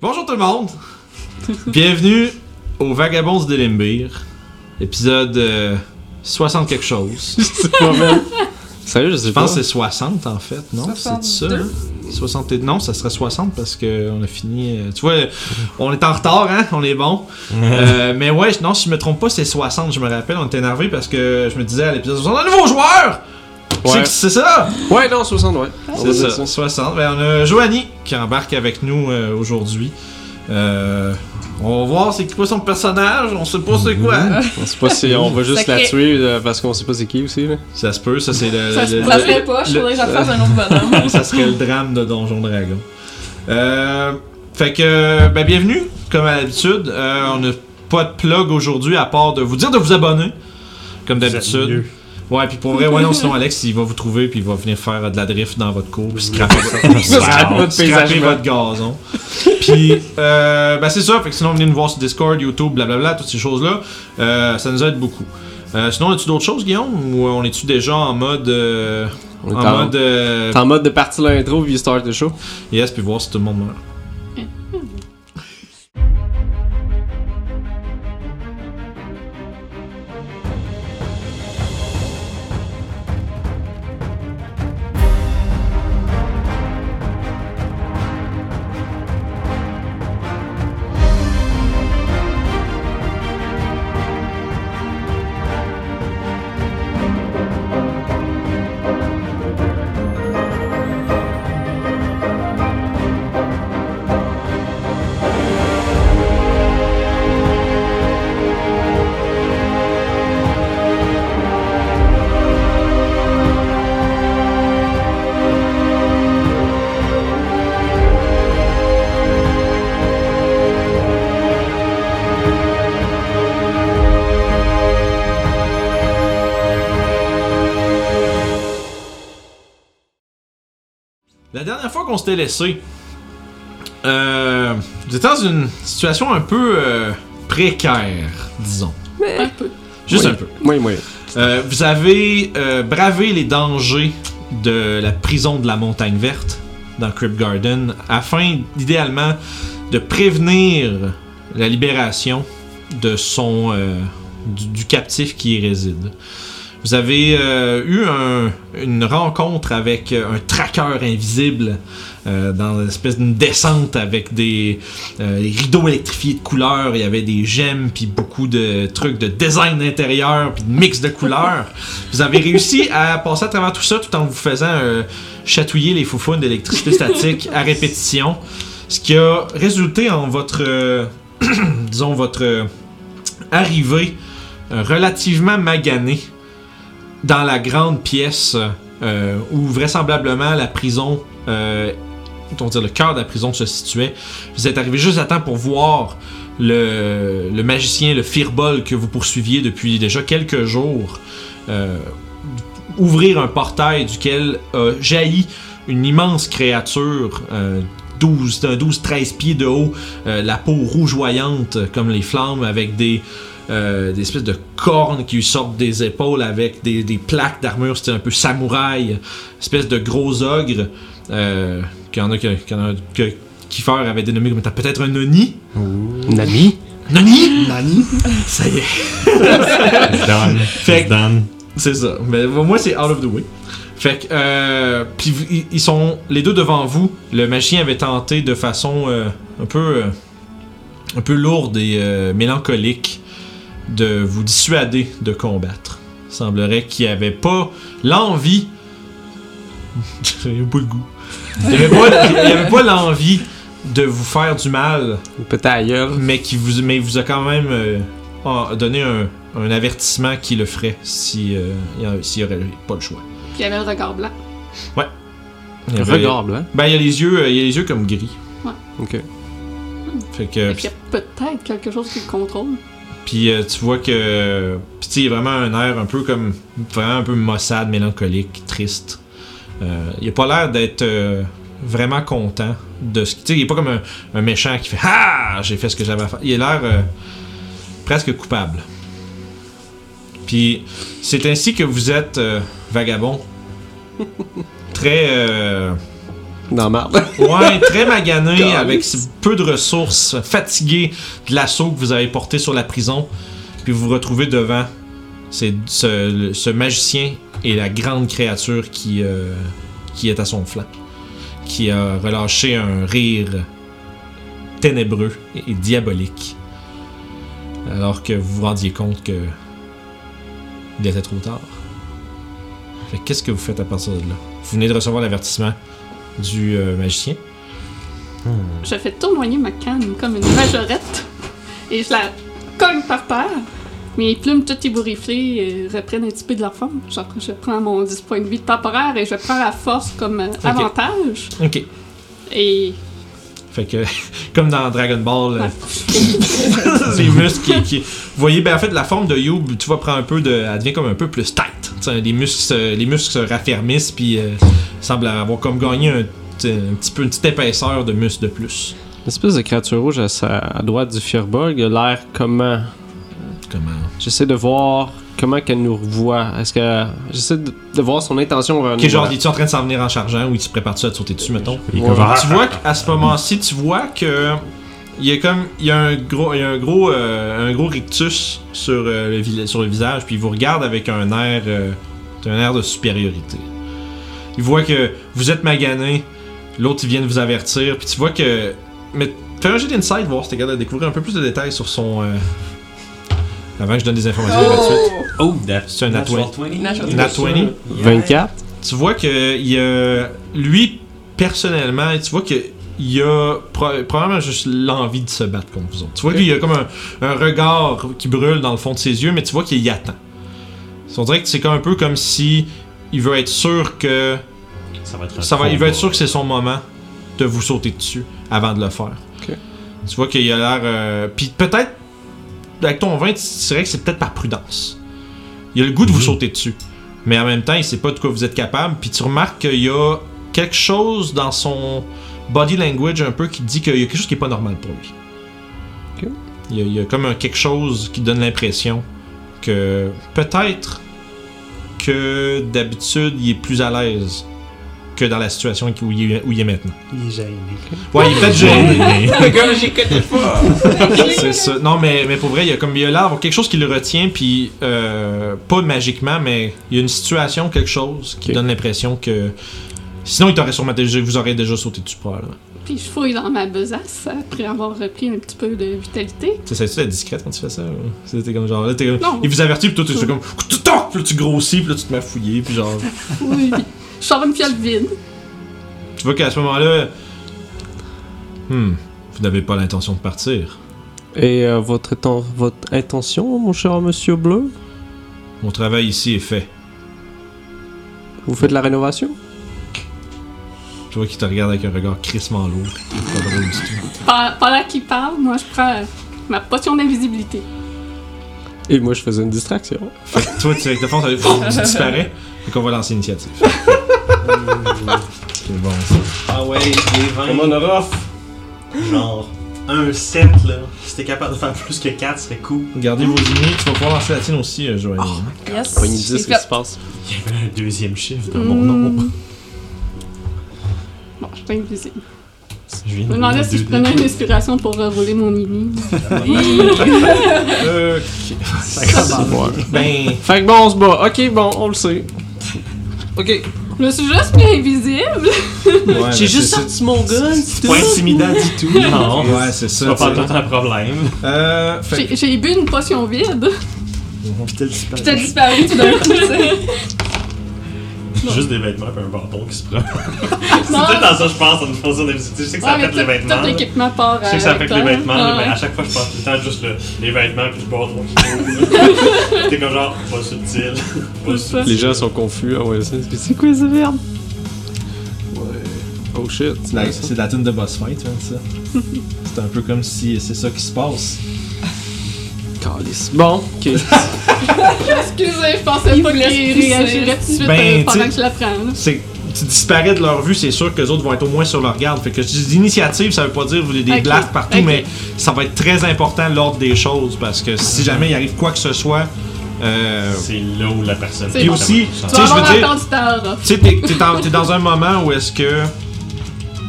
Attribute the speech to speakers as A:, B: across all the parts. A: Bonjour tout le monde! Bienvenue au Vagabonds de Limbir, épisode euh, 60 quelque chose.
B: C'est pas vrai. Sérieux, je sais
A: Je pense que
B: pas.
A: c'est 60 en fait, non? C'est ça?
C: 62?
A: hein? 60 et... Non, ça serait 60 parce qu'on a fini. euh, Tu vois, on est en retard, hein? On est bon. Euh, mais ouais, non, si je me trompe pas, c'est 60, je me rappelle. On était énervé parce que je me disais à l'épisode 60, un nouveau joueur!
B: Ouais.
A: C'est que C'est ça!
B: Ouais, non, 60, ouais. On va
A: C'est
B: dire
A: ça, 60. Ben, on a Joanie qui embarque avec nous euh, aujourd'hui. Euh, on va voir c'est quoi son personnage, on sait pas c'est quoi.
B: On sait pas si on va juste la
C: Sacré.
B: tuer euh, parce qu'on sait pas c'est qui aussi, là.
A: Ça se peut, ça c'est le,
C: Ça
A: Euh, le-
C: se
A: le-
C: passerait pas, je faudrait que j'en fasse un autre bonhomme.
A: ça serait le drame de Donjon Dragon. Euh, fait que, ben bienvenue, comme à l'habitude. Euh, on n'a pas de plug aujourd'hui à part de vous dire de vous abonner, comme d'habitude. Ouais, puis pour vrai, ouais, non, sinon Alex, il va vous trouver, puis il va venir faire euh, de la drift dans votre cour, puis scraper votre,
B: Scraper votre
A: scraper
B: paysagement.
A: votre gazon. puis, euh, ben c'est ça, fait que sinon, venez nous voir sur Discord, YouTube, blablabla, toutes ces choses-là. Euh, ça nous aide beaucoup. Euh, sinon, as-tu d'autres choses, Guillaume, ou euh, on est-tu déjà en mode. euh,
B: On est
A: en
B: en,
A: mode. euh,
B: t'es en mode de partir l'intro puis start the show.
A: yes, puis voir si tout le monde meurt. La dernière fois qu'on s'était laissé, euh, vous étiez dans une situation un peu euh, précaire, disons.
C: Un peu.
A: Juste
B: Oui.
A: un peu.
B: Oui, oui.
A: Euh, vous avez euh, bravé les dangers de la prison de la Montagne Verte dans Crypt Garden afin, idéalement, de prévenir la libération de son euh, du, du captif qui y réside. Vous avez euh, eu un- une rencontre avec euh, un traqueur invisible euh, dans une espèce d'une descente avec des, euh, des rideaux électrifiés de couleurs. Il y avait des gemmes, puis beaucoup de trucs de design intérieur, puis de mix de couleurs. Vous avez réussi à passer à travers tout ça tout en vous faisant euh, chatouiller les foufounes d'électricité statique à répétition. Ce qui a résulté en votre, euh, disons, votre euh, arrivée euh, relativement maganée dans la grande pièce euh, où vraisemblablement la prison, euh, on dire le cœur de la prison se situait. Vous êtes arrivé juste à temps pour voir le, le magicien, le firbol que vous poursuiviez depuis déjà quelques jours, euh, ouvrir un portail duquel a jaillit une immense créature. euh, 12, d'un 12-13 pieds de haut, euh, la peau rougeoyante comme les flammes, avec des, euh, des espèces de cornes qui lui sortent des épaules avec des, des plaques d'armure, c'était un peu samouraï, espèce de gros ogre, euh, qu'il y en a que, qu'il y en a que Kiefer avait dénommé comme étant peut-être un noni.
B: Nani?
A: Noni? Nani? Ça y est.
D: Dan.
A: Fait que-
D: Dan.
A: C'est ça. Mais au moins, c'est out of the way. Fait que, euh, puis vous- ils- ils sont les deux devant vous. Le magicien avait tenté de façon euh, un peu, euh, un peu lourde et euh, mélancolique de vous dissuader de combattre. Il semblerait qu'il avait pas l'envie. il avait pas le goût. Il avait pas, il avait pas l'envie de vous faire du mal
B: Peut-être ailleurs.
A: mais qui vous, mais il vous a quand même euh, en- donné un, un avertissement qui le ferait si euh, il y a- s'il n'y aurait pas le choix.
C: Puis il y avait le regard blanc.
A: Il y avait-
B: Regarde, là.
A: Ben il y a les yeux, euh, il y a les yeux comme gris.
B: Ok.
A: Fait que
C: Fait qu'il y a peut-être quelque chose qui le contrôle.
A: puis euh, tu vois que puis tu sais, il y a vraiment un air un peu comme vraiment un peu maussade, mélancolique, triste. Euh, il a pas l'air d'être euh, vraiment content de ce qui tu sais, il est pas comme un, un méchant qui fait ah j'ai fait ce que j'avais à faire. Il a l'air euh, presque coupable. Puis c'est ainsi que vous êtes euh, vagabond. Très. euh,
B: Dans marde.
A: Ouais, très magané,
B: Calice.
A: avec peu de ressources, fatigué de l'assaut que vous avez porté sur la prison. Puis vous vous retrouvez devant c'est ce, le- ce magicien et la grande créature qui, euh, qui est à son flanc. Qui a relâché un rire ténébreux et diabolique. Alors que vous vous rendiez compte que il était trop tard. Fait que qu'est-ce que vous faites à partir de là? Vous venez de recevoir l'avertissement du euh, magicien.
C: Je fais tournoyer ma canne comme une majorette et je la cogne par terre. Mes plumes toutes ébouriffées euh, reprennent un petit peu de leur forme. Genre, je prends mon 10 points de vie temporaire et je prends la force comme euh, avantage.
A: Ok.
C: Et
A: Fait que, comme dans Dragon Ball, euh, les muscles qui, qui- Vous voyez, ben en fait, la forme de Youb, tu vois, prend un peu de. Elle devient comme un peu plus tight. Tu sais, Les muscles, se- les muscles se raffermissent, puis euh, semble avoir comme gagné un, t- un petit peu, une petite épaisseur de muscles de plus.
B: L'espèce de créature rouge à, sa, à droite du Firbolg a l'air comment
A: Comment
B: J'essaie de voir comment qu'elle nous revoit. Est-ce que. J'essaie de, de voir son intention vers
A: Ok,
B: euh, nous.
A: genre, es-tu en train de s'en venir en chargeant ou il se prépare-tu à te sauter dessus, mettons
D: Il est
B: Ouais.
D: comme, ah,
A: Tu vois qu'à ce moment-ci, tu vois que. Il y a comme. Il y a un gros, il y a un gros, euh, un gros rictus sur, euh, le, vi- sur le visage, puis il vous regarde avec un air. euh, un air de supériorité. Il voit que vous êtes magané, l'autre il vient de vous avertir, puis tu vois que. Mais fais un jet d'insight, voir si t'es capable de découvrir un peu plus de détails sur son. euh, Avant que je donne des informations gratuites.
D: Oh, that's
A: C'est un nat 20.
C: Natural
A: Nat 20.
B: 24.
A: Tu vois que il y a- lui, personnellement, tu vois que il y a pro- probablement juste l'envie de se battre contre vous autres. Tu vois qu'il y a comme un, un regard qui brûle dans le fond de ses yeux, mais tu vois qu'il y attend. On dirait que c'est comme un peu comme si il veut être sûr que
D: Ça va être un
A: ça va, il veut
D: combat.
A: être sûr que c'est son moment de vous sauter dessus avant de le faire.
B: Ok.
A: Tu vois qu'il a l'air. euh, Puis peut-être, avec ton vin, c'est vrai que c'est peut-être par prudence. Il a le goût de vous
D: Mhm.
A: sauter dessus. Mais en même temps, il sait pas de quoi vous êtes capable. Puis tu remarques qu'il y a quelque chose dans son body language un peu qui dit qu'il y a quelque chose qui est pas normal pour lui.
B: Ok.
A: Il, y a, il y a comme un quelque chose qui donne l'impression que peut-être que d'habitude il est plus à l'aise que dans la situation où il est, où il est maintenant.
E: Il est gêné.
A: Ouais, il est peut-être gêné.
E: Comme j'y connais pas.
A: C'est ça. Non, mais, mais pour vrai, il y a comme il y a l'arbre, quelque chose qui le retient, puis euh, pas magiquement, mais il y a une situation, quelque chose qui
B: Ok.
A: donne l'impression que. Sinon, il t'aurait sûrement déjà, vous aurait déjà sauté dessus probablement.
C: puis je fouille dans ma besace après avoir repris un petit peu de vitalité.
A: Tu sais, d'être discrète quand tu fais ça. là? C'était comme genre là, t'es comme.
C: Non.
A: Il vous avertit, puis toi, tu fais comme. Tout toc, puis là, tu grossis, puis là, tu te mets à fouiller, puis genre.
C: Oui, puis je sors une fiole vide.
A: Tu vois qu'à ce moment-là. Hmm. Vous n'avez pas l'intention de partir.
B: Et euh, votre, éten- votre intention, mon cher monsieur bleu
A: Mon travail ici est fait.
B: Vous faites la rénovation
A: Tu vois qu'il te regarde avec un regard crissement lourd. C'est pas drôle du tout.
C: Pe- Pendant qu'il parle, moi je prends ma potion d'invisibilité.
B: Et moi, je faisais une distraction.
A: Fait que toi, tu, avec ta force, t'as- pff, tu disparais. Fait qu'on va lancer l'initiative. C'est bon, ça.
E: Ah ouais, des 20.
B: Comme on aura
E: Genre, un 7 là. Si t'es capable de faire plus que 4, serait cool.
A: Gardez vos lignées. Tu vas pouvoir lancer la tienne aussi, euh, Joanne.
F: Yes.
B: Pas une idée de ce qui se passe.
E: Il y avait un deuxième chiffre dans mon nom.
C: Hmm. Bon, je suis invisible.
E: Je viens
C: Je me demandais si je prenais une inspiration pour rerouler mon mini.
A: Euh,
E: Ça commence.
A: ben,
B: Fait que bon, on se bat. Ok, bon, on le sait. Ok.
C: Je me suis juste pris invisible.
A: ouais, ben, c'est-
B: mon gun,
E: C'est Pas intimidant du tout.
D: Non,
A: Ouais, c'est
D: c'est
A: ça.
D: pas pas
A: tu sais.
D: tout un problème.
A: Euh, fait,
C: J'ai j'ai bu une potion vide.
E: Puis t'as disparu.
C: Puis t'as disparu tout d'un coup, tu sais.
D: Juste des vêtements et un bâton qui se prend. C'est
C: Non.
D: peut-être dans ça, je pense, en une faisant des visites. Je sais que ça
C: Ouais, mais
D: affecte les
C: tout-
D: vêtements.
C: Tout
D: là.
C: l'équipement part. hein.
D: Je sais que ça affecte les vêtements, là, mais
C: mais
D: à chaque fois, je pense tout le temps juste le- les vêtements puis le bâton qui tombe. T'es comme genre, pas subtil. Pas
C: C'est
D: subtil.
C: ça.
B: Les gens sont confus. Ah ouais, c'est c'est quoi ce merde Oh shit.
A: c'est la- c'est la tune de boss fight, hein, ça. C'est un peu comme si c'est ça qui se passe.
B: Calice. Bon, ok.
C: Excusez, je pensais
F: Ah, Il
C: pas
F: voulait
C: qu'il
F: se pousser.
C: réagirait tout de suite
A: Ben,
C: euh, pendant
A: t'sais-
C: que je la prends. là.
A: C'est tu disparais de leur vue, c'est sûr que les autres vont être au moins sur leur garde. Fait que je dis d'initiative, ça veut pas dire vous voulez des
C: Ok,
A: blasts partout,
C: ok.
A: mais ça va être très important l'ordre des choses parce que si jamais il arrive quoi que ce soit, euh,
D: C'est là où la personne.
C: C'est
A: Puis
C: bon.
A: aussi,
D: Ça-
A: tu sais,
C: Tu vas
A: je
C: avoir
A: veux dire,
C: encore du temps, Raph.
A: tu sais, t'es- t'es dans- t'es dans un moment où est-ce que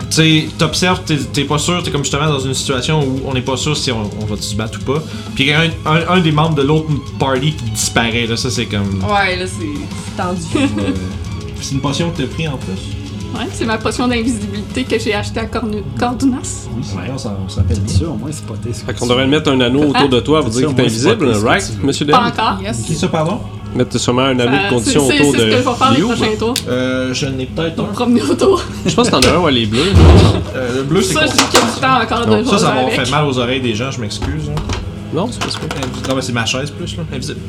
A: tu sais, t'observes, t'es- t'es pas sûr, t'es comme justement dans une situation où on n'est pas sûr si on, on va se battre ou pas. Puis il y a un, un- un des membres de l'autre party qui disparaît, là, ça c'est comme.
F: Ouais, là, c'est c'est tendu.
A: euh, c'est une potion que t'as pris en plus.
C: Ouais, c'est ma potion d'invisibilité que j'ai achetée à Cornu- Cordunas.
A: Oui, c'est vrai, on s'en- on se rappelle
G: Faites
A: bien.
G: ça, au moins, c'est pas tes
B: Fait qu'on devrait mettre un anneau autour de toi pour dire
G: Ça,
B: qu'il
G: moi,
B: est
G: je
B: invisible,
G: vois pas ce que
B: right,
G: tu veux.
B: monsieur
C: Pas
B: Dan?
C: encore.
A: Qui
G: Yes.
A: ça, pardon
B: Mettre sûrement un anneau
C: Euh,
B: de condition
C: c'est- c'est-
B: autour
C: C'est ce que je vais faire
B: de
C: les
B: You.
C: prochains tours.
A: Euh, je n'ai peut-être
C: Me promener autour.
B: Je pense que t'en as un, ouais, les bleus.
A: Euh, le bleu, c'est
C: Ça,
A: quoi
C: je dis qu'il y a du temps encore de
A: Non, ça,
C: jouer
A: ça va
C: avec.
A: faire mal aux oreilles des gens, je m'excuse. hein. Euh,
B: Non, c'est pas ça.
A: Non, mais c'est ma chaise plus, là. Invisible.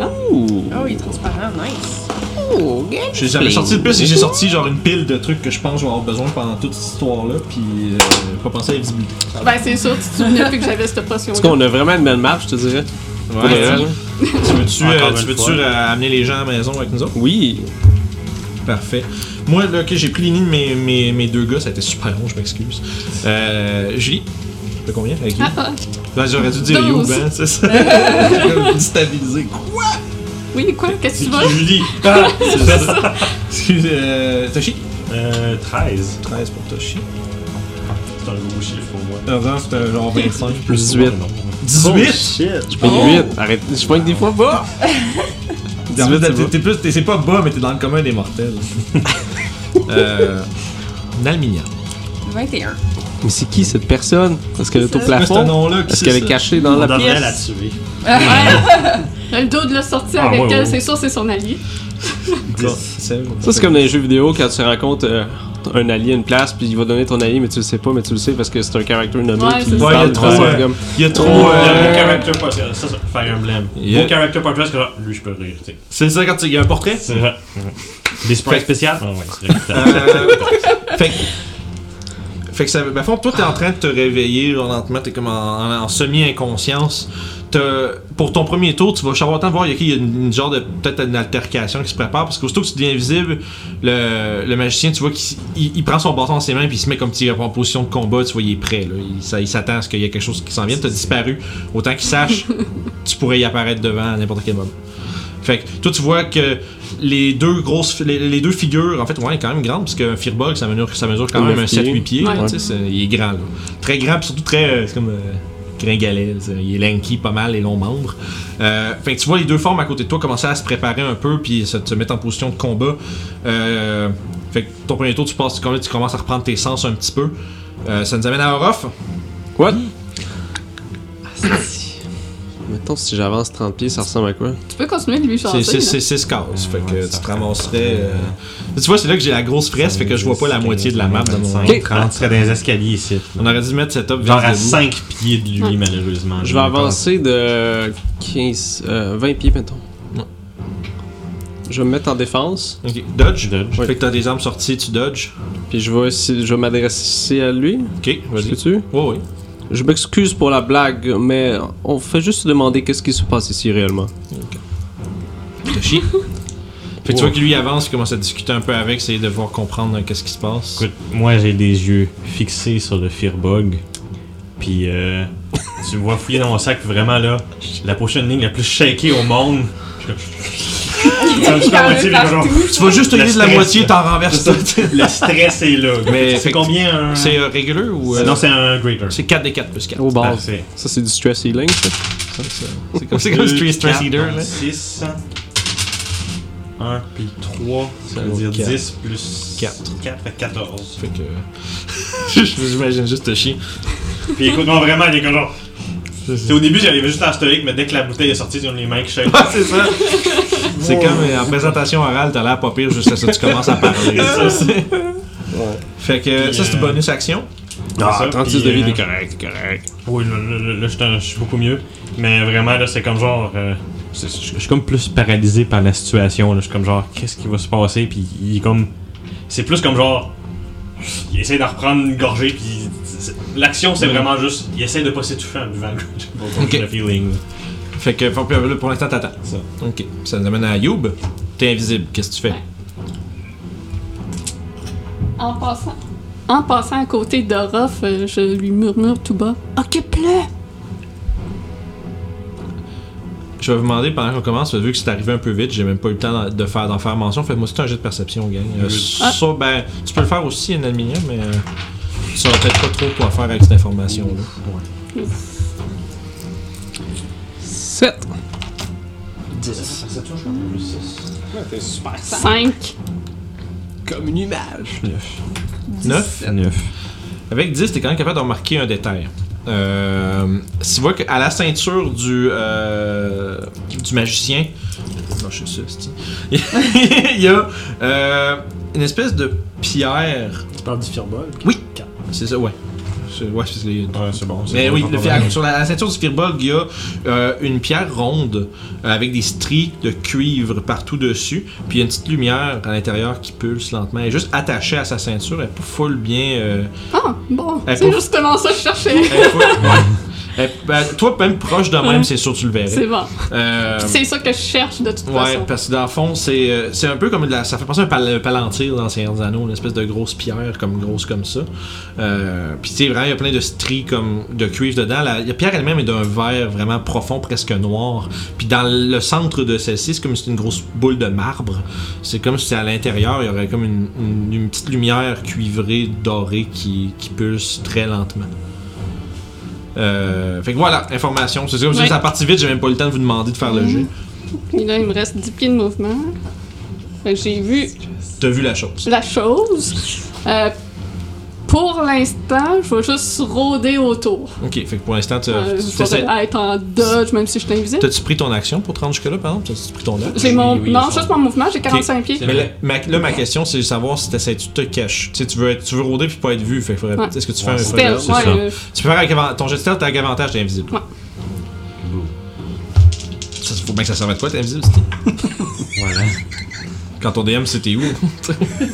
B: Ouh!
F: Oh, il est transparent, nice.
A: J'ai jamais sorti de plus, j'ai sorti genre une pile de trucs que je pense que je vais avoir besoin pendant toute cette histoire-là, puis euh, pas penser à l'invisibilité.
C: Ben, c'est sûr, tu te souviens plus que j'avais cette potion.
B: En tout cas, on a vraiment une belle map, je te dirais. Pour le
A: Ouais,
B: vrai, là.
A: tu veux-tu euh,
D: Encore
A: tu
D: une
A: veux-tu,
D: fois.
A: euh, amener les gens à la maison avec nous autres?
B: Oui.
A: Parfait. Moi, là, ok, j'ai pris les nids de mes, mes, mes deux gars, ça a été super long, je m'excuse. Euh, Julie, de combien avec lui?
C: Ah,
A: Là, J'aurais dû dire You,
C: Douze.
A: ben, c'est ça. J'ai comme Déstabilisé.
C: Oui, quoi? Qu'est-ce que tu veux?
D: Julie.
A: Ah, c'est ça. Excuse, euh, Toshi?
D: Euh, 13.
A: 13 pour Toshi.
D: C'est un gros chiffre pour moi.
A: Non, non, c'était genre 25.
B: Plus 18. Oh,
A: 18?
B: Je fais
C: Oh.
B: 8. Arrête. Je pointe des fois bas.
A: En fait,
B: 18, c'est
A: t'es-
B: bas.
A: t'es plus, t'es- c'est pas bas, mais t'es dans le commun des mortels. euh, Nalminia.
F: 21.
B: Mais c'est qui cette personne? Est-ce qu'elle est au
F: C'est ça.
A: C'est ce
B: plafond?
A: nom-là qui
B: Est-ce qu'elle est cachée dans
D: On
B: la
D: devrait
B: pièce?
D: la tuer.
C: Le dos de la sortie
D: Ah,
C: avec
D: ouais,
C: elle,
D: ouais.
C: c'est sûr, c'est son allié.
B: Ça, c'est comme dans les jeux vidéo quand tu rencontres euh, un allié à une place, puis il va donner ton allié, mais tu le sais pas, mais tu le sais parce que c'est un caractère nommé.
C: Ouais,
B: puis
C: c'est
B: il
C: ça.
A: Ouais, il y a
B: parle de
A: trop,
B: façon
A: ouais.
B: comme-
A: Il y a trop.
D: Il y a
A: euh,
D: mon character portrait. Ça, c'est Fire Emblem.
A: Yeah.
D: Mon character portrait, c'est que genre, lui, je peux rire, tu sais.
A: C'est ça quand tu- il y a un portrait.
D: C'est vrai. Des surprises
A: Fait-
D: spéciales? Ah ouais, c'est vrai.
A: Euh, fait que- fait que ça, ben, fond, toi t'es en train de te réveiller genre, lentement, t'es comme en, en- en semi-inconscience. T'as- Pour ton premier tour, tu vas avoir le temps de voir, il y a, qui- il y a une, une genre de peut-être une altercation qui se prépare parce qu'aussitôt que tu deviens invisible, le, le magicien, tu vois qu'il s- il, il prend son bâton dans ses mains puis il se met comme s'il était en position de combat, tu vois, il est prêt, là. il, ça- il s'attend à ce qu'il y ait quelque chose qui s'en vienne, t'as disparu. Autant qu'il sache, tu pourrais y apparaître devant à n'importe quel moment. Fait que toi tu vois que les deux grosses les, les deux figures en fait ouais elle est quand même grande parce qu'un Firebug ça mesure, ça mesure quand
B: Neuf
A: même un
B: pieds.
A: 7-8 pieds,
C: Ouais.
A: là, tu sais, c'est- il est grand là. Très grand puis surtout très euh, c'est comme euh, gringalet, là, c'est- il est lanky pas mal les longs membres. Euh, fait que tu vois les deux formes à côté de toi commencer à se préparer un peu puis se, se mettre en position de combat. Euh, fait que ton premier tour tu passes tu commences- tu commences à reprendre tes sens un petit peu. Euh, ça nous amène à Orof.
B: What? Ah, Mettons, si j'avance 30 pieds, ça ressemble à quoi?
C: Tu peux continuer de lui
A: C'est-
C: chanter.
A: C'est
C: là.
A: c'est six cases. Fait que
E: ouais,
A: tu
E: ça
A: te
E: fait
A: ramasserais. euh, Tu vois, c'est là que j'ai la grosse fraise, fait que je vois pas la moitié de la map de mon.
B: Ok.
E: 30 serait dans les escaliers ici.
A: On aurait dû mettre cet up vers
E: Genre à
A: debout.
E: 5 pieds de lui,
C: Ouais.
E: malheureusement.
B: Je vais avancer de 15, euh, 20 pieds, mettons.
A: Ouais.
B: Je vais me mettre en défense,
A: Ok. Dodge.
D: Dodge.
A: Fait que t'as des armes sorties, tu dodges.
B: puis je vais, essayer- je vais m'adresser à lui.
A: Ok, vas-y.
B: Peux-tu?
A: Ouais, ouais.
B: Je m'excuse pour la blague, mais on fait juste se demander qu'est-ce qui se passe ici réellement.
A: T'as chier. Fait que tu
B: Wow.
A: vois que lui avance, il commence à discuter un peu avec, essayer de voir comprendre euh, qu'est-ce qui se passe.
D: Écoute, moi j'ai des yeux fixés sur le Fearbug. Puis euh, tu me vois fouiller dans mon sac, puis vraiment là, la prochaine ligne la plus shakée au monde. Ça me
F: Il y en a
D: motivé, genre.
F: partout.
A: Tu vas juste te
D: La
A: de la
D: stress,
A: moitié,
D: là.
A: t'en renverses tout.
D: Le stress est là.
A: Mais
D: c'est
A: effecti-
D: combien un.
A: C'est euh, régulier ou. euh,
D: Non, c'est un Greater.
A: C'est 4 des 4 plus 4.
B: Au bas.
D: Parfait.
B: Ça, c'est du stress healing, ça.
A: C'est comme, c'est comme Street Stress Eater, là.
D: 6. 1 puis 3, ça veut
A: vaut
D: dire
A: quatre.
D: 10 plus
A: Quatre.
D: 4 fait 14.
A: Fait que. euh, J'imagine juste te chier.
D: Puis écoute-moi vraiment, les gars, genre. C'est au début, j'arrivais juste en stoïque, mais dès que la bouteille est sortie, ils ont les mains qui shake.
A: c'est ça. C'est comme euh, en présentation orale, t'as l'air pas pire jusqu'à ce que tu commences à parler.
D: C'est ça.
A: Fait que
D: Puis,
A: ça, c'est
D: euh,
A: bonus action.
D: C'est ça,
B: 36 de
D: puis,
B: vie,
D: euh,
B: t'es correct, t'es correct.
D: Oui, là, là, là, là, je suis un- je suis beaucoup mieux. Mais vraiment, là, c'est comme genre. euh, c'est- je je suis comme plus paralysé par la situation. Là. Je suis comme genre, qu'est-ce qui va se passer? Puis il est comme. C'est plus comme genre. Il essaie de reprendre une gorgée, puis. c'est- L'action, c'est vraiment juste. Il essaie de pas s'étouffer en buvant le
A: Ok.
D: le feeling. là.
A: Fait que faut- là, pour l'instant, t'attends.
D: Ça.
A: Ok. Ça nous amène à Youb. T'es invisible. Qu'est-ce que tu fais?
C: En passant. En passant à côté d'Orof, euh, je lui murmure tout bas. Occupe-le!
A: Je vais vous demander pendant qu'on commence, vu que c'est arrivé un peu vite, j'ai même pas eu le temps de faire, d'en faire mention. Faites-moi aussi un jet de perception, gang. Euh,
C: Ah.
A: ça, ben, tu peux le faire aussi en aluminium, mais euh, tu sauras peut-être pas trop quoi faire avec cette information-là.
B: 7.
E: 10.
C: 5.
B: Comme une image.
A: 9
D: 9.
A: Avec 10, t'es quand même capable de remarquer un détail. Euh, tu vois qu'à la ceinture du, euh, du magicien, non, je suis sûr, c'est-tu. il y a euh, une espèce de pierre.
E: Tu parles du fireball?
A: Oui! C'est ça, ouais. C'est- Ouais, c'est les-
D: Ouais, c'est bon. c'est
A: Mais
D: bon,
A: oui,
D: pas
A: le
D: de
A: fi-
D: problème.
A: sur la, la ceinture du Firbolg, il y a euh, une pierre ronde euh, avec des stries de cuivre partout dessus. Puis il y a une petite lumière à l'intérieur qui pulse lentement. Elle est juste attachée à sa ceinture. Elle est pas full bien. euh,
C: Ah, bon.
A: Eh,
C: C'est
A: pour-
C: justement ça que je cherchais.
A: elle est full- ouais. Elle est- ben, toi, même proche de même, c'est sûr que tu le verrais.
C: C'est bon.
A: Euh,
C: C'est ça que je cherche de toute
A: Ouais,
C: façon.
A: parce que dans le fond, c'est euh, c'est un peu comme de la. Ça fait penser à un pal- palantir dans Seigneur des Anneaux, une espèce de grosse pierre, comme grosse comme ça. Euh, Puis tu sais, vraiment, il y a plein de stries comme de cuivre dedans. La, la pierre elle-même est d'un vert vraiment profond, presque noir. Puis dans le centre de celle-ci, c'est comme si c'était une grosse boule de marbre. C'est comme si à l'intérieur, il y aurait comme une, une- une petite lumière cuivrée, dorée qui, qui pulse très lentement. Euh, fait que voilà, information. C'est comme si
C: Ouais. Mm-hmm.
A: ça partit vite, j'ai même pas eu le temps de vous demander de faire le jeu.
C: Et là, il me reste 10 pieds de mouvement. Fait que J'ai vu
A: T'as vu la chose.
C: la chose. Euh, pour l'instant, je vais juste rôder autour.
A: Ok, fait que pour l'instant, tu
C: Euh,
A: tu
C: je
A: t'essaies-
C: vais être en dodge, même si je suis invisible.
A: T'as-tu pris ton action pour te rendre jusque-là, par exemple T'as-tu pris ton action?
C: J'ai mon...
D: Oui, oui,
C: non,
D: je
C: juste mon mouvement, j'ai 45 pieds.
A: Mais là, ma, là, ma question, c'est de savoir si t'essaies, tu te caches. Tu sais, tu veux, être- tu veux rôder puis pas être vu. Fait que faudrait-
C: Ouais.
A: est-ce que tu fais un
C: Stealth,
A: fais-
C: ouais,
A: c'est ça.
C: euh,
A: Tu peux faire avec avan- ton jet de stealth, t'as avec avantage, t'es invisible.
C: Ouais.
A: Ça, faut bien que ça serve à quoi, t'es invisible c'est-
D: Voilà.
A: Quand ton DM, c'était où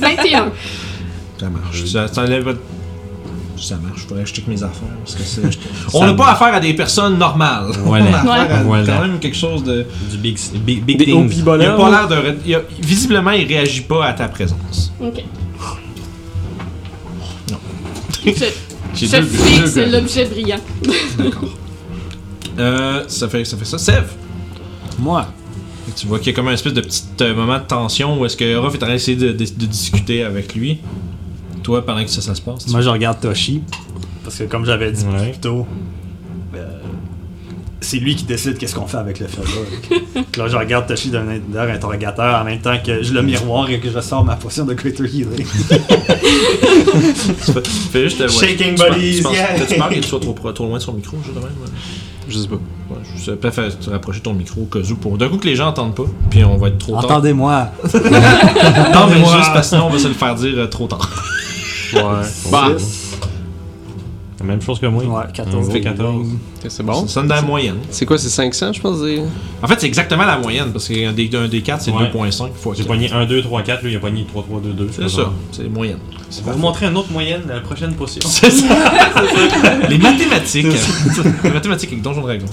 C: 21.
A: Ça marche. Ça, ça enlève votre- Ça marche, faudrait que je check mes affaires. Parce que c'est- On n'a pas affaire à des personnes normales.
D: Voilà.
A: On a affaire à
D: Voilà.
A: quand même quelque chose de.
D: Du big, big, big
B: Des
D: things.
A: Il a
B: OP-bonheurs.
A: pas l'air de. re- il a- Visiblement, il réagit pas à ta présence.
C: Ok.
A: Non.
C: Je,
A: J'ai
C: je
A: deux-
C: fixe
A: deux-
C: l'objet brillant.
A: D'accord. Euh, ça fait ça fait ça. Sève.
B: Moi.
A: Tu vois qu'il y a comme un espèce de petit euh, moment de tension où est-ce que Ruff est en train d'essayer de, de- de discuter avec lui. Toi, pendant que ça, ça se passe. tu-
G: Moi, je regarde Toshi. Parce que, comme j'avais dit
D: Ouais.
G: plus tôt, euh, c'est lui qui décide qu'est-ce qu'on fait avec le fireball. là, je regarde Toshi d'un air interrogateur en même temps que je le miroir et que je sors ma potion de Greater Healing.
A: tu fais- tu fais juste. euh, ouais. Tu
G: Shaking
A: penses-
G: bodies,
A: Tu penses
G: yeah.
A: t'as-tu peur que tu sois trop, pro- trop loin de son micro, je dirais même. ouais.
B: Je sais pas.
A: Ouais, je sais pas, fais- te rapprocher ton micro au cas où pour. D'un coup que les gens entendent pas, puis on va être trop tard.
G: Entendez-moi.
A: Non, mais juste parce que sinon on va se le faire dire euh, trop tard.
D: Ouais.
B: Bah.
G: Six.
D: La même chose que moi.
G: Ouais, 14.
D: On fait 14.
B: Ok, C'est bon.
A: Ça sonne dans la moyenne.
B: C'est quoi, c'est 500, je pense? des-
A: En fait, c'est exactement la moyenne, parce qu'un des, un des 4, c'est
D: Ouais.
A: 2.5 fois
D: J'ai
A: quatre.
D: pogné 1, 2, 3, 4. Lui, il a pogné 3, 3, 2, 2.
A: C'est ça, c'est moyenne.
E: On va vous montrer une autre moyenne à la prochaine potion.
A: C'est ça. Les mathématiques. Les mathématiques avec Donjon Dragon.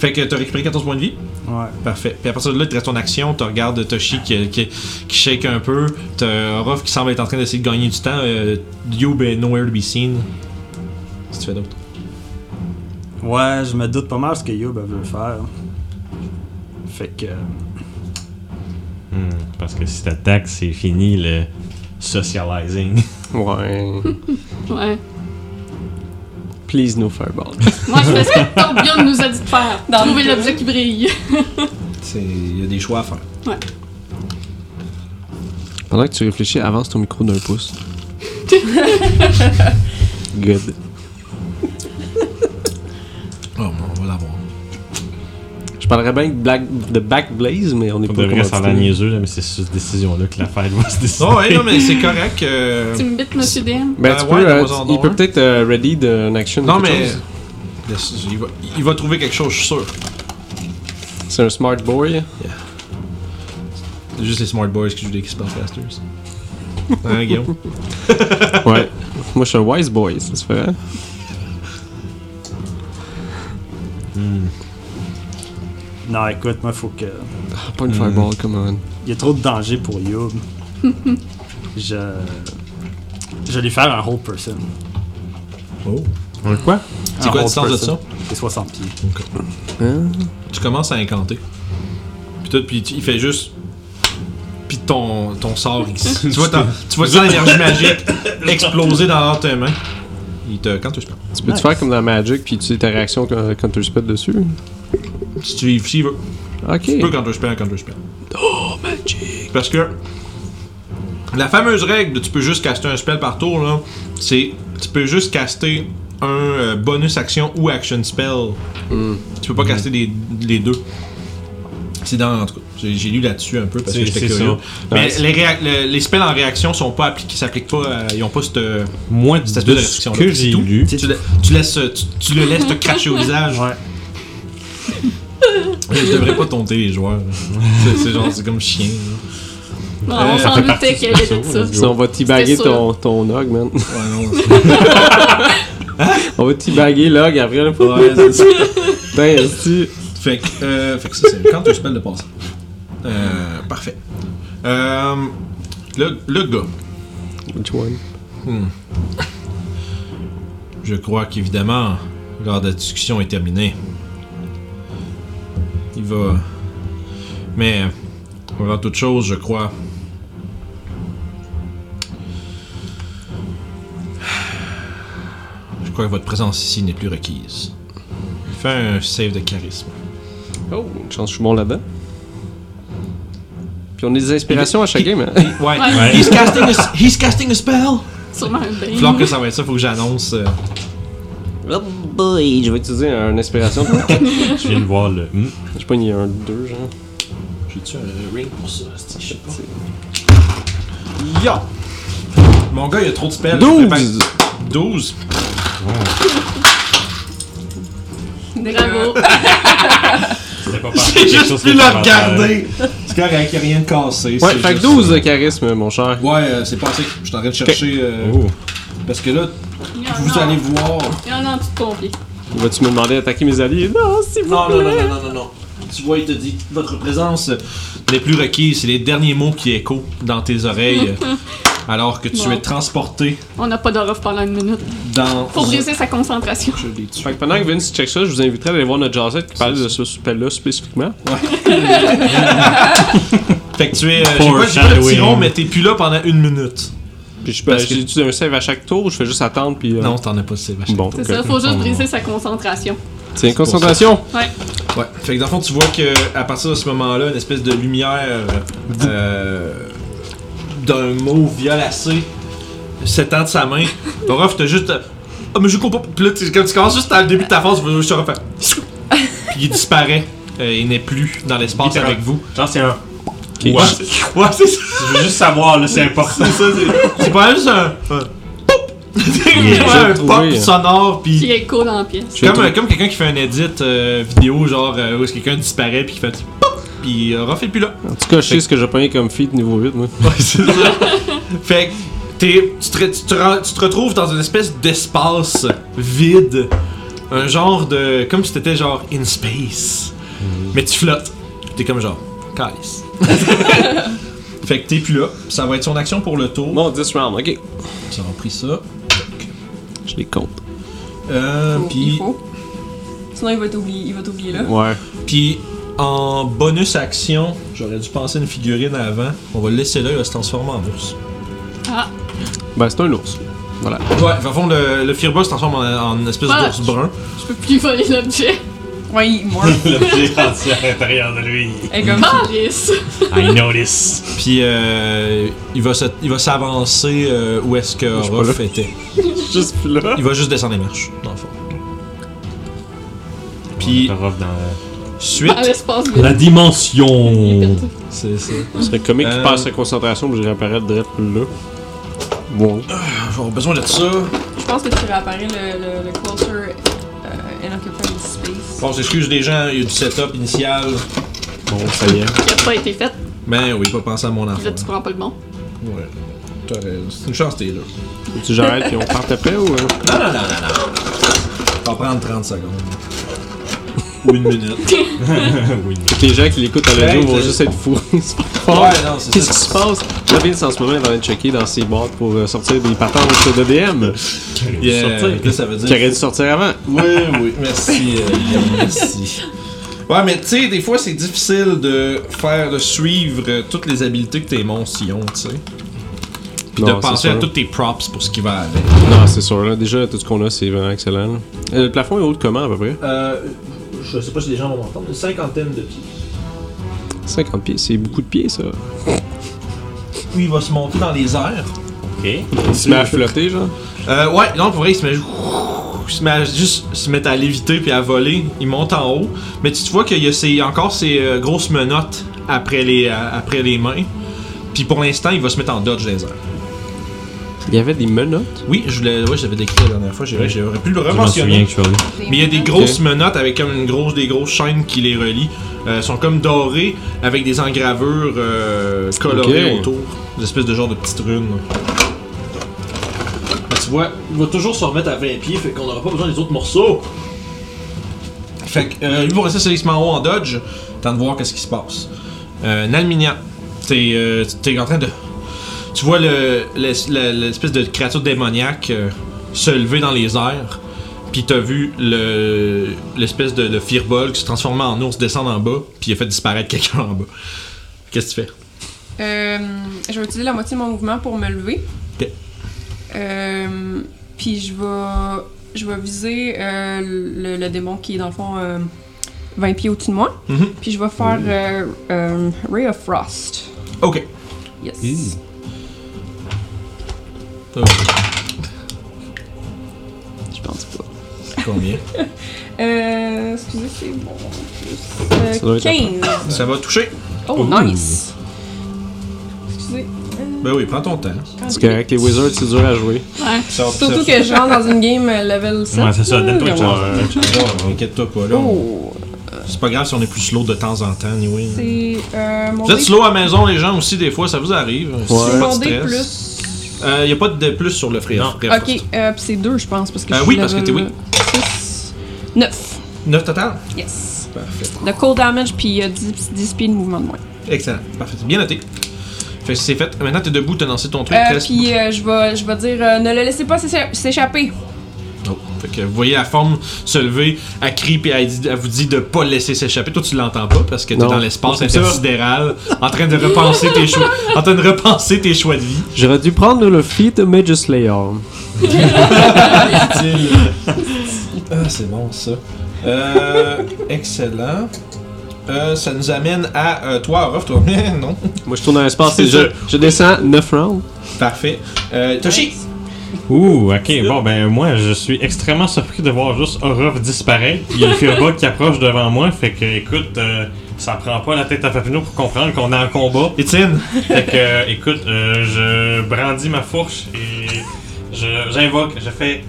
A: Fait que t'as récupéré 14 points de vie.
G: Ouais.
A: Parfait. Puis à partir de là, tu restes ton action. Tu regardes Toshi qui, qui, qui shake un peu. T'as Ruff qui semble être en train d'essayer de gagner du temps. Euh, Youb est nowhere to be seen. Si tu fais d'autre.
G: Ouais, je me doute pas mal ce que Yob veut faire. Fait que.
D: Hmm, Parce que si t'attaques, c'est fini le socializing.
B: Ouais.
C: Ouais.
B: Please, no fireball.
C: Moi, je fais ce que Torbjorn nous a dit de faire.
F: Dans le
C: trouver
F: cas.
C: l'objet qui brille.
A: Il y a des choix à faire.
B: Pendant que tu réfléchis, avance ton micro d'un pouce. Good.
A: Oh, on va l'avoir.
B: Je parlerais bien de, black, de Back Blaze, mais on n'est
D: On
B: pas
D: devrait s'en
B: commandité.
D: la niaiseux, là, mais c'est sur cette décision-là que l'affaire va se décider.
A: Oh, ouais, non, mais c'est correct. euh,
C: Tu me bites, monsieur DM.
B: Ben,
A: Euh,
B: tu
A: ouais,
B: peux, euh,
A: faisons
B: il
A: donc, hein.
B: peut peut-être euh, ready d'une action. ou
A: Non,
B: quelque
A: mais.
B: chose.
A: Laisse- Il va, il va trouver quelque chose, je suis sûr.
B: C'est un smart boy.
A: C'est juste les Smart Boys qui jouent des Spellcasters. Hein, Guillaume?
B: ouais. Moi, je suis un wise boy, ça se fait. hein?
G: Non, écoute, moi, faut que.
B: Ah, Pas une fireball, come on.
G: Il y a trop de danger pour Youb. je. Je vais lui faire un whole person.
A: Oh.
D: Un quoi?
G: Un
A: C'est quoi la distance de ça?
G: C'est 60 pieds.
A: Tu commences à incanter. Puis tout, puis tu- il fait juste. Puis ton, ton sort, il- tu vois, ton- tu vois ton énergie magique exploser dans l'air de tes mains. Il te. Quand tu spell.
B: Tu peux te faire comme dans Magic puis utiliser ta réaction co- counter spell dessus.
A: Si tu s'il veut.
B: Ok.
A: Tu peux counter spell, counter spell. Oh, magique! Parce que. La fameuse règle de tu peux juste caster un spell par tour, là, c'est. Tu peux juste caster un euh, bonus action ou action spell.
D: Hmm.
A: Tu peux pas caster les, les deux. C'est dans. En tout cas, j'ai j'ai lu là-dessus un peu parce que
D: C'est-
A: j'étais
D: c'est
A: curieux.
D: ça.
A: Mais
D: Ouais, c'est-
A: les, réac- le- les spells en réaction sont pas appliqués, s'appliquent pas, à- ils ont pas cette.
D: Moi, de
A: Statut de
D: ce
A: réflexion,
D: que
A: là, c'est
D: j'ai
A: tout.
D: lu,
A: Tu, la- tu laisses, tu, tu le laisses te cracher au visage.
G: Ouais.
A: Je devrais pas tenter les joueurs. là. C'est- C'est genre, c'est comme chien. là.
C: Bon,
A: Euh,
C: on
A: ça
C: s'en doutait qu'il y avait de ça.
B: Sinon, on va teabaguer
C: C'était
B: ton, ton log, man.
A: Ouais, non,
B: On va teabaguer log après. Là.
A: c'est- ouais, c'est-
B: Ben, est-ce
A: fait, que, euh, fait que ça, c'est quand tu spell de passe. Euh, parfait. Euh, le, le gars,
B: Which one?
A: je crois qu'évidemment, l'heure de la discussion est terminée. Il va. Mais, avant toute chose, je crois. Je crois que votre présence ici n'est plus requise. Fais un save de charisme.
B: Oh, une chance, je suis bon là-dedans. Puis on a des inspirations à chaque game, hein?
A: Ouais.
C: Ouais.
A: He's, casting a, he's casting a spell!
C: Sûrement un bain.
A: Flore que ça va être ça, faut que j'annonce. euh,
B: Oh boy! Je vais utiliser une inspiration.
D: je viens de voir le. Hmm.
B: J'ai pas ni un, deux, genre.
A: J'ai-tu un ring pour ça? c'est- Je sais pas.
G: Yo!
A: Mon gars, il a trop de spells.
B: 12!
A: 12.
C: Bravo.
D: C'était pas parfait.
A: J'ai
D: Quelque
A: juste
D: chose
A: pu
D: qui
A: le
D: était
A: regarder. C'est correct, il a rien de cassé.
B: Ouais,
A: c'est
B: fait que
A: juste- euh,
B: 12 de charisme, mon cher.
A: Ouais, euh, c'est passé. Je suis en train de chercher. euh,
D: Oh.
A: Parce que là,
C: Il y en
A: vous
C: a-
A: allez voir.
C: Il y en a un petit compliqué.
B: Vas-tu me demander d'attaquer mes alliés? Non, s'il vous
A: Non,
B: plaît!
A: non, non, non, non, non, non. Tu vois, il te dit votre présence euh, n'est plus requise. C'est les derniers mots qui échoent dans tes oreilles. euh, alors que tu
C: Bon.
A: es transporté
C: On n'a pas d'orof pendant une minute.
A: dans.
C: Faut briser sa concentration.
A: Je l'ai tué.
B: Fait que pendant que Vince check ça, je vous inviterai à aller voir notre jazzette qui parle de ce spell-là spécifiquement.
A: Fait que tu es. euh, j'ai
D: Poor
A: pas dit le petit
D: shadowing.
A: rond, mais t'es plus là pendant une minute.
B: Puis je
A: Parce
B: peux- j'ai un save à chaque tour, je fais juste attendre, puis. euh,
A: Non, t'en as pas, c'est vachement.
B: Bon,
C: C'est
B: ok.
C: ça, faut juste briser sa concentration.
B: Tiens, concentration!
C: Ouais.
A: Ouais. Fait que dans le fond, tu vois que à partir de ce moment-là, une espèce de lumière euh, d'un mot violacé s'étend de sa main. Orof, t'as juste. Ah, mais je comprends pas. Puis là, tu, comme tu commences juste à le début de ta phase, tu vas juste refaire. Puis il disparaît. Euh, il n'est plus dans l'espace
D: Littéral.
A: avec vous.
D: Genre, c'est un.
A: Ouais, c'est- ouais, c'est ça.
D: Je veux juste savoir, là, c'est important.
A: C'est pas juste un. un Poup! Ouais, un
B: trouvé,
A: pop
B: hein.
A: sonore, puis
C: Qui écho dans la pièce.
A: Comme, euh, comme quelqu'un qui fait un edit euh, vidéo, genre euh, où est-ce que quelqu'un disparaît puis qui fait pop, puis euh, refait plus là.
B: En tout cas, je sais ce que j'ai pogné comme feat niveau 8, moi.
A: Ouais, c'est ça. fait que t'es- tu, te, tu te rends- tu te retrouves dans une espèce d'espace vide, un genre de. comme si t'étais genre in space. Mais tu flottes, t'es comme genre, calice. fait que t'es plus là, ça va être son action pour le tour.
B: Bon, 10 rounds, ok.
A: Ça a pris ça.
B: Je les compte.
A: Euh,
F: Faut- il
A: puis
F: faut. Sinon, il va t'oublier, il va t'oublier là.
B: Ouais.
A: Puis en bonus action, j'aurais dû penser à une figurine avant. On va le laisser là, il va se transformer en ours.
C: Ah,
B: Ben, c'est un ours. Voilà.
A: Ouais, au fond, le, le Firbolg se transforme en, en espèce
C: Ah.
A: d'ours brun.
C: je peux plus voler l'objet.
F: Ouais, il meurt.
D: L'objet est rendu à l'intérieur de lui.
F: Et comme.
C: Paris!
D: I notice.
A: Puis euh, il va se- il va s'avancer euh, où est-ce que
B: suis pas
A: Orof était.
B: Juste plus là.
A: Il va juste descendre les marches, dans le fond. Puis
D: On rentre dans euh,
A: suite,
C: Dans l'espace
D: la- La
C: vide.
D: dimension.
A: c'est ça.
B: Ce serait comique
A: Euh.
B: qu'il passe sa concentration, puis je réapparaître direct là. Bon.
A: J'aurais besoin de ça.
F: Je pense que tu réapparais le, le, le closer euh, unoccupied space.
A: Bon, on s'excuse des gens, il y a du setup initial.
B: Bon, ça y est.
C: Qui a pas été faite.
A: Ben oui, pas penser à mon
C: Puis
A: enfant.
C: là, tu prends pas le bon.
A: Ouais. T'as raison. C'est une chance, t'es là.
B: Tu j'arrête, puis on part après, ou. euh?
A: Non, non, non, non, non. Ça va prendre 30 secondes. Ou une minute.
D: oui.
B: Les gens qui l'écoutent à l'audio
A: Hey,
B: vont
A: t'es-
B: juste être fourrés. C'est pas fort.
A: Ben, Ouais, ben non, c'est
B: Qu'est-ce
A: ça.
B: qui se passe? Là, Vince, en ce moment, il est en train de checker dans ses boîtes pour euh, sortir des patentes de DM
A: Yeah, là, ça veut
B: qui
A: dire.
B: aurait dû sortir avant.
A: Oui, oui, merci. euh, Guillaume, merci. Ouais, mais tu sais, des fois, c'est difficile de faire, de suivre euh, toutes les habiletés que tes monstres y ont, tu sais. Puis de
B: Non, c'est
A: penser à
B: sûr.
A: tous tes props pour ce qui va avec.
B: Non, c'est sûr. Là. Déjà, tout ce qu'on a, c'est vraiment excellent. là. Euh, le plafond est haut de comment, à peu près?
E: Euh, je sais pas si les gens vont m'entendre, une cinquantaine de pieds.
B: 50 pieds. C'est beaucoup de pieds, ça.
E: Puis il va se monter dans les airs.
B: Il se met à flotter, genre.
A: Euh, ouais, non, pour vrai, il se met, il se met à, juste il se met à léviter puis à voler. Il monte en haut. Mais tu te vois qu'il y a ses- encore ses euh, grosses menottes après les, euh, après les mains. Puis pour l'instant, il va se mettre en dodge des airs.
B: Il y avait des menottes.
A: Oui, je voulais, ouais, j'avais décrit la dernière fois, j'ai-
D: Oui.
A: j'aurais pu le
D: Je m'en souviens
A: rementionner.
D: que je suis allé.
A: Mais il y a des grosses menottes avec comme une grosse, des grosses chaînes qui les relient. Euh, elles sont comme dorées avec des engravures euh, colorées
B: Ok.
A: autour. Des espèces de genre de petites runes.
E: Ben, Bah, tu vois, il va toujours se remettre à 20 pieds, fait qu'on n'aura pas besoin des autres morceaux.
A: Fait que, euh, lui, pour rester solidement haut en dodge, temps de voir qu'est-ce qui se passe. Euh, Nalminia, t'es euh, t'es en train de. Tu vois le- l'es- la- l'espèce de créature démoniaque euh, se lever dans les airs, puis t'as vu le- l'espèce de le fireball qui se transformait en ours descendre en bas, puis il a fait disparaître quelqu'un en bas. Qu'est-ce que tu fais
F: Euh, je vais utiliser la moitié de mon mouvement pour me lever.
A: Ok.
F: Euh, puis je vais, je vais viser euh, le, le démon qui est dans le fond euh, 20 pieds au-dessus de moi.
A: Mhm.
F: Puis je vais faire euh, euh, Ray of Frost.
A: Ok.
F: Yes.
A: Euh,
F: Je pense pas.
A: Combien
F: Euh, excusez, c'est bon. Plus,
B: Ça doit
F: euh,
B: être la
F: 15.
A: Ça va toucher
F: Oh, nice. Excusez. Euh,
A: Ben oui, prends ton temps.
B: C'est correct. Les Wizards, c'est dur à jouer.
C: Ouais.
F: Surtout que je rentre dans une game euh, level 7.
D: Ouais, c'est ça, donne-toi une chance.
A: Ouais, Inquiète-toi pas, là. on-
F: Oh,
A: C'est pas grave si on est plus slow de temps en temps, anyway.
F: c'est euh, mon
A: Vous êtes
F: dé-
A: slow à maison, les gens aussi, des fois, ça vous arrive. Si
B: Ouais.
A: c'est pas de
F: mon dé
A: stress.
F: plus.
A: Euh, y a pas de plus sur le frère.
D: Non.
A: frère
F: Ok, euh, pis c'est deux, je pense, parce que
A: Euh,
F: je
A: oui, parce que t'es- oui.
F: 6, 9,
A: 9 total.
F: yes.
A: Parfait.
F: De cold damage, puis euh, il y a 10, 10 pieds de mouvement de moins.
A: Excellent. Parfait. C'est Bien noté. Fait que c'est fait. Maintenant, t'es debout, t'as lancé ton truc.
F: Euh,
A: reste-
F: puis euh, je vais je vais dire, euh, ne le laissez pas s'écha- s'échapper.
A: Oh. Fait que vous voyez la forme se lever, elle crie, puis elle, dit- elle vous dit de pas le laisser s'échapper. Toi, tu l'entends pas parce que t'es
B: Non.
A: dans l'espace
B: C'est ça.
A: intersidéral, en train de repenser tes choix, en train de repenser tes choix de vie.
B: J'aurais dû prendre le feat de Major Slayer.
A: Ah, c'est bon ça. Euh, excellent. Euh, ça nous amène à euh, toi, Orof, toi. non.
B: Moi, je tourne dans l'espace et
A: C'est
B: je,
A: sûr.
B: je descends 9 rounds.
A: Parfait. Euh, Toshi.
D: Ouh, ok, bon, ben moi je suis extrêmement surpris de voir juste Orof disparaître. Il y a le Firbolg qui approche devant moi, fait que écoute, euh, ça prend pas la tête à Papineau pour comprendre qu'on est en combat.
A: Étienne.
D: Fait que euh, écoute, euh, je brandis ma fourche et je- j'invoque, je fais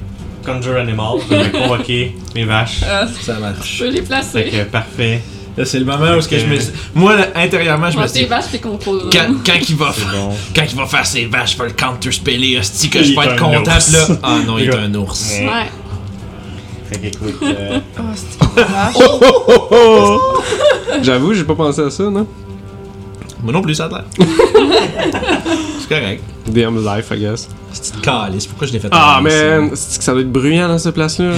D: Conjure Animal, je vais convoquer mes vaches.
C: Euh,
A: Ça marche.
C: je peux les
D: Fait
C: placer.
D: que parfait,
A: Là, c'est le moment où ce que je me
D: Ok.
A: Moi, là, intérieurement, je
C: Moi,
A: me
C: tes
A: dis.
C: vaches, t'es contrôles.
A: Quand, quand il va
D: c'est
A: faire,
D: bon.
A: quand il va faire ses vaches, je vais le counter-speller, hostie, que je
D: Il
A: vais être
D: est un
A: content,
D: ours.
A: pis là. Ah non, il est
D: Gars.
A: un ours.
D: Ouais.
C: Ouais.
D: Fait que écoute, euh,
F: Oh, c'est vache.
A: Oh,
B: J'avoue, j'ai pas pensé à ça, non?
A: Moi non plus, ça a l'air. c'est correct.
B: DM life, I guess.
A: C'est une calice, pourquoi je l'ai fait
B: Ah,
A: mal,
B: man! C'est que ça doit être bruyant dans cette place-là. là.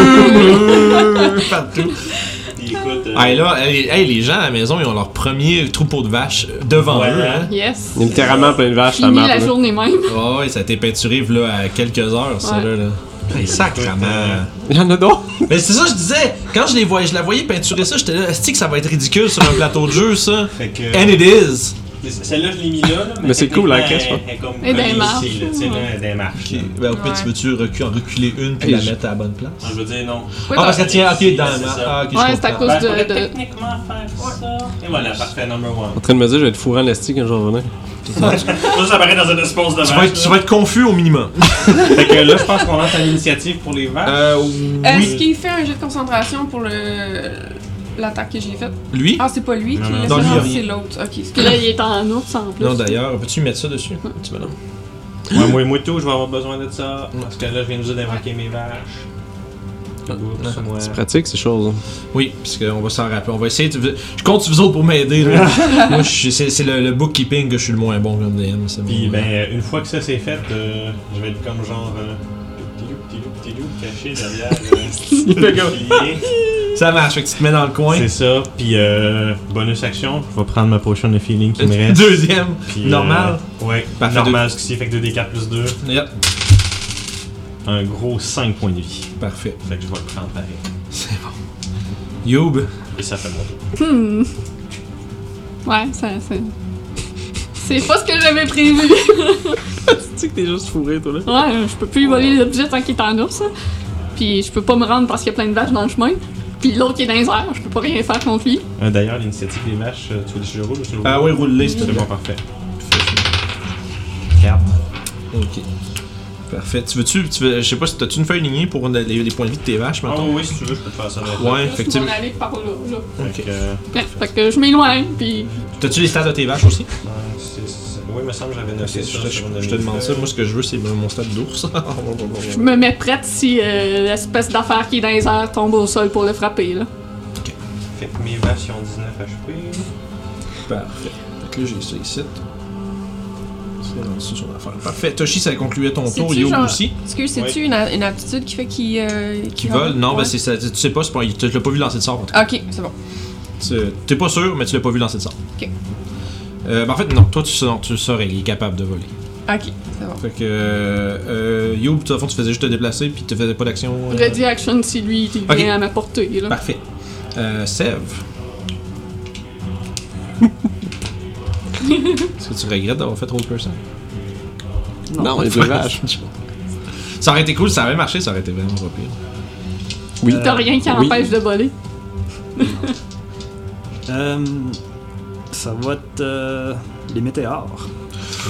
A: ça? Partout.
E: Puis écoute, euh,
A: Ah, et là, hey, hey, les gens à la maison, ils ont leur premier troupeau de vaches devant
E: Ouais,
A: eux,
E: hein.
A: hein.
C: Yes.
B: Il y a littéralement plein de vaches, la
C: Fini
B: map.
C: la
B: là.
C: journée même.
A: Ah ouais, ça a été peinturé, là, à quelques heures, ça,
C: Ouais.
A: là. là. Hey, sacrement.
B: Il y en a d'autres!
A: Mais c'est ça, je disais, quand je les voyais, je la voyais peinturer ça, j'étais là, est que ça va être ridicule sur un plateau de jeu, ça?
E: fait que.
A: And it is!
E: Celle-là, je l'ai mis là, là,
B: Mais c'est cool,
D: hein,
B: la caisse,
E: techniquement,
B: ouais.
E: elle- elle est
C: Et
E: comme collée
C: ben,
E: ici,
C: marche,
E: là, tu sais, là,
C: ouais.
E: elle est hein, des marches. là.
A: Ben, au pire,
F: Ouais.
A: tu veux-tu recu- en reculer une puis
B: Hey,
A: la
B: je-
A: mettre à la bonne place?
E: Ah, Je veux dire, non.
A: Ah, parce qu'elle tient, ok, dans
E: Ouais, c'est ça.
A: Ah, ok, je
C: Ouais, c'est à
A: comprends.
C: cause-
E: Ben,
C: de-
E: je pourrais
C: de-
E: techniquement faire ça. Et voilà, parfait, number one.
B: En train de me dire, je vais être fourré en esti quand je vais revenir.
D: ça, ça apparaît dans un espace de
A: Tu vas, être, tu vas être confus au minimum.
D: Fait que là, je pense qu'on lance à l'initiative pour les vaches.
A: Euh,
F: Est-ce
A: oui.
F: qu'il fait un jet de concentration pour le l'attaque que j'ai faite?
A: Lui?
F: Ah, c'est pas lui
D: Non,
F: qui
D: non,
F: l'a
A: non, lui,
F: fait,
A: il-
F: c'est l'autre. Ok, c'est
C: Puis là, il est en ours en plus.
A: Non, d'ailleurs, peux-tu mettre ça dessus? Tu me l'as.
D: Ouais, moi, moi tout, je vais avoir besoin de ça. Parce que là, je viens juste d'invoquer mes vaches. de bourse.
A: Ouais.
B: C'est pratique ces choses. hein.
A: Oui, parce qu'on va s'en rappeler. On va essayer. de- Je compte sur vous autres pour m'aider. là. Moi, je suis- c'est c'est le, le bookkeeping que je suis le moins bon comme DM. c'est
D: Puis
A: mon-
D: ben, une fois que ça c'est fait, euh, je vais être comme genre. Euh, petit loup, petit loup, petit loup, caché derrière euh, le,
A: fait
D: le
A: comme-
D: pilier.
A: Ça marche, fait que tu te mets dans le coin.
D: C'est ça. Puis euh, bonus action, je vais prendre ma potion de feeling qui me reste.
A: Deuxième.
D: Puis,
A: Euh, Normal.
D: euh, ouais,
A: Parfait,
D: normal, ce qui s'est fait que 2d4 plus 2.
A: Yep.
D: Un gros 5 points de vie.
A: Parfait.
D: Fait que je vais le prendre pareil.
A: C'est bon. Youb.
D: Et ça fait mon tour.
C: Hmm. Ouais, ça. C'est c'est pas ce que j'avais prévu.
B: Tu sais que t'es juste fourré, toi là.
C: Ouais, je peux plus voler l'objet tant qu'il est en ours. hein. Puis je peux pas me rendre parce qu'il y a plein de vaches dans le chemin. Puis l'autre qui est dans les airs, je peux pas rien faire contre lui.
D: Euh, D'ailleurs, l'initiative des vaches, euh, tu veux que je roule ou je le roule
A: Ah oui, roule-les, s'il te
D: C'est
A: plaît.
D: bon, parfait. Ah 4.
A: Ok. Parfait. Tu veux-tu. Tu veux, je sais pas si t'as-tu une feuille lignée pour les, les points de vie de tes vaches
D: Ah
A: maintenant?
D: oui, si tu veux, je peux te faire ça. là.
A: ouais,
C: Là, je
A: effectivement.
C: m'en aller par là, là.
D: Fait que, euh,
C: Ouais, fait que je m'éloigne, puis
A: T'as-tu les stats de tes vaches aussi?
D: c'est- c'est- Oui, il me semble que j'avais
A: Ok,
D: noté
A: je,
D: ça.
A: te,
D: sur
A: je-
D: une
A: je te demande ça.
D: feuille.
A: Moi, ce que je veux, c'est mon stade d'ours. Ah,
C: je me mets prête si euh, l'espèce d'affaire qui est dans les airs tombe au sol pour le frapper, là.
D: Fait que mes vaches, ils ont 19 HP.
A: Parfait. Fait que là, j'ai ça ici. C'est dans ça, son affaire. Parfait. Toshi, ça concluait ton
F: C'est-tu
A: tour. Youb
F: genre-
A: aussi.
F: Excuse, c'est-tu une, a- une aptitude qui fait qu'il. euh,
A: Qui
F: qu'il
A: vole. Non,
F: Ouais.
A: ben, c'est ça. Tu sais pas, c'est pas, tu l'as pas vu lancer de sort, en tout cas.
F: Ok, c'est bon.
A: Tu- T'es pas sûr, mais tu l'as pas vu lancer de sort.
F: Ok.
A: Euh, ben, en fait, non, toi, tu, sais- non, tu le saurais, il est capable de voler.
F: Ok, c'est bon.
A: Fait que. Euh, euh, Youb, toi, au fond, tu faisais juste te déplacer, puis tu faisais pas d'action. euh,
C: Ready action si lui il
A: Ok.
C: vient à ma portée, là.
B: Bah,
A: Parfait. Euh, Sève. Est-ce que tu regrettes d'avoir fait Old Person?
B: Non, les deux vaches.
A: Ça aurait été cool, ça aurait marché, ça aurait été vraiment pas pire.
B: Oui.
C: T'as rien qui
B: Oui.
C: empêche de voler.
G: Euh, ça va être euh, les météores.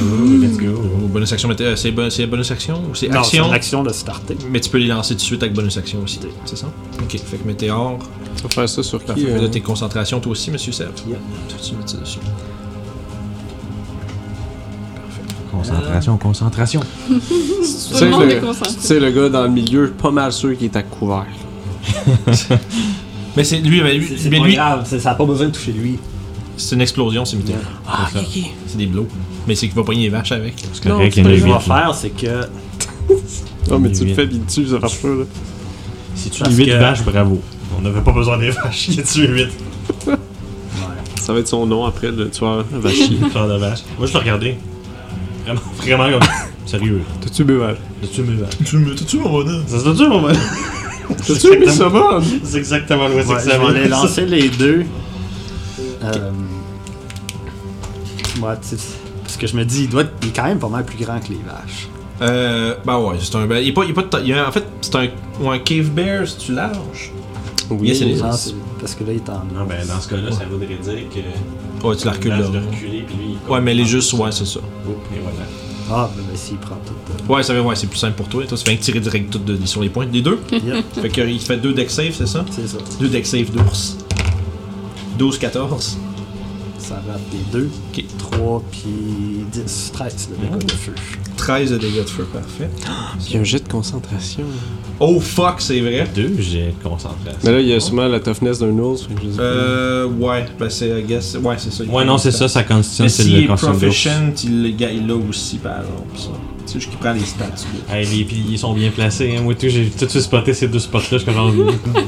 A: Mmh,
D: Let's go.
A: Ou bonus action, mais t'es- euh, c'est bon- c'est bonus action ou c'est
G: Non, c'est
A: action?
G: une action de starter.
A: Mais tu peux les lancer tout de suite avec bonus action aussi, c'est ça? Ok, fait que météore,
B: Tu vas faire ça sur qui
A: parfait. Fais
B: euh,
A: Là, tes concentrations, toi aussi, monsieur Sève.
G: Yeah.
A: Toi, tu mets ça dessus.
D: Concentration, concentration.
C: Tout
B: Tu sais,
C: le monde
B: le-
C: est
B: tu
C: concentré.
B: sais, le gars dans le milieu, pas mal sûr qu'il est à couvert.
A: Mais c'est lui, mais lui,
G: C'est
A: mais
G: pas
A: lui,
G: grave, c'est- ça n'a pas besoin de toucher lui.
A: c'est une explosion, c'est météore. Ah, C'est des blows. Mais c'est qu'il va pogner les vaches avec.
D: C'est
B: Non,
D: correct,
B: tu
D: il y en
B: peux
D: a
G: Ce que je vais
D: huit, là.
G: faire, c'est que
B: Non, Ah, mais tu
D: Il
B: le
D: est
B: fais, pis il tue, ça marche pas, là.
D: Si tu
G: Parce
D: huit
G: que-
D: vaches, bravo. On n'avait pas besoin des vaches, il a tué 8
B: Ça va être son nom après, le tueur vachi.
D: genre de vaches. Moi, je te regardais. Vraiment, vraiment comme. Sérieux.
B: T'as tué mes vaches.
D: T'as tué mes vaches.
A: Tu me tues mon bonheur.
D: Ça se tue, mon man.
B: T'as tué mes saumons!
D: C'est exactement l'ouest
G: Ouais,
D: que
G: je
D: ça
G: vais
D: va.
G: les lancer les deux. Euh, ouais, tu- parce que je me dis, il doit être il est quand même pas mal plus grand que les vaches.
A: Euh, bah ouais, c'est un. ben, Il est pas, il est pas de taille. Il y a- En fait, c'est un, ou un cave bear, si tu large.
B: Oui,
A: Yes, it is.
G: Non, c'est- parce que là, il est en.
D: Non, ben, dans ce cas-là, ça voudrait dire que.
A: Ouais, tu la recules
D: Vache
A: là.
D: de reculer, puis lui, il.
A: Ouais, mais elle est juste, ouais, c'est ça.
D: Oups, Et voilà.
G: Ah, ben, ben, s'il prend tout.
A: Ouais, ça fait, ouais, c'est plus simple pour toi. Toi, tu fais un tirer direct tout de- sur les points. Les deux.
G: euh, yep,
A: Fait qu'il fait deux deck save, c'est ça
G: c'est ça.
A: Deux deck save d'ours. 12, 14.
G: Ça rate des deux.
A: Ok.
G: 3 puis 10, 13 le dégât de feu.
A: 13 de dégâts de feu, parfait.
B: Il y a un jet de concentration.
A: Oh fuck, c'est vrai.
D: Deux jets de concentration.
B: Mais là, il y a sûrement la toughness d'un ours. fait que je sais pas.
A: Euh, ouais, ben c'est, I guess, ouais, c'est ça.
D: Ouais, non, c'est ça, ça constitue
A: Mais
D: c'est
A: s'il est
D: costume d'ours.
A: proficient, il le gars, il l'a aussi, par exemple, ça. C'est juste qu'il prend les stats. là.
D: Hey, les piliers sont bien placés, hein. Moi, tout, j'ai tout de suite spoté ces deux spots-là. Je genre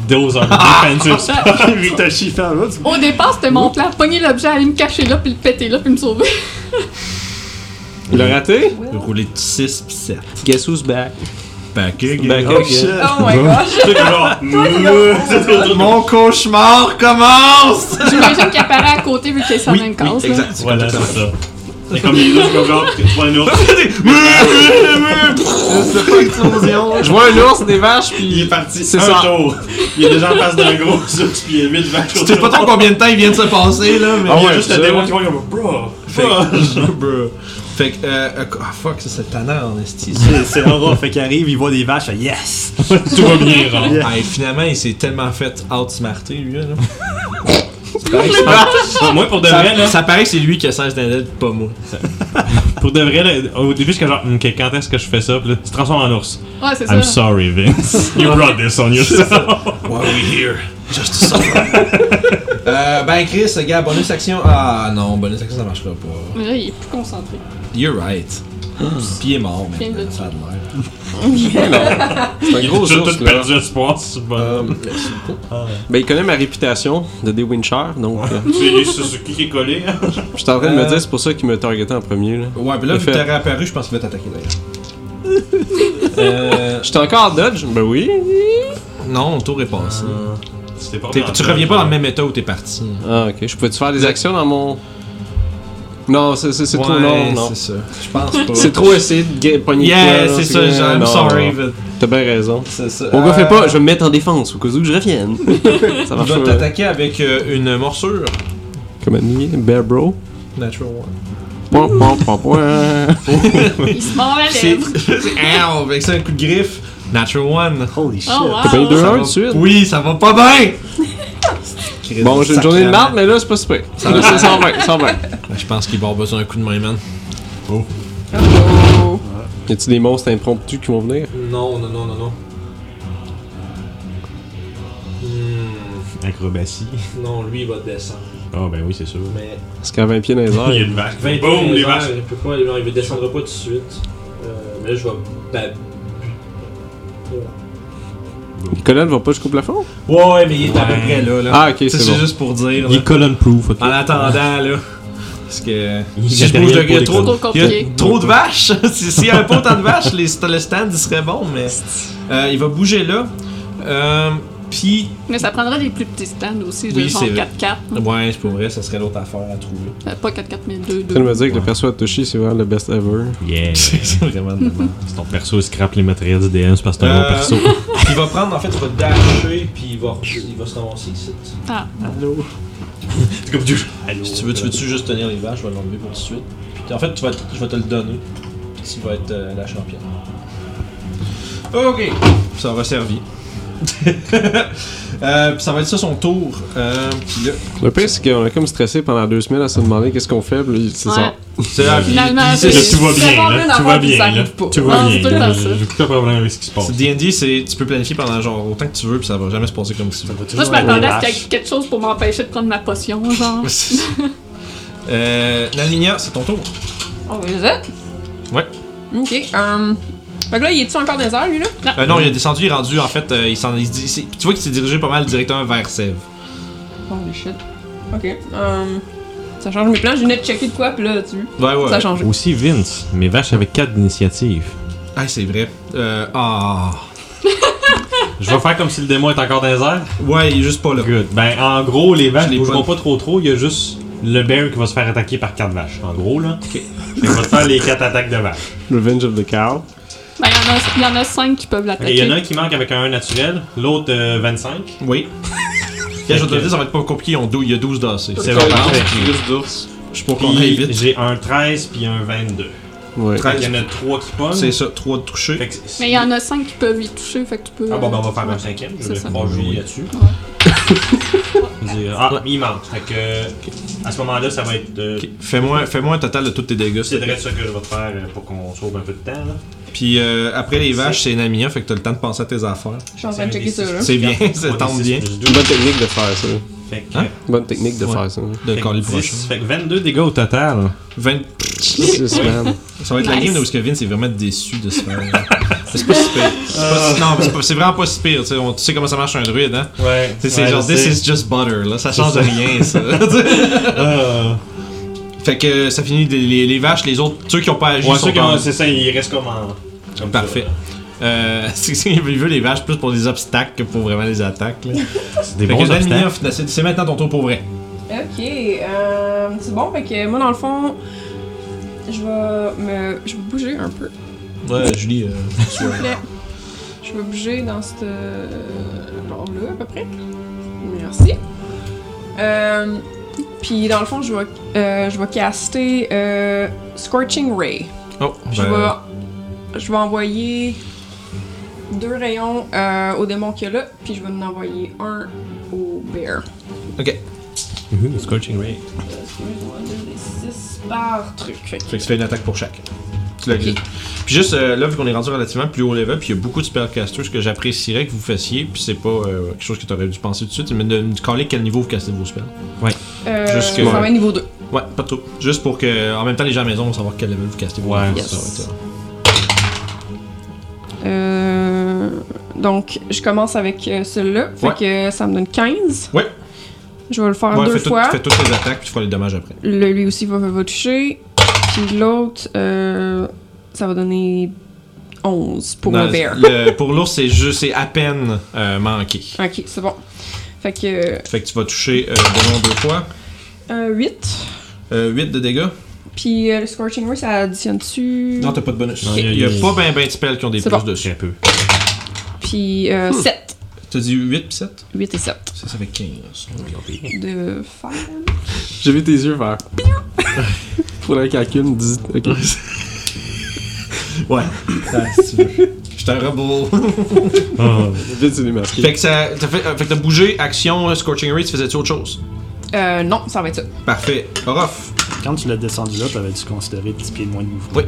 D: 12 en defensive spot.
G: Ritachi fait un autre.
C: Au départ, c'était mon plan. Pogner l'objet, aller me cacher là, puis le péter là, puis me sauver.
B: Il l'a raté?
A: Il peut rouler 6 pis 7.
B: Guess who's back?
A: Back
D: Bah,
A: again.
B: Back
G: Oh
B: again.
G: shit!
F: Oh my gosh!
D: C'est genre.
A: Mon cauchemar commence!
C: J'imagine qu'il apparaît à côté vu qu'il est sur la même case. là.
A: exact. c'est
D: Voilà, c'est
A: comme ça.
D: ça. Et comme il est comme genre, tu vois un ours.
B: Je vois un ours, des vaches,
D: Il
B: puis
D: est parti
B: C'est
D: c'est un
B: ça.
D: tour. Il est déjà en face d'un gros ours, puis il y a 8 vaches
A: Je sais pas trop combien de temps il vient de se passer, là, mais.
D: Ah
B: ouais,
D: ouais, juste
B: ça,
D: le démon
B: ouais.
D: qui voit comme bro.
A: Fait que, Bruh. Fait que, euh, euh, ah fuck, ça c'est tannant en esti. ça.
G: C'est- C'est Aura, fait qu'il arrive, il voit des vaches, fait yes!
D: Tout va bien, genre.
G: Yeah.
A: Ah, et finalement, il s'est tellement fait outsmarter, lui, là.
D: Moi, pour de
A: ça,
D: vrai, là.
A: ça paraît que c'est lui qui a 16 d'indette, pas moi.
D: Pour de vrai, là, au début, j'étais genre, ok, quand est-ce que je fais ça? Puis là, tu te transformes en ours.
C: Ouais, c'est ça.
D: I'm sorry, Vince. you brought this on yourself.
A: Why are we here? Just to suffer. euh, ben Chris, gars, bonus action. Ah non, bonus action ça marchera pas.
C: Mais là, il est plus concentré.
A: You're right.
D: Ah.
A: Puis il est mort
C: Bien
A: maintenant,
C: de-
A: ça a de l'air.
B: C'est un gros
D: J'ai
B: ours,
D: tout
B: là.
D: perdu espoir sur bon.
A: Euh, merci beaucoup.
B: Ben, il connaît ma réputation de des Winchers, donc euh,
D: C'est les Suzuki qui est collé. hein?
B: j'étais en train de me
A: Euh.
B: dire, c'est pour ça qu'il me targetait en premier. Là.
A: Ouais, puis là,
B: Le
A: vu que
B: fait.
A: t'es réapparu, je pense qu'il va t'attaquer d'ailleurs. euh,
B: J'étais encore en dodge? Ben oui.
A: non, le tour est passé.
D: C'était pas
A: T'es-
D: mal.
A: tu reviens pas dans le même état où t'es parti.
B: Ah, ok. Je pouvais-tu faire des actions dans mon. Non, c'est c'est- c'est trop
A: Ouais,
B: long, non.
A: C'est ça. Je pense pas.
B: C'est trop essayer de ga- pogner
A: Yeah,
B: quoi, là,
A: c'est ça,
B: que-
A: I'm
B: non,
A: sorry.
B: non.
A: but-
B: T'as bien raison.
A: C'est ça.
B: Mon gars,
A: Euh,
B: fais pas, je vais me mettre en défense au cas où je revienne. ça
A: Il
B: marche
A: va
B: pas.
A: t'attaquer avec euh, une morsure.
B: Comme ennemi, Bear Bro.
A: Natural one.
B: Point, point, point, point.
C: Il se mord la
A: C'est.
C: lèvre.
A: Ow! Avec ça, un coup de griffe. Natural one.
G: Holy shit.
C: Oh,
B: T'as payé
C: wow.
B: deux
A: Ça
B: heures
A: va-
B: de suite.
A: Oui, ça va pas bien!
B: Bon, j'ai une journée de
A: marde
B: marde, mais là, c'est pas super.
A: Ça
B: Là,
A: va.
B: c'est 120, 120.
A: Je pense qu'il va avoir besoin d'un coup de main, man.
F: Oh.
B: Y a-tu des monstres impromptus qui vont venir?
A: Non, non, non, non, non.
D: Acrobatie.
A: non, lui, il va descendre.
D: Ah, ben oui, c'est sûr.
A: Mais
B: Parce qu'à 20 pieds dans les
D: Ah, Il y a
B: airs.
D: une vache. Boum, les vaches.
A: Il peut pas, il ne descendra pas tout de suite. Euh, mais là, je vais ben, bab...
B: Colonne va pas jusqu'au plafond?
A: Ouais, ouais, mais il est à peu
D: Ouais.
A: près là. là.
B: Ah, ok,
A: Tu sais,
B: c'est
A: c'est
B: bon.
A: juste pour dire.
D: Il
A: là.
D: est colonne proof, ok.
A: En attendant, là. Parce que.
D: Il est
A: Si je
D: matériel
A: bouge de.
D: pour
A: Il y a
D: les
A: trop,
C: colons. Trop
A: il y a
C: compliqué.
A: trop de vaches. Si- S'il n'y avait pas autant de vaches, les, le stand il serait bon, mais. Euh, il va bouger là. Euh, Puis.
C: Mais ça prendrait les plus petits stands aussi,
A: Oui,
C: de genre
A: c'est vrai.
C: 4-4.
A: Ouais, c'est pas vrai, ça serait l'autre affaire à trouver.
C: Euh, Pas 4-4, mais 2-2.
B: Tu viens de me dire que le perso à Toshi, c'est vraiment le best ever.
D: Yeah.
A: C'est vraiment de la merde.
D: Si ton perso il scrape les matériels du DM, c'est parce que c'est un
A: Euh,
D: bon perso.
A: Il va prendre, en fait, il va dasher, puis il va, il va se ramasser ici.
C: Ah,
D: C'est comme du. Allô.
A: Si tu veux, tu veux-tu juste tenir les vaches, je vais l'enlever pour tout de suite. Puis en fait, tu vas te- je vais te le donner. Tu vas être euh, la championne. Ok, ça aura servi. euh, puis ça va être ça son tour. Euh, puis là,
B: Le pire, c'est qu'on a comme stressé pendant deux semaines à se demander qu'est-ce qu'on fait, puis là, c'est
C: ouais.
B: ça.
A: c'est la vie.
C: Finalement,
A: puis
D: Là,
C: c'est-
D: tu vas
C: c'est
D: bien,
C: vraiment rien
D: là.
C: à
D: Tu
C: voir,
D: vas
C: puis ça
D: bien, là.
C: arrive pas.
D: Tu
C: Non,
D: vas
C: c'est tout
D: bien.
C: le
D: là.
C: temps ça.
D: J'ai aucun problème avec ce qui se passe.
A: c'est D&D, c'est- tu peux planifier pendant genre autant que tu veux, puis ça va jamais se passer comme si.
C: Moi, je m'attendais à ce qu'il y ait quelque chose pour m'empêcher de prendre ma potion, genre.
A: euh, Nalinia, c'est ton tour.
C: Oh,
F: On les
C: Ben,
F: a?
A: Ouais.
F: Ok. Um... Fait que là, il est-tu encore dans les airs, lui, là?
C: Ah.
A: Euh, non, il est descendu, il est rendu, en fait, euh, il s'en il se dit- c'est- Tu vois qu'il s'est dirigé pas mal directement vers Sèvres.
F: Holy shit. Ok. Um... Ça change mes plans. Je venais de checker de quoi, puis là, tu
A: Ouais, ouais.
F: Ça a changé.
D: Aussi Vince, mes vaches avec 4 d'initiative.
A: Ah, c'est vrai. Euh, ah.
D: Je vais faire comme si le démon est encore dans les airs.
A: Ouais, il est juste pas là.
D: Good. Ben, en gros, les
A: Je
D: vaches
A: l'ai
D: ne bougeront
A: pas.
D: pas trop trop. Il y a juste le bear qui va se faire attaquer par 4 vaches. En gros, là. Ok. On va te faire les 4 attaques de vaches.
B: Revenge of the Cow.
C: Ben, il y en a- il y, en a 5 qui peuvent
D: Et Il y en a un
C: l'attaquer.
D: qui manque avec un 1 naturel, l'autre euh, 25.
A: Oui. Là, je vais te le dire, ça va être pas compliqué, on dou- il y a 12 d'AC.
D: C'est vrai.
B: Juste d'ours.
A: Je suis pour qu'on aille
D: Puis
A: vite.
D: j'ai un 13 puis un 22.
B: Ouais.
A: Très-
D: Fait qu'il y en a 3 qui pognent.
A: C'est ça, 3 de toucher.
D: Fait que c'est-
C: Mais il y en a 5 qui peuvent y toucher, fait que tu peux.
D: Ah bon, ben on va
C: euh,
D: faire un
C: ouais.
D: cinquième. Je
C: C'est
D: vais
C: ça.
D: pouvoir jouer
A: Oui.
D: là-dessus.
A: Ouais.
D: Dire, Ah, il manque. Fait que euh, à ce moment-là, ça va être. euh,
A: Ok, Fais-moi fais un total de tous tes dégâts.
D: C'est vrai ça que je vais te faire euh, pour qu'on sauve un peu de temps. Là.
A: Puis euh, après les vaches, c'est Namia, fait que t'as le temps de penser à tes affaires.
F: Je suis en train de checker ça, là.
A: C'est bien, ça
D: Trois des
A: tombe
D: six
A: bien.
D: plus deux.
B: Une bonne technique de faire ça.
D: Fait que,
A: Hein?
B: Une Bonne technique de
A: Ouais.
B: faire ça.
A: De
D: fait que
A: coller le
D: 10,
A: prochain.
D: Fait que 22 dégâts au total.
A: 20...
B: Jesus, man.
A: Ça va être la
C: Nice.
A: game là, où ce que Vince est vraiment déçu de se faire. c'est pas si pire. C'est
D: Euh.
A: pas si- Non, c'est pas- c'est vraiment pas si pire. Tu sais, on- tu sais comment ça marche un druide, hein?
D: Ouais.
A: Tu sais, C'est genre, this is just butter, là. Ça
D: C'est
A: change de
D: ça.
A: rien, ça. fait que euh, ça finit les, les- les vaches, les autres, ceux qui ont pas agi.
D: Ouais,
A: sont
D: ceux qui
A: en-
D: ont- c'est ça, il reste comme en. comme
A: Parfait.
D: ça,
A: Euh, c'est c'est- il veut les vaches plus pour des obstacles que pour vraiment les attaques. là.
D: là. C'est des
A: Fait
D: bons
A: que Damien,
D: obstacles.
A: c'est c'est maintenant ton tour pour vrai.
F: Ok, euh, c'est bon, fait que moi dans le fond, je vais me, je vais bouger un peu,
A: Ouais, Euh, Julie.
F: s'il vous plaît. Je vais bouger dans cette euh, genre-là à peu près. Merci. Euh, Puis dans le fond, je vais, euh, je vais caster euh, Scorching Ray.
A: Oh,
F: Je
A: ben,
F: vais, je vais envoyer deux rayons euh, au démon qu'il y a là, puis je vais en envoyer un au bear.
A: Ok.
D: Uhum, Mhm, Scorching Ray.
F: Excuse-moi, deux des six par truc. Fait que-
A: Fait que tu fais une attaque pour chaque. Tu l'as dit. Puis juste, euh, là, vu qu'on est rendu relativement plus haut level, puis il y a beaucoup de spellcasters que j'apprécierais que vous fassiez, puis c'est pas euh, quelque chose que t'aurais dû penser tout de suite, mais de me caler quel niveau vous castez vos spells.
F: Euh,
A: Jusque-
F: ça va être niveau 2.
A: Ouais, pas trop. Juste pour que, en même temps, les gens à la maison vont savoir quel level vous castez vos
D: Ouais,
A: spells.
F: yes.
A: Ça va être ça.
F: Euh, donc, je commence avec euh, celui-là. Fait
A: Ouais.
F: que ça me donne 15.
A: Ouais.
F: Je vais le faire
A: Ouais,
F: deux
A: fais, tout-
F: fois.
A: fais toutes les attaques, puis tu feras les dommages après.
F: Le, lui aussi va, va toucher. Puis l'autre, euh, ça va donner 11 pour
A: Non,
F: le bear.
A: le- pour l'ours, c'est juste, c'est à peine euh, manqué.
F: Ok, c'est bon. Fait que
A: Fait que tu vas toucher euh, de nom deux fois.
F: euh, 8.
A: Euh, 8 de dégâts.
F: Puis euh, le Scorching Ray, ça additionne-tu?
A: Non, t'as pas de bonus.
D: Non,
A: Il y a pas ben ben de spells qui ont des
F: C'est
A: plus
F: bon.
A: dessus.
D: Très peu.
F: Puis euh,
A: Hmm.
F: 7.
A: T'as dit 8 puis 7
F: 8 et 7.
A: Ça, ça fait 15.
F: De fer.
B: J'ai vu tes yeux faire. Pour un calcul, me dit. Ok.
A: Ouais. Je un rebel.
D: Ah,
B: Vite, tu démasqué.
A: fait que ça. T'as fait, euh, fait que t'as bougé, action, euh, Scorching Ray, tu faisais-tu autre chose?
F: Euh, non, ça va être ça.
A: Parfait. Orof.
G: Quand tu l'as descendu là, t'avais-tu considéré 10 pieds de moins de mouvement?
A: Oui.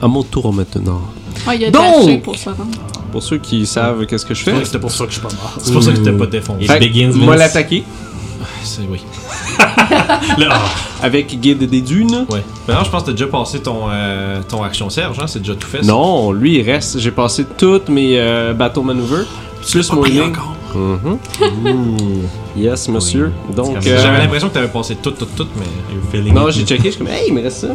B: À mon tour maintenant.
C: Ouais, il y a
B: Donc!
C: de la pour se rendre.
B: Pour ceux qui savent qu'est-ce que je fais,
G: Ouais, C'était pour ça que je suis pas mort.
A: C'est pour ça que t'as pas défoncé.
D: It begins,
B: moi
D: Vince.
B: l'attaquer
A: C'est oui.
B: avec Guide des Dunes.
A: Ouais. Maintenant, je pense que t'as déjà passé ton, euh, ton action Serge, hein? C'est déjà tout fait. ça.
B: Non, lui il reste. J'ai passé toutes mes euh, bateaux manœuvres. Plus mon healing. Mhm. Yes, monsieur. Donc.
A: J'avais
B: euh,
A: l'impression que t'avais passé tout, tout, tout, mais.
D: you're feeling
B: Non,
D: it.
B: j'ai checké, je suis comme, hey, il me reste ça.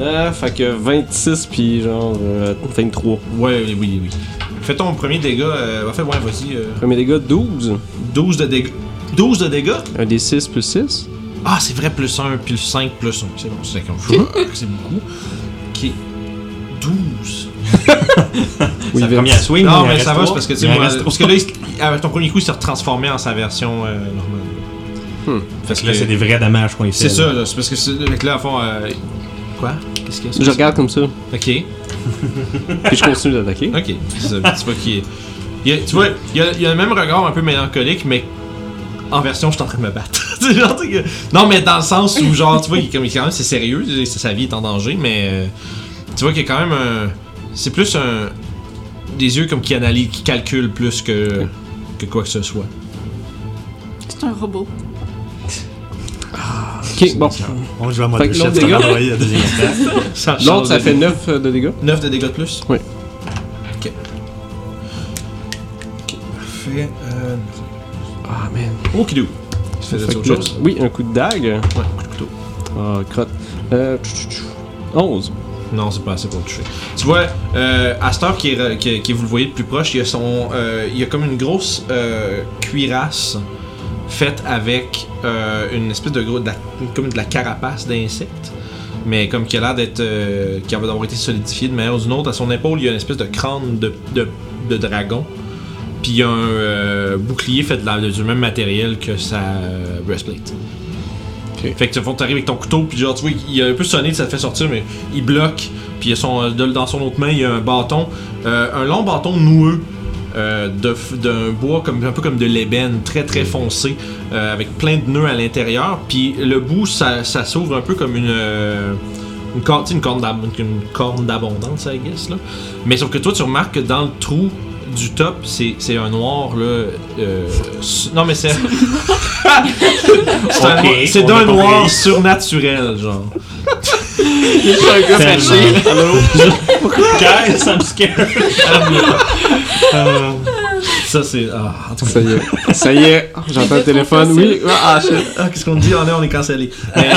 B: Ah, fait que 26 puis genre euh, 23.
A: Ouais, oui, oui, oui. Fais ton premier dégât. Euh, en fait, ouais, vas-y. euh,
B: Premier dégât, 12.
A: 12 de dégâts. 12 de dégâts?
B: Un des 6 plus 6.
A: Ah, c'est vrai, plus 1, puis le 5 plus 1. C'est bon, c'est comme
D: Hmm.
A: Fuck, C'est beaucoup. Ok. 12.
B: Oui,
D: Sa première swing.
A: non,
D: il en
A: mais
D: reste
A: ça va,
D: trois.
A: c'est parce que tu sais,
D: Il en
A: moi, euh,
D: reste trois.
A: parce que là, il s- il- avec ton premier coup, il s'est retransformé en sa version euh, normale.
B: Hmm.
A: Parce que
D: Là, c'est des vrais damages qu'on
A: C'est ça, là, c'est parce que c'est. Fait que là, à fond. euh, Quoi Qu'est-ce qu'il y a
B: Je regarde comme ça.
A: Ok,
B: Puis je continue d'attaquer.
A: ok. C'est un petit peu qui est. il y a- tu vois, il y, a, il y a le même regard un peu mélancolique, mais en version, je suis en train de me battre. C'est genre, tu sais que- non, mais dans le sens où, genre, tu vois, il, est comme, il est quand même, c'est sérieux, c'est- sa vie est en danger, mais euh, tu vois qu'il y a quand même un. C'est plus un. Des yeux comme qui analysent, qui calculent plus que, que quoi que ce soit.
C: C'est un robot.
B: Ok, bon.
G: On joue à moi
B: Fait
G: deux
B: que l'autre
G: chefs, t'as
B: dégât-
G: envoyé la deuxième attaque.
B: L'autre, ça fait 9 de dégâts.
A: 9 de dégâts de plus?
B: Oui.
A: Ok. Ok, parfait. Euh...
B: Ah, man.
A: Okidoo. Tu faisais
B: Fait
A: autre
B: que-
A: chose?
B: Oui, un coup de dague.
A: Ouais, coup de couteau.
B: Ah, crotte. Euh, tch, tch, tch. 11.
A: Non, c'est pas assez pour le toucher. Tu vois, euh, Astor, qui, est, re- qui, qui vous le voyez de plus proche, il y a, son, euh, il y a comme une grosse euh, cuirasse faite avec euh, une espèce de gros, de la- comme de la carapace d'insecte, mais comme qui a l'air d'être, euh, qui a d'avoir été solidifiée de manière ou d'une autre. À son épaule, il y a une espèce de crâne de, de- de dragon, puis il y a un euh, bouclier fait de la- du même matériel que sa euh, breastplate. Fait que tu t'arrives avec ton couteau, puis genre, tu vois, il a un peu sonné, ça te fait sortir, mais il bloque. Puis il y a son, euh, de- dans son autre main, il y a un bâton, euh, un long bâton noueux. euh, de f- d'un bois comme un peu comme de l'ébène très très foncé euh, avec plein de nœuds à l'intérieur puis le bout ça, ça s'ouvre un peu comme une euh, une corne tu sais, une corne d'ab- une corne d'abondance I guess là mais sauf que toi tu remarques que dans le trou du top c'est c'est un noir là euh, s- non mais c'est c'est un
D: Ok,
A: noir- c'est
D: on
A: d'un
D: a compris.
A: noir surnaturel genre
D: Guys, I'm scared.
A: ça c'est ah, en tout cas
B: Ça y est. Ça y est. J'entends le téléphone. Oui. Ah, shit.
A: Ah, qu'est-ce qu'on dit? On est, on est cancellé. Mais,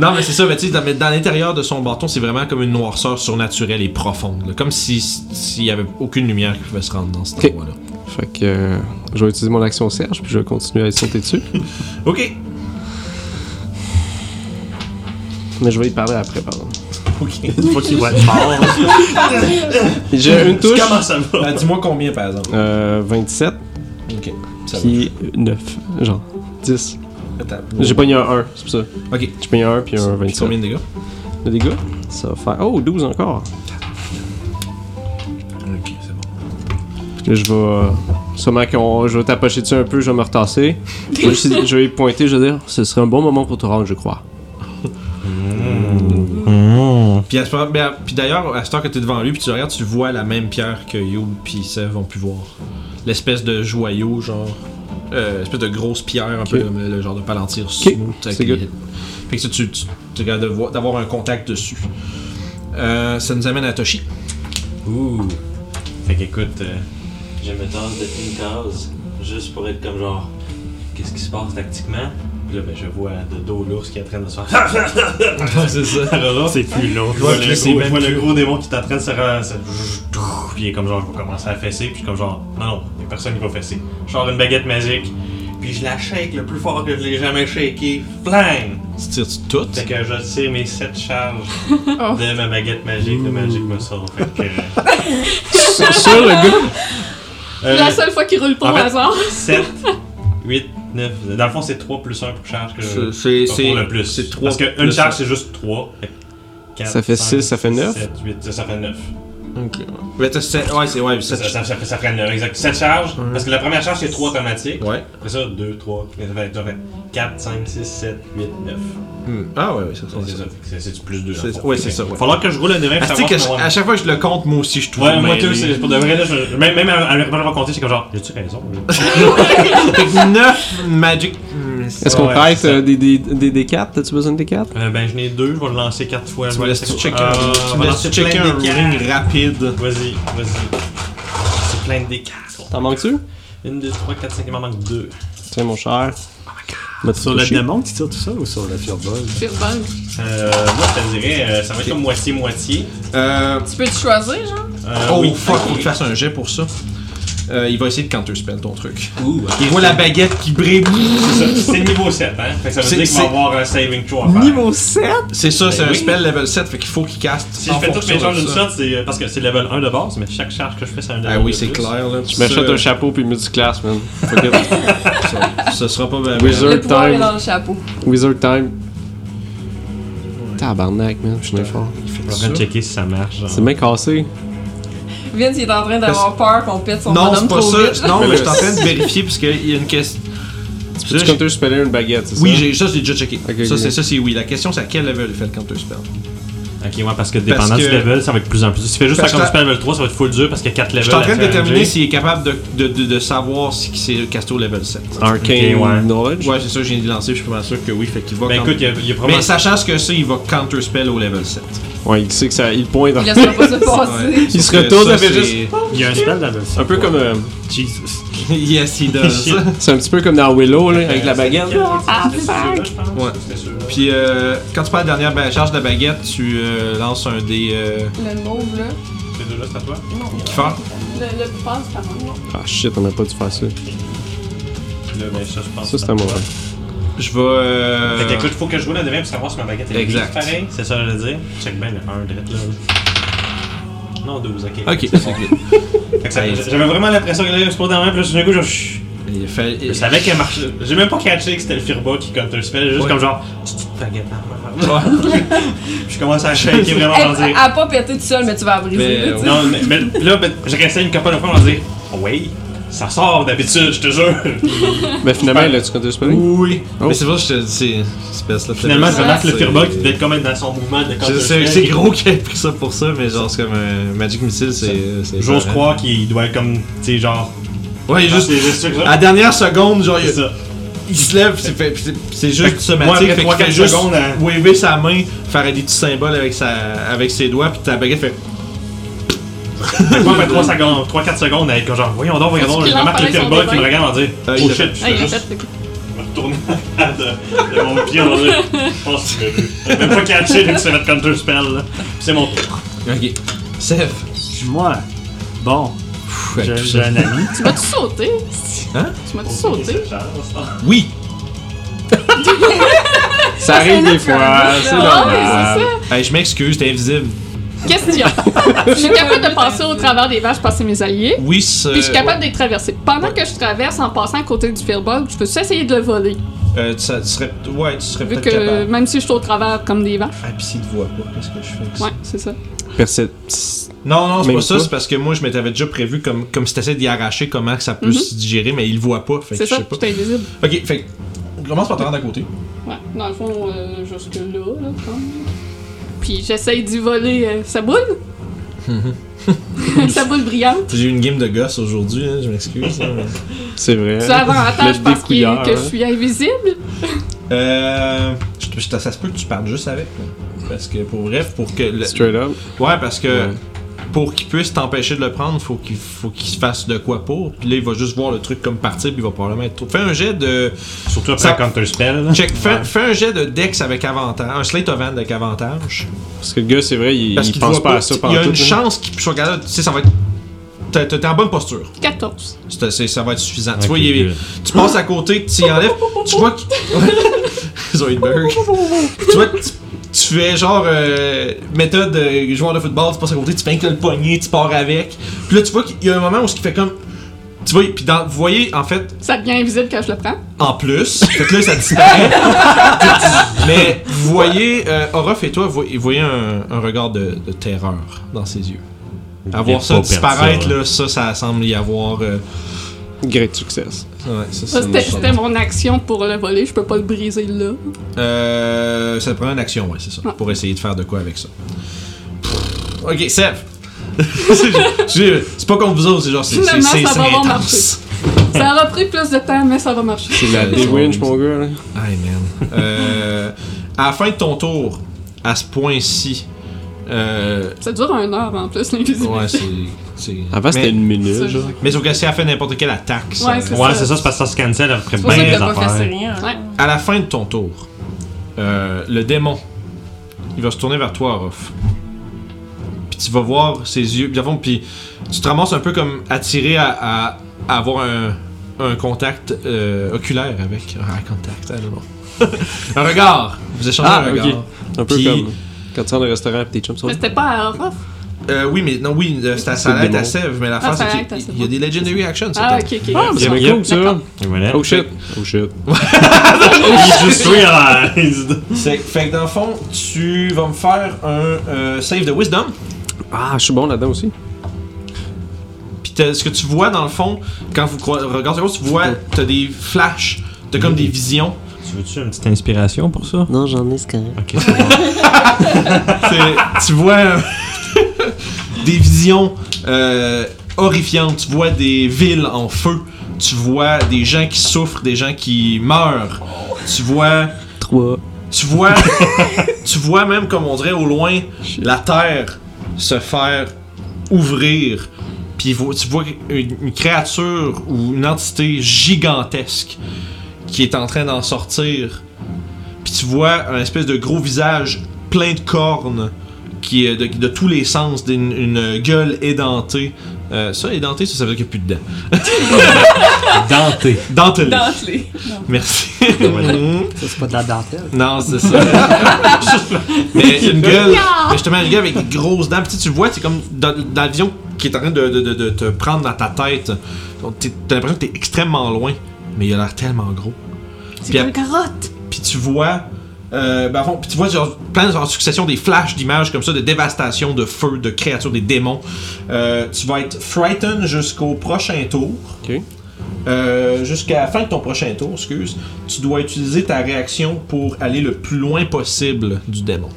A: non, mais c'est ça, mais tu sais, dans, mais dans l'intérieur de son bâton, c'est vraiment comme une noirceur surnaturelle et profonde. là. comme si- s'il y avait aucune lumière qui pouvait se rendre dans cet
B: Ok.
A: endroit-là.
B: Fait que euh, je vais utiliser mon action Serge, puis je vais continuer à sauter dessus.
A: Ok.
B: Mais je vais y parler après, pardon.
G: Une fois qu'il va être mort.
B: J'ai une touche.
G: Comment ça va?
A: Bah, Dis-moi combien, par exemple.
B: Euh, 27,
A: Ok. Ça va.
B: puis 9, genre 10.
A: Attends.
B: J'ai pogné un 1, c'est pour ça.
A: Ok.
B: J'ai pogné un 1 puis un
A: Puis
B: 27.
A: combien de dégâts?
B: de dégâts? Ça va faire. Oh, 12 encore.
A: Ok, c'est bon.
B: Puis là, je vais euh, Sûrement qu'on, je vais t'approcher dessus un peu, je vais me retasser. je, vais juste- je vais y pointer, je vais dire, ce serait un bon moment pour te rendre, je crois.
A: Puis, à ce moment- mais à- puis d'ailleurs, à ce temps que t'es devant lui, puis tu le regardes, tu vois la même pierre que Yo puis Sev ont pu voir. L'espèce de joyau, genre. euh, espèce de grosse pierre, un peu
B: Ok.
A: comme le genre de palantir smooth. avec
B: c'est
A: les-
B: good.
A: Fait que ça, tu, tu, tu regardes de voir- d'avoir un contact dessus. Euh, ça nous amène à Toshi.
D: Ouh. Fait qu'écoute, euh,
E: Je me tasse de une case, juste pour être comme genre, qu'est-ce qui se passe tactiquement? Puis là, ben, je vois de dos l'ours qui est en train de se faire.
A: c'est ça.
D: c'est plus long. Je
A: Ouais,
D: vois,
A: puis
D: le,
A: c'est
D: gros,
A: même
D: je vois le
A: plus-
D: gros démon qui est en train de se ra- se- Puis il est comme genre, je vais commencer à fesser. Puis je suis comme genre, non, non, il y a personne qui va fesser. Je sors une baguette magique. Puis je la shake le plus fort que je l'ai jamais shaké. Flang!
A: Tu tires-tu tout?
D: Fait que je tire mes 7 charges
F: Oh.
D: de ma baguette magique, de Magic Missile. Fait que.
B: Sur sur le gars,
C: C'est la seule fois qu'il roule pas
D: Euh, en
C: au
D: fait-
C: hasard.
D: 7, 8, 9. Dans le fond, c'est 3 plus 1 pour charge que
A: C'est- C'est
D: euh, Pas pour le plus.
A: c'est trois
D: Parce qu'une
A: plus
D: charge, c'est juste 3.
B: Ça fait six, ça fait neuf.
D: 7, 8, ça, ça fait 9.
A: Ok. Ouais, t'as sept- ouais, c'est ouais,
D: Ça,
A: sept-
D: ça, ça, fait- ça fait 9, exact. 7 charges, parce que la première charge, c'est 3 automatiques.
A: Ouais.
D: Après ça, 2, 3, 4, 5, 6, 7, 8, 9.
A: Hmm. Ah ouais, ouais, ça
D: C'est ça.
A: ressemble.
D: C'est- C'est du plus 2.
A: C'est- ouais, c'est ça, ouais.
D: Falloir que je roule un 9
A: Ah, tu sais qu'à à chaque fois que je le compte, moi aussi je trouve.
D: Ouais, moi, tout, c'est pour de vrai, là, je- même, même à ne pas le raconter, c'est comme genre, j'ai-tu raison? là?
A: 9 Magic. Hmm, c'est-
B: est-ce qu'on
D: Ouais,
B: traite
D: c'est ça.
B: euh, des, des, des, des D4 T'as-tu besoin de D4
D: Euh, ben, je n'ai deux, je vais le lancer quatre fois.
A: Tu
D: je
A: me
D: vais
A: laisses
D: lancer-
A: checker,
D: Euh,
A: tu
D: on
A: me
D: va
A: laisses
D: lancer
A: checker
D: plein
A: un
D: de D4.
A: ring rapide.
D: Vas-y, vas-y. C'est plein de D4.
B: T'en manques-tu
D: 1, 2, 3, 4, 5, il m'en manque 2.
B: Tiens, mon cher.
A: Oh
G: Sur le démon, tu tires tout ça ou sur le fireball
C: C'est bon.
D: Euh, moi, je te dirais, euh, ça va être comme moitié-moitié.
A: Euh,
F: Tu peux te choisir, genre?
D: Euh,
A: oh
D: oui.
A: fuck,
D: Ok.
A: faut que tu fasses un jet pour ça. Euh, il va essayer de counterspell ton truc.
D: Ouh, ok.
A: Il voit la baguette qui brille.
D: C'est ça, c'est niveau 7, hein? Fait que ça veut
A: C'est-
D: dire qu'il va
A: c'est-
D: avoir un saving throw à faire.
G: 7
A: C'est ça, c'est
D: Ben
A: un
D: oui.
A: spell level 7, fait qu'il faut qu'il caste.
D: Si
A: en
D: je fais toutes
A: fonction
D: mes
A: de
D: charges d'une
A: ça.
D: shot, c'est euh, parce que c'est level 1 de base, mais chaque charge que je fais, c'est un level
A: Ah oui,
D: de
A: c'est
D: plus.
A: clair là.
B: Je m'achète un chapeau puis multiclasse, man. Fuck it.
A: chat. Ce sera pas bien.
B: Wizard
F: Le pouvoir
B: time.
F: est dans le chapeau.
B: Wizard time. Tabarnak, man, je suis bien fort.
D: Je suis en train de checker si ça marche. genre.
B: C'est bien cassé.
F: Vince, il est en train d'avoir peur qu'on pète son
A: Non, c'est
F: bonhomme
A: pas
F: trop vite.
A: ça. Non, mais je suis en train de vérifier parce qu'il y a une question.
B: Tu peux
A: Je-
B: counter-speller une baguette, c'est ça
A: Oui, j'ai- ça, j'ai déjà checké.
B: Ok,
A: ça,
B: ok.
A: c'est ça, c'est oui. La question, c'est à quel level il fait le counterspell.
D: Ok, ouais, parce que dépendant
A: Parce
D: du
A: que-
D: level, ça va être de plus en plus. Si tu fais juste
A: Parce
D: ça
A: que-
D: comme tu fais level 3, ça va être full dur parce qu'il y a 4 levels.
A: Je suis en train de
D: à challenger.
A: déterminer s'il est capable de, de, de, de savoir si c'est casté au level 7.
B: Arcane
D: Ok, ouais.
B: Knowledge.
A: Ouais, c'est ça, je viens de lancer, je suis pas mal sûr que oui, fait qu'il va.
D: Ben
A: counter-
D: écoute, il y a, il y a probablement.
A: Mais sachant ce que c'est, il va counterspell au level 7.
B: Ouais, il sait que ça. Il pointe.
F: Il laissera pas se passer.
A: Ouais.
B: Il se
A: Sauf que
B: retourne,
A: ça,
B: ça fait
A: c'est-
G: Il y a un spell level 7.
B: Un peu comme. euh,
G: Jesus.
A: yes, he does.
B: C'est un petit peu comme dans Willow, là, avec la baguette.
D: Euh,
C: Ah, fuck.
A: Ouais.
D: Ouais.
A: Puis euh, quand tu prends la dernière ba- charge de la baguette, tu euh, lances un des. Euh,
F: Le mauve, là.
D: Ces deux-là, c'est à toi.
F: Non,
A: qui font
C: Le, le plus fort, c'est à moi.
B: Ah shit, on a pas dû faire ça.
D: Là, ben, ça, je pense.
B: Ça, c'est un mauvais.
A: Je vais. euh,
D: Fait que, écoute, faut que je roule un devin pour savoir si ma baguette est
A: Exact.
D: juste pareil. C'est ça, que je veux dire. Check bien le 1 direct là. Non, 12, ok.
A: Ok,
D: C'est bon.
A: c'est good.
D: Fait que ça- J'avais vraiment l'impression qu'il allait se dans la main, puis là, d'un coup, je. chut.
A: Il fait.
D: Je savais qu'elle marchait. J'ai même pas catché que c'était le Firba qui counter spell, juste
A: Ouais.
D: comme genre. Petite baguette. Je commence à shaker vraiment en
F: Elle
D: dire.
F: a pas pété tout seul, mais tu vas la
A: Ah, Mais,
F: briser. là, tu sais.
D: Non, mais, mais là, ben, je restais une couple de fois, on va dire. Ah oui, ça sort d'habitude, je te jure.
B: Mais finalement, là, tu counter-speller
A: Oui.
B: Oh.
A: Mais c'est vrai que je te dis, c'est- cette espèce-là.
D: Finalement, je
A: c'est-
D: remarque le
A: c'est-
D: Firba qui devait être comme dans son mouvement de
A: Je
D: counter
A: sais,
D: spell.
A: C'est gros qu'il ait pris ça pour ça, mais genre, c'est comme un Magic Missile, c'est. c'est
D: J'ose
A: épeurant.
D: croire qu'il doit être comme, tu sais, genre.
A: Ouais, il est
D: Juste
A: juste.
D: les gestes que
A: À la dernière seconde, genre, il,
D: C'est ça.
A: il se lève, pis c'est, fait- pis c'est- c'est
D: Fait
A: juste
D: que moi,
A: somatique.
D: après
A: Fait qu'il
D: 3-4
A: fait juste
D: secondes, hein.
A: waver sa main, faire des petits symboles avec, sa, avec ses doigts, puis ta baguette fait.
D: Fait que moi, après 3 secondes, 3-4 secondes, avec genre, voyons donc, voyons
C: Est-ce
D: donc, je
C: qu'il
D: remarque
C: en
D: le
C: parlait sur
D: Firba
C: des
D: qui me
C: bains?
D: regarde en dire,
A: Euh,
D: oh
A: il
D: shit, je
C: Ah,
D: vais
C: il a
D: juste
C: fait. ok.
D: me retourner de, de mon pied, on va dire. Je pense que tu m'as vu. J'ai même pas catché, donc c'est notre counter spell, là. Puis c'est mon tour.
A: Ok. Sef.
G: Moi, bon,
A: Pff,
G: j'ai-
A: avec tout
G: j'ai
A: ça.
G: un ami.
C: Tu m'as-tu sauté?
A: Hein?
C: Tu m'as-tu sauté?
A: Oui!
B: Ça arrive des fois, c'est
C: Ah,
G: euh,
B: normal.
A: Hey, je m'excuse, t'es invisible.
C: Question. Je suis capable de passer au travers des vaches, passer mes alliés.
A: Oui, c'est.
C: Puis je suis capable de les traverser. Pendant que je traverse en passant à côté du fireball, je peux essayer de le voler.
A: Euh, tu, ça- tu serais, ouais, tu serais
C: Vu
A: peut-être
C: que
A: capable.
C: même si je suis au travers comme des vaches.
A: Ah, pis s'il te voit pas, qu'est-ce que je fais avec ça?
C: Ouais, c'est ça.
B: percep...
A: Non, non, c'est
B: Même
A: pas ça,
B: pas.
A: c'est parce que moi, je m'étais déjà prévu comme, comme si t'essaies d'y arracher comment que ça peut
C: Mhm.
A: se digérer, mais il le voit pas, fait que
C: C'est
A: je
C: ça,
A: sais pas.
C: tout est invisible.
A: Ok, fait que, on commence par te rendre à côté.
C: Ouais, dans le fond, euh, jusque-là, là, comme. Puis j'essaye d'y voler euh, sa boule. sa boule brillante.
A: J'ai eu une game de gosse aujourd'hui, hein, je m'excuse. hein, mais-
B: C'est vrai.
C: Tu as avantage
B: Euh, Le
C: parce qu'il-
B: dépouilleur,
C: que je
B: hein.
C: suis invisible.
A: Euh, je te- je te- ça se peut que tu parles juste avec. là. Parce que pour vrai, pour que. le-
B: Straight up.
A: Ouais, parce que
B: Ouais.
A: pour qu'il puisse t'empêcher de le prendre, faut qu'il faut qu'il se fasse de quoi pour. Puis là, il va juste voir le truc comme partir, puis il va probablement être trop. Fais un jet de.
D: Surtout après
A: Ça-
D: un counterspell.
A: Check, fais,
D: Ouais.
A: fais un jet de Dex avec avantage. Un Slate of Hand avec avantage.
B: Parce que le gars, c'est vrai, il,
A: Parce
B: il
A: qu'il te
B: pense
A: voit
B: pas, à ça
A: Il
B: pendant
A: y a une
B: tout, là.
A: chance qu'il puisse regarder. Tu sais, ça va être. t'es- T'es t'es en bonne posture.
C: 14.
A: C'est- c'est- ça va être suffisant.
D: Ok,
A: tu vois, il est-
D: good.
A: tu passes à côté, tu y enlèves, tu vois qu'il. Zoidberg. tu vois que tu, tu fais genre euh, méthode euh, joueur de football, tu passes à côté, tu fais que le poignet, tu pars avec. Puis là, tu vois qu'il y a un moment où ce qui fait comme. Tu vois, puis dans- vous voyez, en fait,
C: Ça devient invisible quand je le prends.
A: en plus. Fait que là, ça disparaît. Mais vous voyez, euh, Orof et toi, vous vous voyez un, un regard de, de terreur dans ses yeux. Avoir
D: Il
A: ça
D: faut perdre
A: disparaître,
D: ça,
A: là, ça, ça semble y avoir. euh,
B: Great success.
A: ouais, ça,
C: Ça,
A: c'est
C: c'était
A: une chose.
C: c'était mon action pour le voler. Je peux pas le briser là.
A: Euh, ça prend une action, ouais, c'est ça.
C: Ouais.
A: Pour essayer de faire de quoi avec ça. Ok, Seb. C'est- c'est c'est pas contre vous autres, c'est genre c'est c'est-
C: Finalement,
A: c'est-
C: ça
A: c'est
C: va avoir
A: intense.
C: Ça aura pris plus de temps, mais ça va marcher.
B: C'est la
A: Euh,
B: des
A: son-
B: winch, mon gars. hein. là.
A: Aïe, man. Euh, à la fin de ton tour, à ce point-ci, euh,
C: Ça dure un heure en plus,
A: ouais,
C: l'invisibilité.
A: c'est. c'est-
B: Avant,
A: mais,
B: c'était une minute,
C: Ça,
B: genre.
A: Mais sauf que si elle fait n'importe quelle attaque, ça-
C: Ouais, c'est
D: Ouais, c'est ça, c'est parce que ça se cancel
A: ben,
D: après
F: C'est pour ça
D: bien
F: que
D: des
F: t'as pas fait
D: affaires.
F: rien.
C: Ouais.
A: À la fin de ton tour, euh, le démon, il va se tourner vers toi, Ruff. Puis tu vas voir ses yeux. Puis, dans le fond, puis tu te ramasses un peu comme attiré à, à- à avoir un, un contact euh, oculaire avec. Un contact, I don't know. un regard. Vous échangez
B: Ah,
A: un regard.
B: ok. Un peu
A: Puis-
B: comme quand tu rentres au restaurant et tes chums sont
C: Mais
B: là.
C: c'était pas à Orof.
A: Euh, oui, mais non, oui, euh, c'est à-
B: C'est le
A: ça allait être
B: démon.
A: à Sèvres, mais la
C: Ah,
A: fin,
C: ça allait
A: c'est
C: être à
A: qu'il
C: Sèvres.
A: il y a des Legendary Actions. cette
C: Ah,
A: année.
C: ok, ok.
B: Ah, mais c'est bien cool, ça.
C: D'accord.
D: Et Voilà.
B: Oh shit. Oh shit.
D: Il est juste realized.
A: C'est- Fait que dans le fond, tu vas me faire un euh, save de Wisdom.
B: Ah, je suis bon là-dedans aussi.
A: Puis t'as- ce que tu vois dans le fond, quand vous cro- regardez à gauche, tu vois, t'as des flashs, t'as comme des visions.
D: Tu veux-tu une petite inspiration pour ça?
H: Non, j'en ai, c'est correct.
D: Ok, c'est bon.
A: C'est- tu vois euh, des visions euh, horrifiantes. Tu vois des villes en feu. Tu vois des gens qui souffrent, des gens qui meurent. Tu vois.
H: Trois.
A: Tu vois. tu vois même, comme on dirait au loin, la terre se faire ouvrir. Puis vo- tu vois une, une créature ou une entité gigantesque qui est en train d'en sortir. Puis tu vois un espèce de gros visage plein de cornes qui est de, de tous les sens, d'une une gueule édentée. Euh, ça, édentée, ça, ça veut dire qu'il n'y a plus de dents.
D: Denté.
A: Dentelée.
F: Dentelé.
A: Merci. Mm-hmm.
G: Ça, c'est pas de la dentelle.
A: Non, c'est ça. mais une gueule. Mais justement, une gueule avec des grosses dents. Puis tu sais, tu le vois, c'est comme dans, dans la vision qui est en train de, de- de- de te prendre dans ta tête. Donc, t'es- T'as l'impression que t'es extrêmement loin, mais il a l'air tellement gros.
C: C'est
A: Puis
C: une carotte.
A: Puis tu vois. Euh, ben, bon, puis tu vois genre, plein en succession des flashs d'images comme ça, de dévastation, de feu, de créatures, des démons. Euh, tu vas être frightened jusqu'au prochain tour.
B: Ok.
A: Euh, jusqu'à la fin de ton prochain tour, excuse, tu dois utiliser ta réaction pour aller le plus loin possible du démon.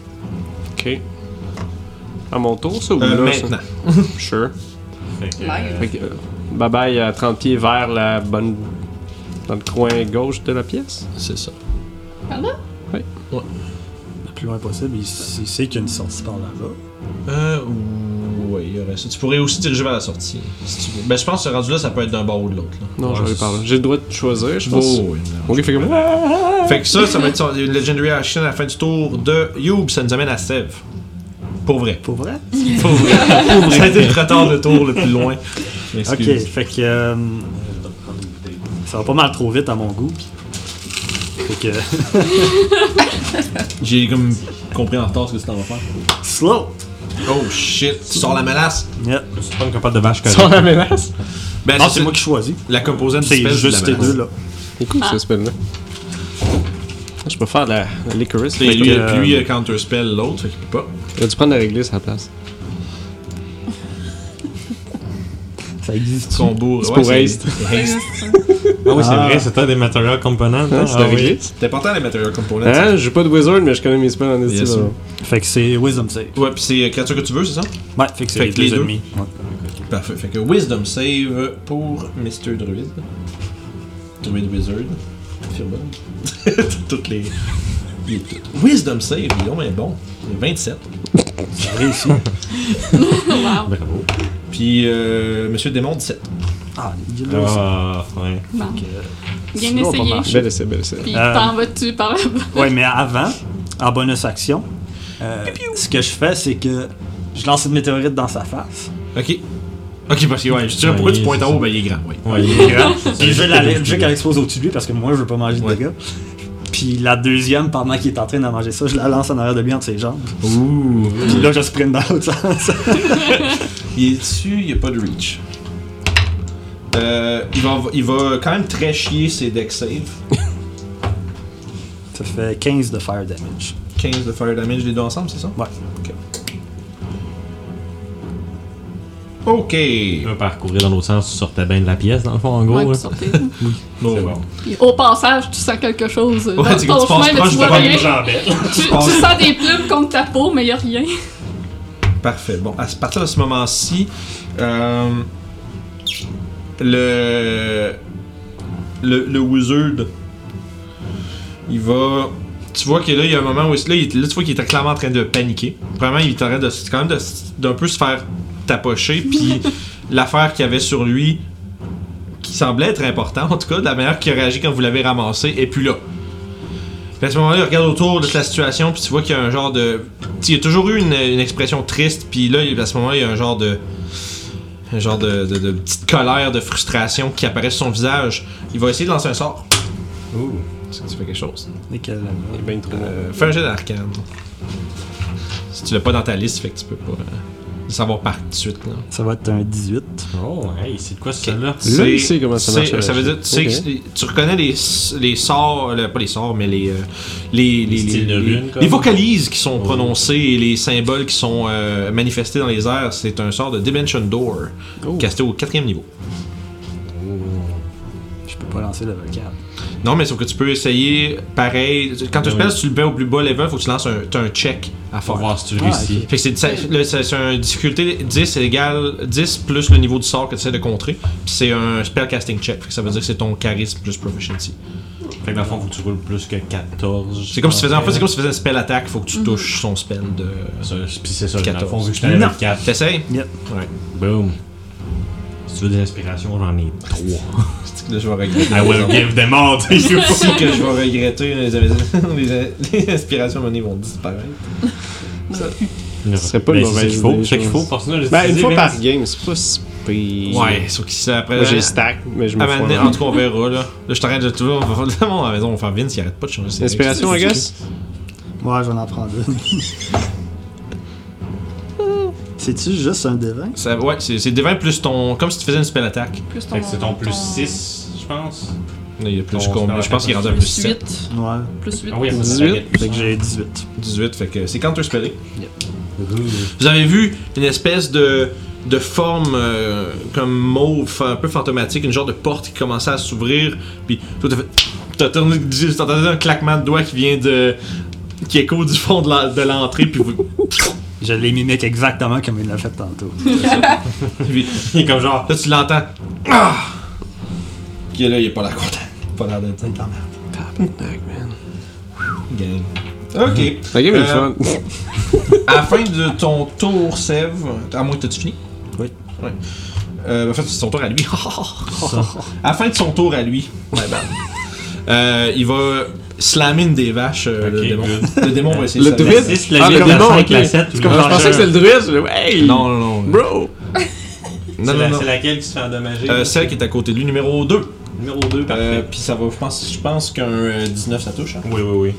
B: Ok. À mon tour, ça ou
A: Euh,
B: là,
A: maintenant.
B: ça? Sure.
F: Nice.
B: Fait que, euh, bye bye à 30 pieds vers la bonne. dans le coin gauche de la pièce.
A: C'est ça.
C: Par là?
G: Le plus loin possible, il, s- il sait qu'il y a une sortie par là-bas.
A: Euh, ouais, il y aurait ça. Tu pourrais aussi diriger vers la sortie, si tu veux. Ben, je pense que ce rendu-là, ça peut être d'un bord ou de l'autre. là.
B: Non,
A: Ouais,
B: j'aurais
A: c'est-
B: par là. J'ai le droit de choisir, je
A: Oh,
B: pense.
A: oui, non.
B: Ok, fait comme.
A: Fait que ça, ça va être son- une Legendary Action à la fin du tour de Youb. Ça nous amène à Sèvres. Pour vrai.
G: Pour vrai?
A: Pour vrai. ça a été le retard de tour le plus loin. Je
G: Ok,
A: m'excuse.
G: fait que. euh, ça va pas mal trop vite à mon goût. Fait que.
A: J'ai comme compris en retard ce que tu t'en vas faire.
G: Slow!
A: Oh shit, tu sors la menace.
G: Yep.
D: C'est pas une copote de vache que
B: Sans Ah, la menace.
A: Ben,
G: Non,
A: ça,
G: c'est moi qui choisis.
A: La composante
G: C'est
A: spell,
G: juste
A: de
G: les
A: la menace.
G: deux là.
B: Écoute, ce spell-là. Je peux faire la, la licorice.
A: Fait que
B: Fait
A: lui,
G: euh,
A: lui, euh, counterspell l'autre, fait qu'il peut pas.
B: que, euh, tu prendre la réglisse à la place.
G: Ça existe.
A: Combo.
B: C'est
A: ouais,
B: pour Haste.
A: Haste.
D: Ah oui, c'est
G: Ah.
D: vrai, c'était des matériaux components.
B: Hein,
D: hein?
B: c'est
D: Ah
B: horrible.
D: oui.
A: C'est important les matériaux components.
B: Hein? J'ai pas de wizard, mais je connais mes spells en
A: Yes,
B: estime.
A: sir.
B: alors.
G: Fait que c'est Wisdom Save.
A: Ouais, pis c'est euh, créature que tu veux, c'est ça?
G: Ouais, fait que c'est
A: Fait
G: les,
A: que les
G: deux
A: deux.
G: ennemis. Ouais.
A: Parfait. Fait que Wisdom save pour Mr. Druid. Druid Wizard. Fireball. Toutes les. il est tout- Wisdom save, il est donc bien bon. Il est 27.
G: Réussi.
C: Wow.
D: Bravo.
A: Puis euh, Monsieur Démon, 17.
G: Ah, il est réussi.
D: Ah, ouais.
C: Bon.
G: Fait que-
C: Bien
G: sinon, pas
C: essayé.
G: mal.
B: Bel essai, bel essai.
C: Puis
G: Euh,
C: t'en vas-tu par là-bas?
G: Ouais, mais avant, en bonus action, euh, ce que je fais, c'est que je lance une météorite dans sa face.
A: Ok. Ok, parce que ouais, je dirais pourquoi
D: Ouais,
A: tu pointes
D: c'est
A: en
D: ça.
A: haut, ben il est grand, oui.
D: Ouais, il est grand.
G: Puis je veux la- je veux qu'elle explose au-dessus de lui parce que moi, je veux pas manger de
A: Ouais.
G: dégâts. Puis la deuxième, pendant qu'il est en train de manger ça, je la lance en arrière de lui entre ses jambes.
A: Ouh.
G: Puis là, je sprint dans l'autre sens.
A: Il est dessus, il n'y a pas de reach. Euh, il, va, il va quand même très chier ses deck save.
G: Ça fait 15 de fire damage.
A: 15 de fire damage les deux ensemble, c'est ça?
G: Ouais.
A: Ok.
D: Tu vas parcourir dans l'autre sens, tu sortais bien de la pièce, dans le fond, en gros.
C: Ouais,
D: là.
C: tu sortais.
A: Bon.
D: C'est bon.
C: Puis Au passage, tu sens quelque chose. euh,
A: Ouais,
C: dans
A: tu- tu
C: ton
A: passes
C: chemin, mais
A: proche
C: tu
A: de
C: vois
A: prendre
C: rien.
A: une
C: Tu, tu
A: passes-
C: sens des plumes contre ta peau, mais y a rien.
A: Parfait. Bon, à ce- partir de ce moment-ci, euh, le, le le wizard, il va. Tu vois que là, il y a un moment où là, il, là, tu vois qu'il était clairement en train de paniquer. Vraiment, il était en train de quand même de- d'un peu se faire tapocher, puis l'affaire qu'il avait sur lui, qui semblait être importante, en tout cas, de la manière qu'il a réagi quand vous l'avez ramassé, et puis là. Puis à ce moment-là, il regarde autour de la situation, puis tu vois qu'il y a un genre de. Tu sais, il y a toujours eu une, une expression triste, puis là, il- à ce moment-là, il y a un genre de. Un genre de, de- de petite colère, de frustration qui apparaît sur son visage. Il va essayer de lancer un sort.
G: Ouh.
A: Est-ce que tu fais quelque chose?
G: Nickel.
B: Il est bien trop.
A: Euh, fais un jet d'arcane. Si tu l'as pas dans ta liste, fait que tu peux pas euh, le savoir par tout de suite. là.
G: Ça va être un 18.
D: Oh, hey, c'est de quoi celle-là?
B: Là, il
A: C'est-
B: sait comment ça
A: c'est-
B: marche, la
A: Ça veut
B: magie.
A: dire, tu sais que
B: Ok.
A: c'est- tu reconnais les, les sorts, le- pas les sorts, mais les euh, les, les, les,
D: styles de
A: les-
D: runes, comme.
A: les vocalises qui sont prononcées et les symboles qui sont euh, manifestés dans les airs. C'est un sort de Dimension Door,
B: Oh.
A: casté au quatrième niveau.
G: Je peux pas lancer le vocable.
A: Non, mais sauf que tu peux essayer pareil. Quand tu
D: Ah Oui.
A: spells, tu le mets au plus bas level, faut que tu lances un, t'as un check à
D: Faut
A: faire.
D: voir si tu
G: Ah,
D: réussis.
A: Fait que c'est- c'est là, c'est- c'est un difficulté 10 est égal 10 plus le niveau du sort que tu essaies de contrer. Puis c'est un spellcasting check. Fait que ça veut dire que c'est ton charisme plus proficiency.
D: Fait que dans le fond, faut que tu roules plus que 14.
A: C'est comme si tu faisais en fait, c'est comme si tu faisais un spell attack, faut que tu touches son spell de.
D: si. Pis c'est ça, dans le
A: 14.
D: fond, vu que j'étais
G: Non.
D: avec 4.
A: T'essayes?
G: Yep.
A: Ouais.
D: Boom. Si tu veux des inspirations, j'en ai 3.
A: C'est que là, je vais regretter.
D: I will give them all to you.
A: C'est que je vais regretter les, les, les inspirations money vont disparaître.
D: Ce
B: serait
A: Ben,
B: pas une
D: C'est ça
B: mauvaise
D: qu'il faut.
B: idée,
D: C'est ça qu'il
B: je
D: faut.
B: pense.
D: Parce que là, j'ai
B: Ben, une
D: utilisé
B: fois par
D: 20.
B: game, c'est pas si pire.
A: Ouais, sauf que si après.
B: Moi, j'ai stack, mais je me
A: Ah, ben,
B: fous. hein.
A: en tout cas, on verra, là. Là, je t'arrête de tout. On va faire à la maison, on va faire Vince, il arrête pas de changer ses
B: Inspiration, I guess?
G: Ouais, je vais en prendre une. C'est-tu juste un D20?
A: Ça- ouais, c'est c'est divin plus ton. Comme si tu faisais une spell attack.
F: Plus ton,
D: Fait que c'est ton plus 6, je pense.
A: Là, il y a plus
D: Ton
A: combien
D: spell
A: Je pense qu'il est rendu à
D: attack
A: plus
C: Plus
A: 7.
C: 8.
G: Ouais.
C: Plus 8.
D: Ah oui, après, ça
B: 18.
D: t'arrête.
G: Fait que j'ai 18.
A: 18, fait que c'est counterspellé. Vous avez vu une espèce de, de forme euh, comme mauve, fa- un peu fantomatique, une genre de porte qui commençait à s'ouvrir, puis tout à fait. t'as- t'as- T'entendais un claquement de doigts qui vient de. qui écho du fond de la- de l'entrée, puis vous.
G: Je les mimique exactement comme il l'a fait tantôt.
A: puis
D: Il est comme genre.
A: là, tu l'entends. Ah! Qui est là, il est pas l'air content. Pas l'air d'être dans la merde. Gang. Ok.
B: La game est
A: Euh,
B: fun.
A: À la fin de ton tour, Sev, à moins que t'as-tu fini?
G: Oui.
A: Ouais. Euh, en fait, c'est son tour à lui.
B: Ah,
A: à la fin de son tour à lui, ouais, ben, euh, il va slammer une des vaches, euh,
D: Ok,
A: le démon.
D: good.
A: Le démon va essayer
B: Le
A: de slammer.
B: druide?
D: six, la huit,
B: comme
D: la
B: bon,
D: cinq,
B: ok.
D: la sept,
B: C'est
D: ou
B: comme-
D: le
B: Je pensais que c'était le druide. je dis, Hey!
A: Non, non, non.
B: Bro!
A: non,
D: c'est
A: non,
D: la-
A: non.
D: c'est laquelle qui se fait endommager
A: Euh, celle qui est à côté de lui, numéro 2.
D: Numéro 2, parfait.
A: Puis ça va, je pense, je pense qu'un euh, 19 ça touche. hein.
D: Oui, oui, oui.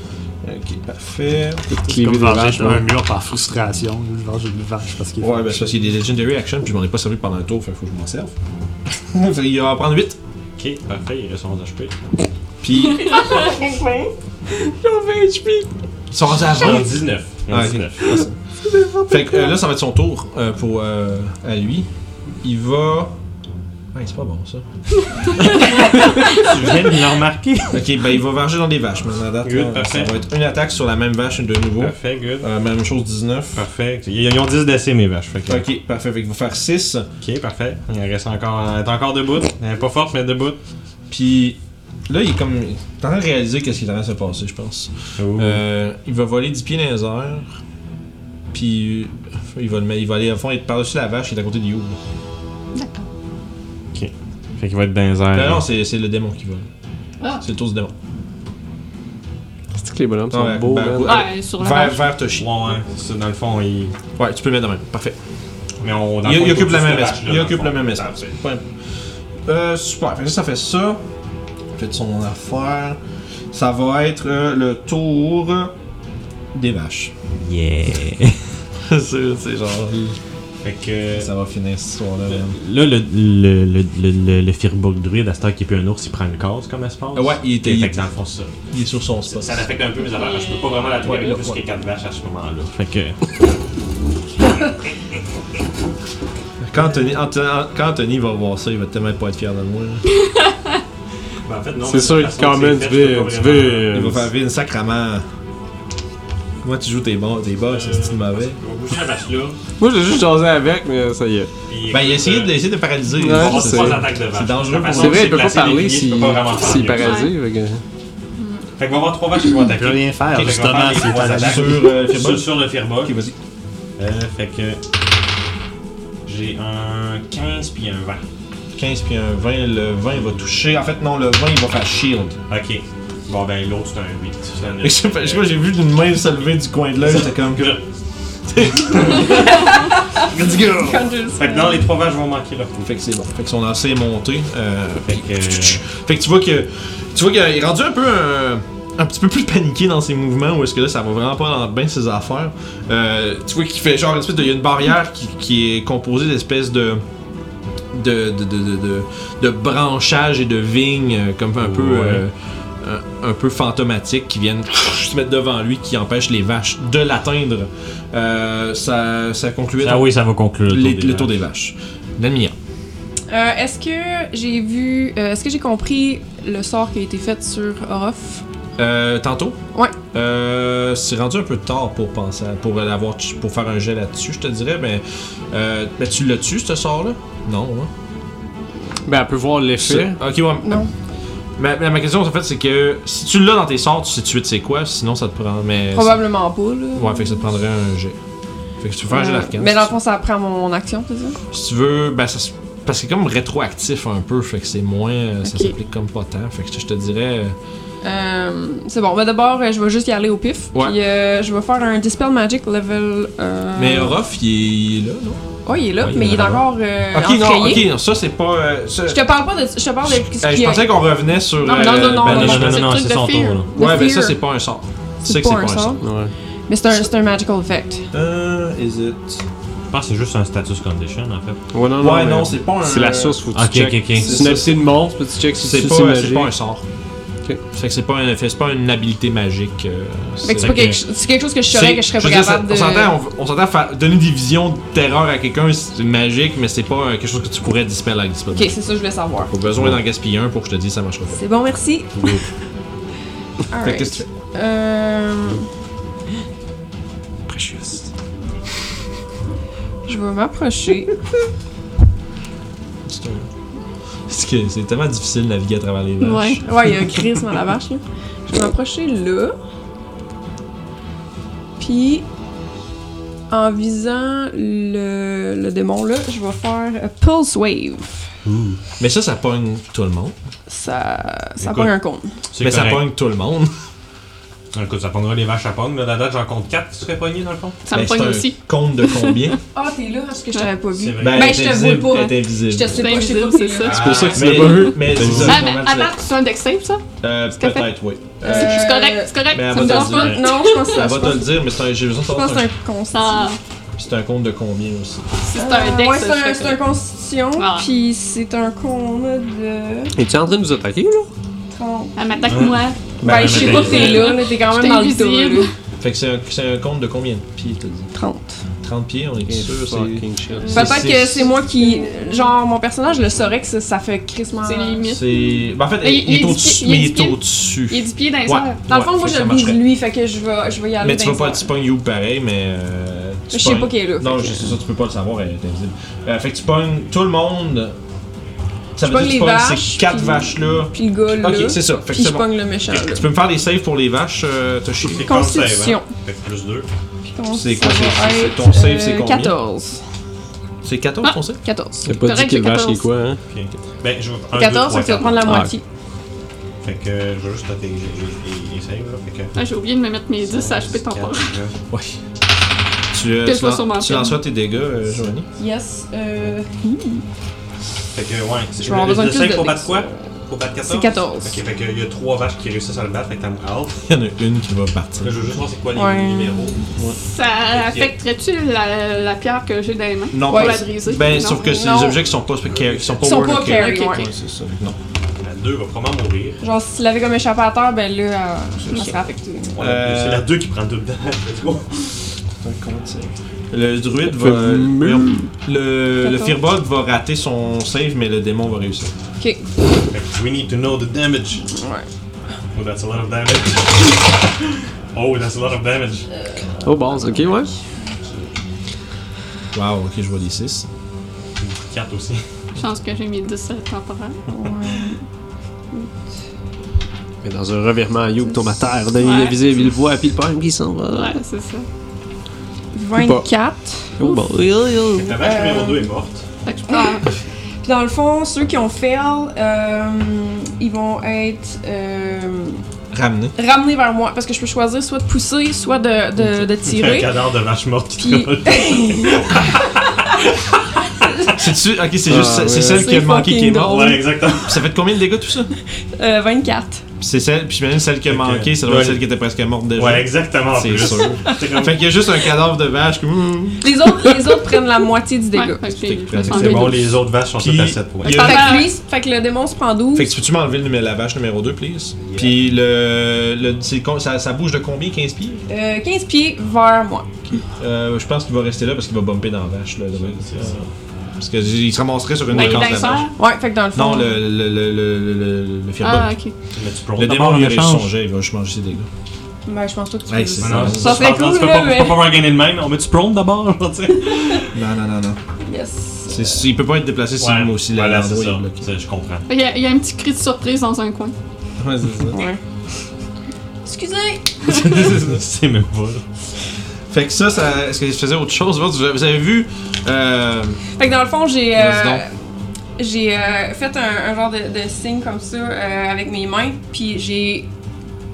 A: Ok, parfait.
G: Comme
B: Cleaver des
G: venger
B: vaches,
G: un
B: ouais.
G: mur par frustration. Je venge une vache parce qu'il
A: Ouais, ben ça, c'est des Legendary Action, puis je m'en ai pas servi pendant un tour, fait que faut que je m'en serve. Fait qu'il va en prendre 8.
D: Ok, parfait, il reste 11 HP.
A: Puis ils sont rendus à 20.
D: En 19.
A: Ah,
D: En
A: ok.
D: 19.
A: Fait que euh, là, ça va être son tour euh, pour euh, à lui. Il va Ouais, c'est pas bon ça.
D: Tu viens de le remarquer.
A: ok, ben il va varger dans des vaches maintenant à date.
D: Good,
A: là. ça
D: parfait.
A: va être une attaque sur la même vache de nouveau.
D: Parfait, good.
A: Euh, même chose 19.
D: Parfait. Ils ils ont 10 d'AC, mes vaches. Fait que-
A: Ok, parfait. Fait qu'il va faire 6.
D: Ok, parfait. Il reste encore. Elle est encore debout. Elle est pas forte, mais debout.
A: Puis là, il est comme. T'es en train de réaliser qu'est-ce qui est en train de se passer, je pense. Euh, il va voler 10 pieds dans les airs. Puis euh, il va, le mettre- il va aller à fond, il est par-dessus la vache, il est à côté du Youb.
C: D'accord.
D: Fait qu'il va être dans les airs.
A: Non, non, c'est c'est le démon qui vole.
C: Ah.
A: C'est le tour du démon.
B: C'est que les bonhommes sont
A: Ouais,
B: beaux,
A: ben,
B: man.
A: ouais.
C: Ouais, sur la
A: Vers,
C: vache.
A: vers Toshi.
D: Ouais, ouais. C'est dans le fond, il.
A: Ouais, tu peux le mettre de même. Parfait.
D: Mais on. dans
A: Il,
D: le fond,
A: il occupe
D: pas
A: la
D: juste
A: même
D: vache,
A: espace. Il
D: là, dans le
A: occupe
D: fond.
A: le même espace. Ouais. Euh, super. Fait que ça fait ça. Faites son affaire. Ça va être euh, le tour des vaches.
H: Yeah.
A: c'est c'est genre.
D: Fait que.
A: Ça va finir cette histoire-là.
E: euh,
A: man.
E: Là, le, le, le, le, le, le Firbolg druide, à cette heure qu'il est plus un ours, il prend une case comme espace.
A: Ah ouais, il était.
E: Fait
A: Il,
E: que dans le fond, c'est ça.
A: il est sur son spot.
E: Ça l'affecte un peu mes affaires, parce que je peux pas vraiment la trouver avec
A: Ouais,
E: plus
A: ouais.
E: que 4 vaches à ce moment-là. Fait que.
A: Quand Anthony, Anthony- quand Anthony va voir ça, il va tellement pas être fier de moi. là.
E: Ben, en fait, non.
B: C'est sûr que quand même, tu veux. Tu veux
A: Il va
B: euh,
A: faire vivre sacrement. Moi, tu joues tes bons, tes boss,
D: Euh,
A: c'est mauvais.
E: On va bouger la vache là.
B: Moi, j'ai juste jasé avec, mais ça y est.
D: Ah,
E: puis- euh,
A: Ben, il a essayé de, il a essayé de paralyser.
B: Ouais,
E: On va
B: c'est-
E: se trois attaques de vache.
A: c'est dangereux
E: De toute
A: pour-
E: façon,
B: C'est vrai,
E: s'est
B: il peut pas
E: placé des
B: parler
E: milliers, je
B: s'il
E: peux pas vraiment faire
B: s'il est
E: mieux.
B: paralysé. fait que-
E: Fait qu'on va avoir trois vaches qui vont
G: Je peux
E: attaquer.
G: rien faire,
E: Ok,
G: justement,
E: je vais faire
G: c'est
E: les trois
G: pas
E: attaques.
A: sur euh, Firbolg.
E: Sur, sur le Firbolg.
A: Ok, vas-y.
E: Euh, fait que. J'ai un 15 puis un 20.
A: 15 puis un 20. Le 20 va toucher. En fait, non, le 20 il va faire shield.
E: Ok. Bon, ben l'autre c'est un 8. C'est un Euh,
A: Je sais pas, je sais pas, j'ai vu une main se lever du coin de l'œil. J'étais comme.
E: que.
A: Let's go!
F: Quand je le sais.
E: Fait que non, les trois vaches vont manquer leur coup.
A: Fait que c'est bon. Fait que son lancer est monté. euh,
E: Fait que. euh,
A: Fait que tu vois que tu vois qu'il est rendu un peu euh, un, petit peu plus paniqué dans ses mouvements où est-ce que là ça va vraiment pas dans bien ses affaires. Euh, tu vois qu'il fait genre une espèce de il y a une barrière qui, qui est composée d'espèces de de, de, de, de, de- de branchages et de vignes euh, comme un peu euh, un, un peu fantomatiques qui viennent se mettre devant lui qui empêchent les vaches de l'atteindre. Euh, ça ça concluait
D: Ah oui, ça va conclure.
A: les-
D: des
A: le tour
D: vaches.
A: des vaches. L'admirant.
F: Euh, Est-ce que j'ai vu. euh, Est-ce que j'ai compris le sort qui a été fait sur Orof?
A: Euh, tantôt?
F: Ouais.
A: Euh, c'est rendu un peu tard pour penser, à- pour l'avoir, pour faire un jet là-dessus, je te dirais, mais, euh, mais tu l'as tu ce sort-là? Non, hein?
B: Ben, elle peut voir l'effet.
A: C'est- Ok, ouais.
F: Non.
A: Ma, ma- ma question, en fait, c'est que si tu l'as dans tes sorts, tu sais tout de suite c'est quoi, sinon ça te prend, mais...
F: Probablement pas, là.
A: Ouais, fait que ça te prendrait un jet. Fait que tu veux faire un jet
F: Euh,
A: d'arcane.
F: Mais
A: si
F: dans le
A: tu-
F: fond, ça prend mon action, c'est ça?
A: Si tu veux, ben ça se- Parce que c'est comme rétroactif un peu, fait que c'est moins... euh, Ça
F: Ok.
A: s'applique comme pas tant, fait que je te dirais... euh,
F: Euh, c'est bon, mais d'abord, euh, je vais juste y aller au pif.
A: Ouais.
F: Puis euh, je vais faire un Dispel Magic level. euh,
A: Mais Orof, il est- il est là, non?
F: Oh, il est là,
A: Ouais,
F: mais
A: il
F: il
A: est
F: est
A: là-bas.
F: encore. euh,
A: Ok, non,
F: enrayé.
A: ok, non, ça c'est pas... euh, ça-
F: Je te parle pas de. Je te parle de. ce
A: Euh,
F: qui
A: je
F: est-
A: pensais qu'on revenait sur.
F: Non, mais non,
A: euh,
F: non, non,
A: ben,
F: non,
A: non, non,
F: non,
C: c'est
D: non,
C: le
D: c'est
C: truc
D: son
C: de
D: tour,
C: fear.
D: là.
F: The
A: Ouais, ben ça
F: fear.
A: c'est pas un sort. Tu sais
F: C'est
A: que c'est
F: pas
A: pas
F: un
A: un sort.
F: sort.
B: Ouais.
F: Mais c'est un, c'est un magical effect.
A: Euh, is it?
D: Je pense que c'est juste un status condition, en fait.
B: Ouais, non, non.
A: Ouais,
B: mais
A: non, c'est pas un.
B: C'est la source, faut que tu
D: Ok,
B: check.
D: ok, ok.
B: C'est une habilité de monstre, puis tu check si
A: C'est
B: tu-
A: pas,
B: c'est
A: c'est
B: magique.
A: pas un sort.
B: Ok.
A: Fait que c'est pas, un, fait que c'est pas une habilité magique. euh,
F: Fait que c'est
A: c'est-
F: pas quelque, c'est quelque chose que je
A: c'est-
F: saurais que je serais
A: je
F: pas
A: veux dire, ça-
F: capable de.
A: On s'entend, on, on s'entend faire- donner des visions de terreur à quelqu'un, c'est magique, mais c'est pas euh, quelque chose que tu pourrais dispel avec dispel.
F: Ok, c'est ça, je voulais savoir.
A: Pas besoin d'en gaspiller un pour que je te dise ça marchera pas.
F: C'est bon, merci.
A: Fait que
F: Alright.
A: qu'est-ce que tu
F: Euh... Je vais m'approcher.
A: fais? C'est que c'est tellement difficile de naviguer à travers les vaches.
C: Ouais.
F: Ouais, il y a un grisme à la vache, là. Je vais m'approcher là. Puis, en visant le, le démon, là, je vais faire euh, Pulse Wave.
A: Mais ça, ça pogne tout le monde.
F: Ça, ça
D: Écoute.
F: pogne un con.
D: C'est
A: Mais ça
D: correct. Ah,
A: pogne tout le monde.
D: Écoute, ça prendra les vaches à pogner. mais à la date, j'en compte 4 qui seraient pognées, dans le fond.
C: Ça me
A: Ben,
C: pogne
A: c'est un
C: aussi.
A: Compte de combien?
F: Ah, t'es là parce que je t'avais pas vu.
D: vrai.
A: Ben,
F: Ben, je te
A: invisible,
F: vois pas.
A: elle est invisible.
F: Je te sais
C: C'est
F: pas, je sais pas
C: invisible,
F: où
C: c'est ça.
B: C'est pour ça que tu
A: Mais-
B: l'as pas vu.
A: Mais c'est ça.
C: Ah, mais
A: normalement,
C: à
A: tu l'as-
C: date, c'est un deck save, ça?
A: Euh,
C: qu'elle fait.
A: Peut-être, oui.
F: Euh,
C: C'est c'est correct, c'est correct.
A: mais
B: Ben,
A: elle
C: Ça me
A: va
C: dérange
A: te le
C: pas.
B: euh,
A: dire.
F: Non, je pense que ça.
A: Elle
F: Je
A: va te
F: pense,
A: le dire, mais c'est un. J'ai besoin de
F: je pense
A: savoir.
F: que c'est
A: si
F: un constant.
C: Ça-
A: C'est un compte de combien aussi.
C: Si c'est un
F: Euh,
C: deck,
F: ouais, Ah, c'est
C: ça,
F: un,
C: je
F: c'est un
C: fais
F: constitution,
C: Ah.
F: puis c'est un con là, de
B: Es-tu en train de nous attaquer, là
F: 30.
C: Elle m'attaque moi.
F: Ben, je sais pas, t'es là, là, t'es quand
C: Je
F: même dans le
C: t'invisible.
F: dos. là.
A: Fait que c'est un, c'est un compte de combien de pieds, t'as dit
F: 30.
A: 30 pieds, on est
B: Et
A: sûr. c'est-
B: fucking shit.
A: C'est-
F: Peut-être que c'est moi qui. Genre, mon personnage le saurait que ça, ça fait crissement.
C: C'est limite.
A: C'est. ben, en fait,
C: Mais
A: il, il est
C: il-
A: au-dessus.
C: il est
A: Mais il est
C: pied-
A: au-dessus.
C: Il y a 10 pieds dans les
A: Ouais.
C: airs.
F: Dans le fond,
A: Ouais,
F: moi
A: fait que
F: je
A: ça
F: le vise
A: marcherait.
F: lui, fait que je vais, je vais y aller.
A: Mais tu
F: dans
A: vas pas
F: les
A: être
F: airs.
A: spawn you pareil, mais. euh, tu
F: Je sais
A: pognes.
F: pas qu'il est là.
A: Non,
F: fait que-
A: je sais ça, tu peux pas le savoir, elle est invisible. Euh, fait que tu pognes tout le monde. Ça
F: Je
A: veut
F: pogne
A: dire que tu
F: les
A: pognes
F: vaches,
A: ces 4
F: puis-
A: vaches-là.
F: Puis le gars là.
A: Ok, c'est ça. Fait que
F: Puis
A: c'est
F: je
A: bon.
F: pogne le méchant là.
A: Tu peux me faire des saves pour les vaches, euh, Toshi?
E: C'est con save, hein?
F: Constitution.
E: Fait que plus 2.
A: C'est quoi, c'est- c'est- ton
F: euh,
A: save, c'est combien?
F: 14.
A: C'est 14
F: Ah!
A: ton save?
F: 14.
B: T'as pas
C: Correct,
B: dit qu'il
C: j'ai
B: vache,
C: 14.
B: c'est quoi, hein?
E: Ben, je vais prendre
F: 14, fait que tu vas prendre la
B: Ah,
F: moitié.
E: Fait que euh, je vais juste noter les- les les- les saves, là. Fait que.
C: Ah, j'ai oublié de me mettre mes 10 HP
E: Quatre,
C: temporaires.
E: là.
A: Ouais. Tu, euh,
C: Quelle
A: tu,
C: fois
A: lan-
C: sûrement
A: tu
C: peine.
A: lances tes dégâts, euh, Joanie?
F: Yes, euh.
E: Fait que, ouais.
F: Je
E: c'est-
F: vais avoir besoin
E: Le
F: de plus
E: 5
F: de
E: pour battre
F: dés.
E: quoi Pour battre 14
F: C'est 14.
E: Ok, fait qu'il y a 3 vaches qui réussissent à le battre, fait que t'as out.
A: Il y en a une qui va partir.
E: Là, je veux juste voir c'est quoi les
F: Ouais.
E: numéros.
C: Ça affecterait-tu la, la pierre que j'ai dans les mains?
A: Non,
C: Pour
F: Ouais.
C: la briser?
A: Ben,
C: Non.
A: sauf que c'est
F: Non.
A: des objets qui sont pas, qui sont pas,
F: Ils sont
A: world
F: pas
A: of
F: carry,
A: carry.
F: ouais.
A: Ouais, c'est ça. Non.
E: La 2 va probablement mourir.
F: Genre, si tu l'avais comme échappateur, ben là, elle elle serait affectée.
E: Ouais,
A: Euh,
E: C'est la 2 qui prend tout dedans. Let's go.
A: Le druide va.
B: Fait que-
A: Le, le
F: 14.
A: Firbolg va rater son save, mais le démon va réussir.
F: Ok.
E: Fait que we need to know the damage.
F: Ouais.
E: Oh, that's a lot of damage. oh, that's a lot of damage.
B: Oh, base, ok, ouais.
A: Wow, ok, je vois des 6.
E: 4 aussi.
C: Je pense que j'ai mis 10 temporaires.
B: Mais dans un revirement, Youb tombe à terre, Denis
C: Ouais.
B: l'invisible, il le voit, puis il pogne, puis il s'en va.
C: Ouais, c'est ça.
F: 24.
B: Oh, bon. Yo, yo.
E: La vache
F: Euh,
E: numéro 2 est morte.
C: Fait que je
H: Ah,
C: prends
F: Puis dans le fond, ceux qui ont fail, euh, ils vont être euh,
A: Ramener.
F: ramenés vers moi. Parce que je peux choisir soit de pousser, soit de, de, de
E: Un
F: tirer.
E: cadavre de vache morte qui
F: Euh, Puis.
E: troll.
A: C'est-tu. Ok, c'est juste.
B: Ah,
A: c'est
B: ouais.
A: celle qui a
F: C'est
A: manqué qui est
F: fucking
A: morte.
E: Ouais, exactement.
A: Ça fait de combien de dégâts tout ça Puis
F: euh, 24.
A: c'est celle. Puis j'imagine celle qui a
E: Fait que-
A: manqué, ça doit être
E: Ouais.
A: celle qui était presque morte déjà.
E: Ouais, exactement. en
A: C'est
E: plus.
A: sûr.
E: C'est comme-
A: Fait qu'il y a juste un cadavre de vache. Comme... hmm.
F: Les autres, les autres prennent la moitié du dégât.
C: Ouais, fait que
A: C'est
C: j'ai- je
A: bon,
C: vais prendre
E: C'est
C: les
E: bon,
C: deux.
E: les autres vaches sont
A: Puis-
E: toutes à 7 points.
A: il y a-
F: Fait que lui, fait que le démon se prend 12.
A: Fait que tu peux-tu m'enlever le numé- la vache numéro 2, please Puis le. le c'est con- ça, ça bouge de combien 15 pieds
F: Euh, 15 pieds vers moi.
A: Euh, Je pense qu'il va rester là parce qu'il va bumper dans la vache. Là, le-
E: C'est ça.
A: Parce qu'il se ramasserait sur une
C: Avec
A: écorce de
C: les
A: la vache.
C: airs?
F: Ouais, fait que dans le fond.
A: Non, le. le. le. le. le. le, le Firbolg.
C: Ah, ok.
E: Mais tu peux
A: Le
E: rendre
A: démon lui
D: en
A: réussit
D: échange.
A: son jet, il va juste manger ses dégâts.
F: Ben, je pense pas que tu
A: Ouais,
F: peux-
A: c'est
E: Non, non,
F: Ça serait
E: je pense-
F: cool,
E: tu peux
F: là,
E: pas-
F: mais-
E: Tu peux pas regagner le même. On met du prone d'abord, je veux dire.
A: Non, non, non, non.
F: Yes.
A: C'est- c'est- il peut pas être déplacé si
E: Ouais,
A: moi aussi la
E: voilà, c'est
A: l'endroit est
E: ça.
A: bloqué.
E: C'est- Je comprends.
C: Il y, a, il y a un petit cri de surprise dans un coin.
A: Ouais, c'est
F: Ouais. Excusez!
E: C'est même pas. là.
A: ça. Fait que ça, ça est-ce que je faisais autre chose? Vous vous avez vu euh,
F: Fait que dans le fond, j'ai. euh,
A: Vas-y donc.
F: j'ai euh, fait un, un genre de, de signe comme ça euh, avec mes mains, puis j'ai.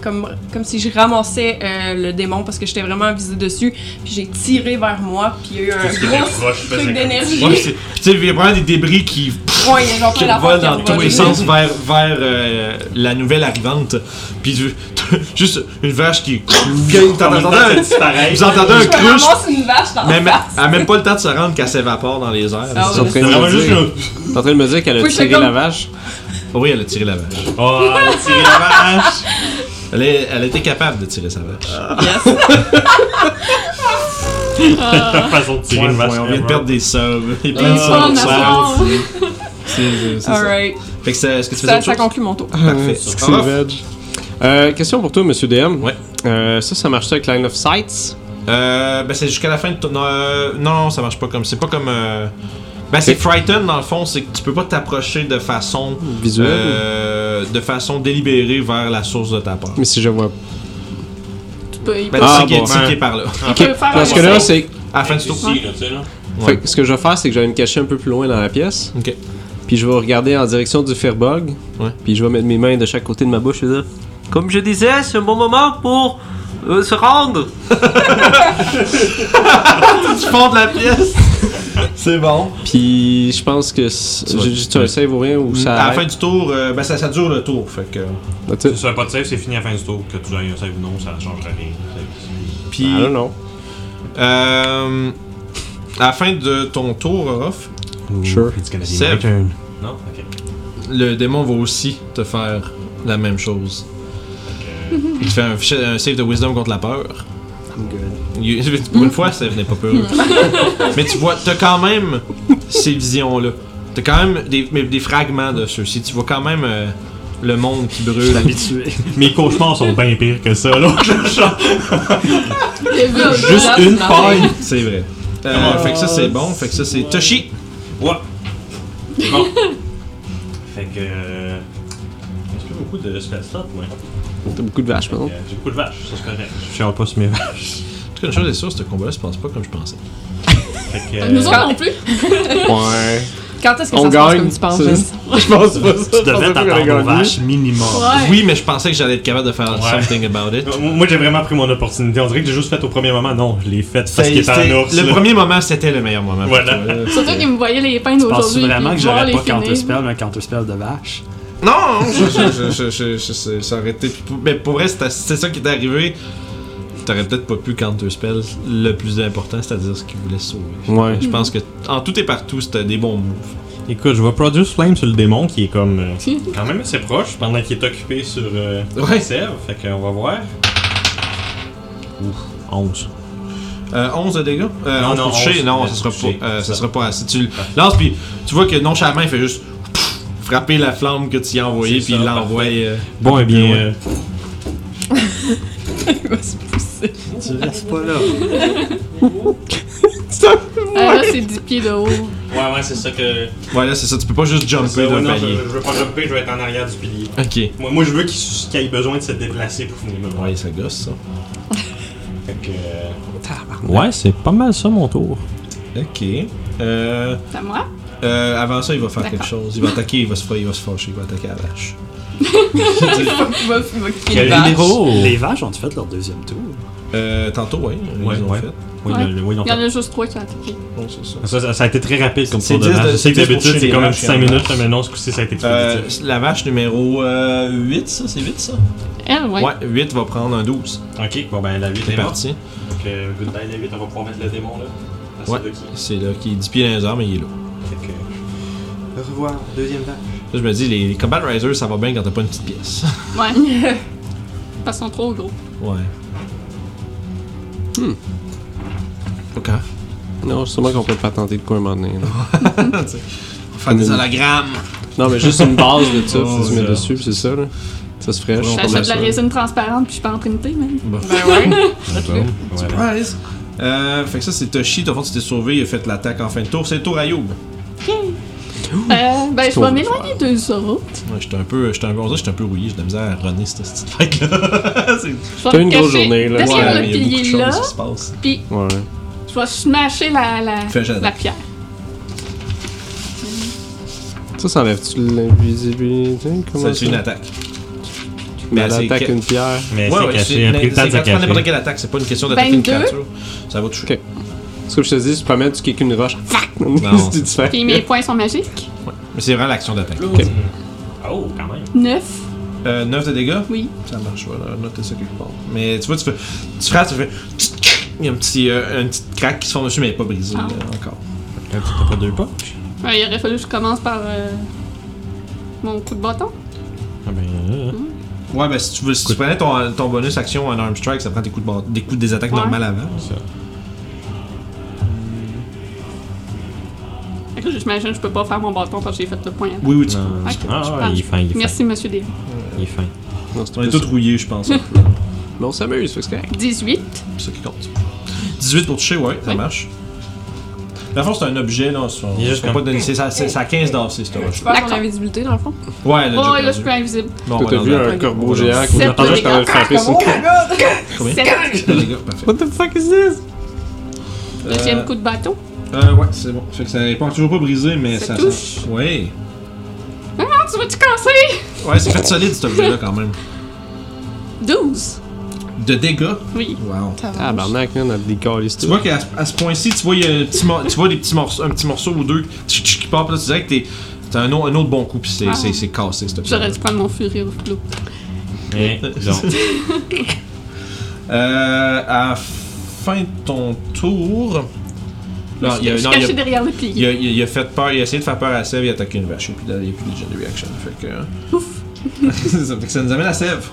F: Comme, comme si je ramassais euh, le démon parce que j'étais vraiment visée dessus, puis j'ai tiré vers moi, puis il y a eu
E: Tout
F: un
E: ce qui était
F: gros
E: proche faisait
F: truc d'énergie.
A: ouais, c'est- tu sais, il y a vraiment des débris qui,
F: Ouais, il y a genre
A: qui
F: plein d'affaires
A: volent
F: qui
A: dans
F: ont
A: tous
F: volé.
A: les sens vers, vers euh, la nouvelle arrivante. Puis tu- juste une vache qui. Vous
E: En même temps,
A: entendez
E: c'est
A: un-
E: disparaît.
A: vous entendez un
F: Je me
A: crush,
F: ramasse une vache dans
A: mais
F: la
A: mais-
F: face.
A: elle a même pas le temps de se rendre qu'elle s'évapore dans les airs.
F: Ah
B: T'es en
F: ouais.
B: train
E: C'est
B: de
E: vraiment
B: me
E: juste
B: dire-
E: le.
B: t'es en train de me dire qu'elle a
F: Oui, c'est
B: tiré
F: comme-
B: la vache?
A: Oui, elle a tiré la vache.
E: Oh,
G: ah,
E: c'est la vache!
A: Elle, est- elle était capable de tirer sa vache.
E: Ah, La façon de tirer
A: Ouais,
E: une vache.
A: ouais, on vient de
E: ever.
A: perdre des subs. Et plein de
F: Oh,
A: subs
C: Ah,
A: qui
C: on
A: sortent.
C: a ça.
A: C'est- c'est ça.
F: Alright.
A: Fait que c'est- est-ce que tu faisais
F: Ça,
A: autre
F: ça
A: chose?
F: conclut mon tour.
A: Parfait.
B: C'est
A: Off.
B: veg. Euh, question pour toi, monsieur DM.
A: Ouais.
B: Euh, ça, ça marche ça avec Line of Sights?
A: Euh, ben c'est jusqu'à la fin de ton... euh, non, non, ça marche pas comme... C'est pas comme... euh, Ben c'est Frighten dans le fond, c'est que tu peux pas t'approcher de façon...
B: Visuel?
A: euh, de façon délibérée vers la source de ta peur.
B: Mais si je vois.
C: Tu peux y
A: Ben tu
B: Ah,
A: sais
B: bon.
A: qu'il- tu sais qu'il est par là.
C: il
B: Ok,
C: peut faire
B: Parce
C: un
B: que
C: save.
B: là, c'est.
A: À la fin du
E: C'est
A: tour.
E: ici, là, tu sais, là.
A: Ouais.
B: fait que ce que je vais faire, c'est que je vais me cacher un peu plus loin dans la pièce.
A: Ok.
B: Puis je vais regarder en direction du Fairbug.
A: Ouais.
B: Puis je vais mettre mes mains de chaque côté de ma bouche et dire Comme je disais, c'est un bon moment pour euh, se rendre.
A: Tu fonds de la pièce! c'est bon.
B: Puis je pense que. c'est-
A: Tu vas-
B: J'ai juste un save ou rien ou ça.
A: À la fin
B: arrête?
A: du tour, euh, ben ça, ça dure le tour, fait que...
B: That's it.
E: Si tu n'as pas de save, c'est fini à la fin du tour. Que tu aies un save ou non, ça ne changera rien. Ah,
A: Puis...
B: I don't know.
A: Euh, à la fin de ton tour, Orof,
B: Sure.
E: It's gonna
A: Seb.
E: my turn. Non? Ok.
A: le démon va aussi te faire la même chose. Il te fait un, fiche- un save de wisdom contre la peur.
G: I'm good.
A: You- Pour une fois, ça venait pas peur. mais tu vois, t'as quand même ces visions-là. T'as quand même des, mais des fragments de ceux-ci. Tu vois quand même euh, le monde qui brûle.
G: Habitué.
D: Mes cauchemars sont bien pires que ça, là.
C: Juste
D: une paille.
A: C'est vrai. Euh, fait que ça, c'est bon. Fait que ça, c'est Toshi.
E: Ouais. C'est bon. fait que. Euh, il reste plus beaucoup de space là, ouais.
B: T'as beaucoup de vaches,
E: Euh,
B: pardon.
E: J'ai beaucoup de vaches, ça c'est correct.
D: Je sais pas si mes vaches.
A: En tout cas, une chose est sûre, ce combat-là se passe pas comme je pensais.
E: Fait que. euh,
C: Nous autres non plus.
B: Ouais.
H: Quand est-ce que ça
B: On
H: se passe
B: gagne.
H: comme tu penses,
B: C'est-
H: Vince?
B: Je pense pas ça.
G: Tu devais t'attendre aux vaches minimum.
C: Ouais.
A: Oui, mais je pensais que j'allais être capable de faire
E: Ouais.
A: something about it.
D: Euh, Moi, j'ai vraiment pris mon opportunité. On dirait que j'ai juste fait au premier moment. Non, je l'ai faite parce
A: C'est-
D: qu'il était
A: c'était-
D: en ours.
A: le
D: là.
A: premier moment, c'était le meilleur moment. pour
D: Voilà.
A: toi, là.
C: Surtout qu'ils me voyaient les peines
G: Penses-tu
C: aujourd'hui.
G: vraiment
C: puis
G: que
C: voir
G: j'aurais
C: les
G: pas
C: finir.
G: counterspell, un counterspell de vache?
A: Non, non, je, je, je, je- je- je- ça aurait été. Mais pour vrai, c'est c'est ça qui est arrivé. T'aurais peut-être pas pu counterspell le plus important, c'est-à-dire ce qu'il voulait sauver.
B: Ouais.
A: Je pense que en tout et partout, c'était des bons moves.
D: Écoute, je vais produce flame sur le démon qui est comme euh,
C: Si.
D: quand même assez proche pendant qu'il est occupé sur euh,
A: Ouais.
D: Sèvres. Fait qu'on va voir. Ouf, 11.
A: Euh, 11 de dégâts euh,
D: Non,
A: on
D: non,
A: peut toucher,
D: 11,
A: non,
D: mais
A: ça sera
D: toucher,
A: pas, euh,
D: c'est
A: ça
D: ça.
A: sera pas assez. Tu le lances, puis tu vois que nonchalamment, il fait juste pff, frapper la flamme que tu y as envoyée,
D: C'est
A: puis
D: ça,
A: il l'envoie.
D: parfait.
A: euh,
D: Bon, et bien,
A: Ouais.
D: euh,
H: Il va se pousser.
G: Tu restes pas là.
C: Ah, là, c'est 10 pieds de haut.
E: Ouais, ouais, c'est ça que.
A: Ouais, là, c'est ça, tu peux pas juste
D: ça,
A: jumper
D: ouais,
A: d'un
D: non, je,
A: palier.
D: je veux pas jumper, je vais être en arrière du pilier.
A: Ok.
D: Moi, moi je veux qu'il s- qu'il ait besoin de se déplacer pour finir le moment.
A: Ouais, ça gosse ça.
D: Fait que, euh, Ouais, c'est pas mal ça mon tour.
A: Ok. Euh,
C: C'est à moi.
A: euh, avant ça, il va faire
C: D'accord.
A: quelque chose. Il va attaquer, il va se, fra- il va se fâcher, il va attaquer à la vache.
H: Il va, il va, il va kicker
D: Quel
H: le vache.
D: héros
G: Les vaches ont-tu fait leur deuxième tour?
A: Euh, tantôt, ouais.
D: Ouais,
A: ils ont
D: ouais.
A: fait.
D: Oui,
C: Ouais.
D: le- le- oui, non,
C: Il y en a juste 3 qui ont attaqué.
A: Bon, c'est ça.
D: Ça, ça, ça a été très rapide comme
A: C'est
D: tour de
A: 10 de-
D: match. Je sais que
A: c'est 10 pour
D: d'habitude,
A: toucher
D: c'est
A: les
D: quand même
A: vaches,
D: 5
A: finalement.
D: minutes, mais non, ce coup-ci, ça a été
A: Euh,
D: expéditif.
A: la vache numéro euh, 8, ça, c'est 8 ça?
C: Elle, ouais.
A: Ouais. 8 va prendre un 12.
D: Ok, bon, ben la 8
A: C'est
D: est morte.
A: parti.
E: Donc, euh, Good Night David, on va pouvoir mettre le démon là. Ah, c'est
A: Ouais.
E: là qui-
A: C'est là qui est 10 pieds dans les airs, mais il est là.
E: Fait que. Au revoir, deuxième vache.
A: Là, je me dis, les, les Combat Risers, ça va bien quand t'as pas une petite pièce.
C: Ouais. Parce qu'ils sont trop gros.
A: ouais.
D: Hmm.
A: Ok.
B: Non, sûrement qu'on peut pas tenter de quoi un moment donné. là.
A: On va faire des hologrammes.
B: Non, mais juste une base de ça, puis tu mets
A: ça.
B: dessus, puis c'est ça, là. Ça se fraîche, pas
C: J'achète
B: mal
C: de la
B: ça.
C: résine transparente, puis je suis pas en train de thé, même.
H: Ben ouais.
A: Surprise! Euh, fait que ça, c'est Toshi. Dans le fond, tu t'es sauvé. Il a fait l'attaque en fin de tour. C'est le tour à Youb.
C: Euh, ben, je
B: Sauve
C: vais
B: le
C: m'éloigner de Zorote.
A: Ouais, j'étais un peu, j'étais un peu, on dirait que j'étais un peu rouillé. J'ai de la misère à runner cette petite fête-là. C'est-
C: Je
B: T'as
C: vais
B: une
C: me
B: grosse
C: cacher
B: journée, là.
C: Derrière
A: Ouais,
C: le
A: il y a beaucoup de
C: pilier, là,
A: choses qui se passent.
C: puis
B: Ouais.
C: je vais smasher la,
A: Fais un jet
C: la, la
A: d'attaque.
C: pierre.
B: Ça, ça enlève-tu l'invisibilité Comment
A: C'est
B: ça
A: une attaque.
B: Mais elle
A: c'est
B: attaque
A: que-
B: une pierre.
A: Ouais,
D: Mais Eh, c'est
A: ouais,
D: caché,
A: c'est
D: elle a pris
A: c'est
D: le temps de se
A: quand tu prends n'importe
D: cacher.
A: quelle attaque, c'est pas une question d'attaquer une
C: 22.
A: créature. Ça va toucher.
B: Ok. C'est comme je te dis, c'est pas mal, tu kicks une roche. Fac
A: Non,
B: C'est différent.
C: Puis mes points sont magiques.
A: Mais c'est vraiment l'action d'attaque.
D: Oh, quand même.
C: 9,
A: Euh, 9 de dégâts
C: oui.
A: Ça marche, voilà, noter ça quelque part. Mais tu vois, tu fais. Tu frappes, tu fais. Il y a un petit, euh, un petit crack qui se fond dessus, mais elle est pas brisée
C: Ah.
A: là, encore.
D: T'as pas deux pas
C: Ouais, il aurait fallu que je commence par euh, mon coup de bâton.
D: Ah ben. euh,
C: Mm,
A: Ouais, ben si tu, veux, si tu prenais ton, ton bonus action en arm strike, ça prend des coups de bâton- des, coups, des attaques
C: Ouais.
A: normales avant.
D: ça.
C: Fait que là, j'imagine que je peux pas faire mon bâton parce que j'ai fait le point.
A: Oui, oui, tu peux.
D: Non.
C: Ok, je
D: Ah,
C: pense.
D: il est fin, il est fin.
C: Merci, monsieur D.
D: Il est fin.
B: Non, c'est
A: On est
B: plus
A: tous
B: ça.
A: rouillés, je pense. c'est
B: Mais on s'amuse, fait que c'est correct.
C: 18.
A: ça qui compte. 18 pour toucher, ouais, ça
C: Oui.
A: marche. La force, c'est un objet, là. On,
D: Il est
A: ne
D: juste
A: peut pas
D: comme-
A: donner. C'est ça- c'est- ça a 15 d'assez, cette roche.
F: Tu perds ton
C: D'accord.
F: invisibilité dans le fond.
A: Ouais, là,
C: Oh,
A: j'ai
C: là, je suis
A: perdu.
C: invisible.
A: Bon,
B: Toi,
A: on
B: t'as
A: va
B: vu
A: dans le-
B: un corbeau
A: on va dans
B: géant
A: le-
B: qu'on
C: Sept
B: entendait,
C: de
B: je t'en
C: dégâts.
F: Oh
B: frapper sur une
A: Combien
C: Sept.
A: Les gars, parfait.
B: What the fuck is this
C: Deuxième
A: Euh,
C: coup de bâton.
A: Euh, ouais, c'est bon. Fait que ça n'est pas toujours pas brisé, mais ça.
C: Ça touche.
A: Ouais.
C: Ah, tu vas-tu casser?
A: Ouais, c'est fait solide cet objet-là quand même.
C: 12.
A: De dégâts.
C: Oui.
A: Wow.
B: Ah, barnac, man, elle décalise
A: Tu
B: tout.
A: vois qu'à ce- à ce point-ci, tu vois, il y a un petit, mor- tu vois des petits morceaux, un petit morceau ou deux tch, tch, qui part, puis là, tu dirais que t'es. T'as un, au- un autre bon coup, puis c'est
C: Ah.
A: c'est- c'est cassé cet objet.
C: J'aurais dû prendre mon furie au flou.
D: Mais, non.
A: Euh. À fin de ton tour. Non, il y a.
C: Je suis
A: non, il y a-
C: caché derrière le
A: il
C: pilier.
A: a, il a- il a fait peur, il a essayé de faire peur à Sèvres, il a attaqué une vache, et puis là, il n'y a plus de legendary action. Fait que. hein. ça fait que ça nous amène à Sèvres.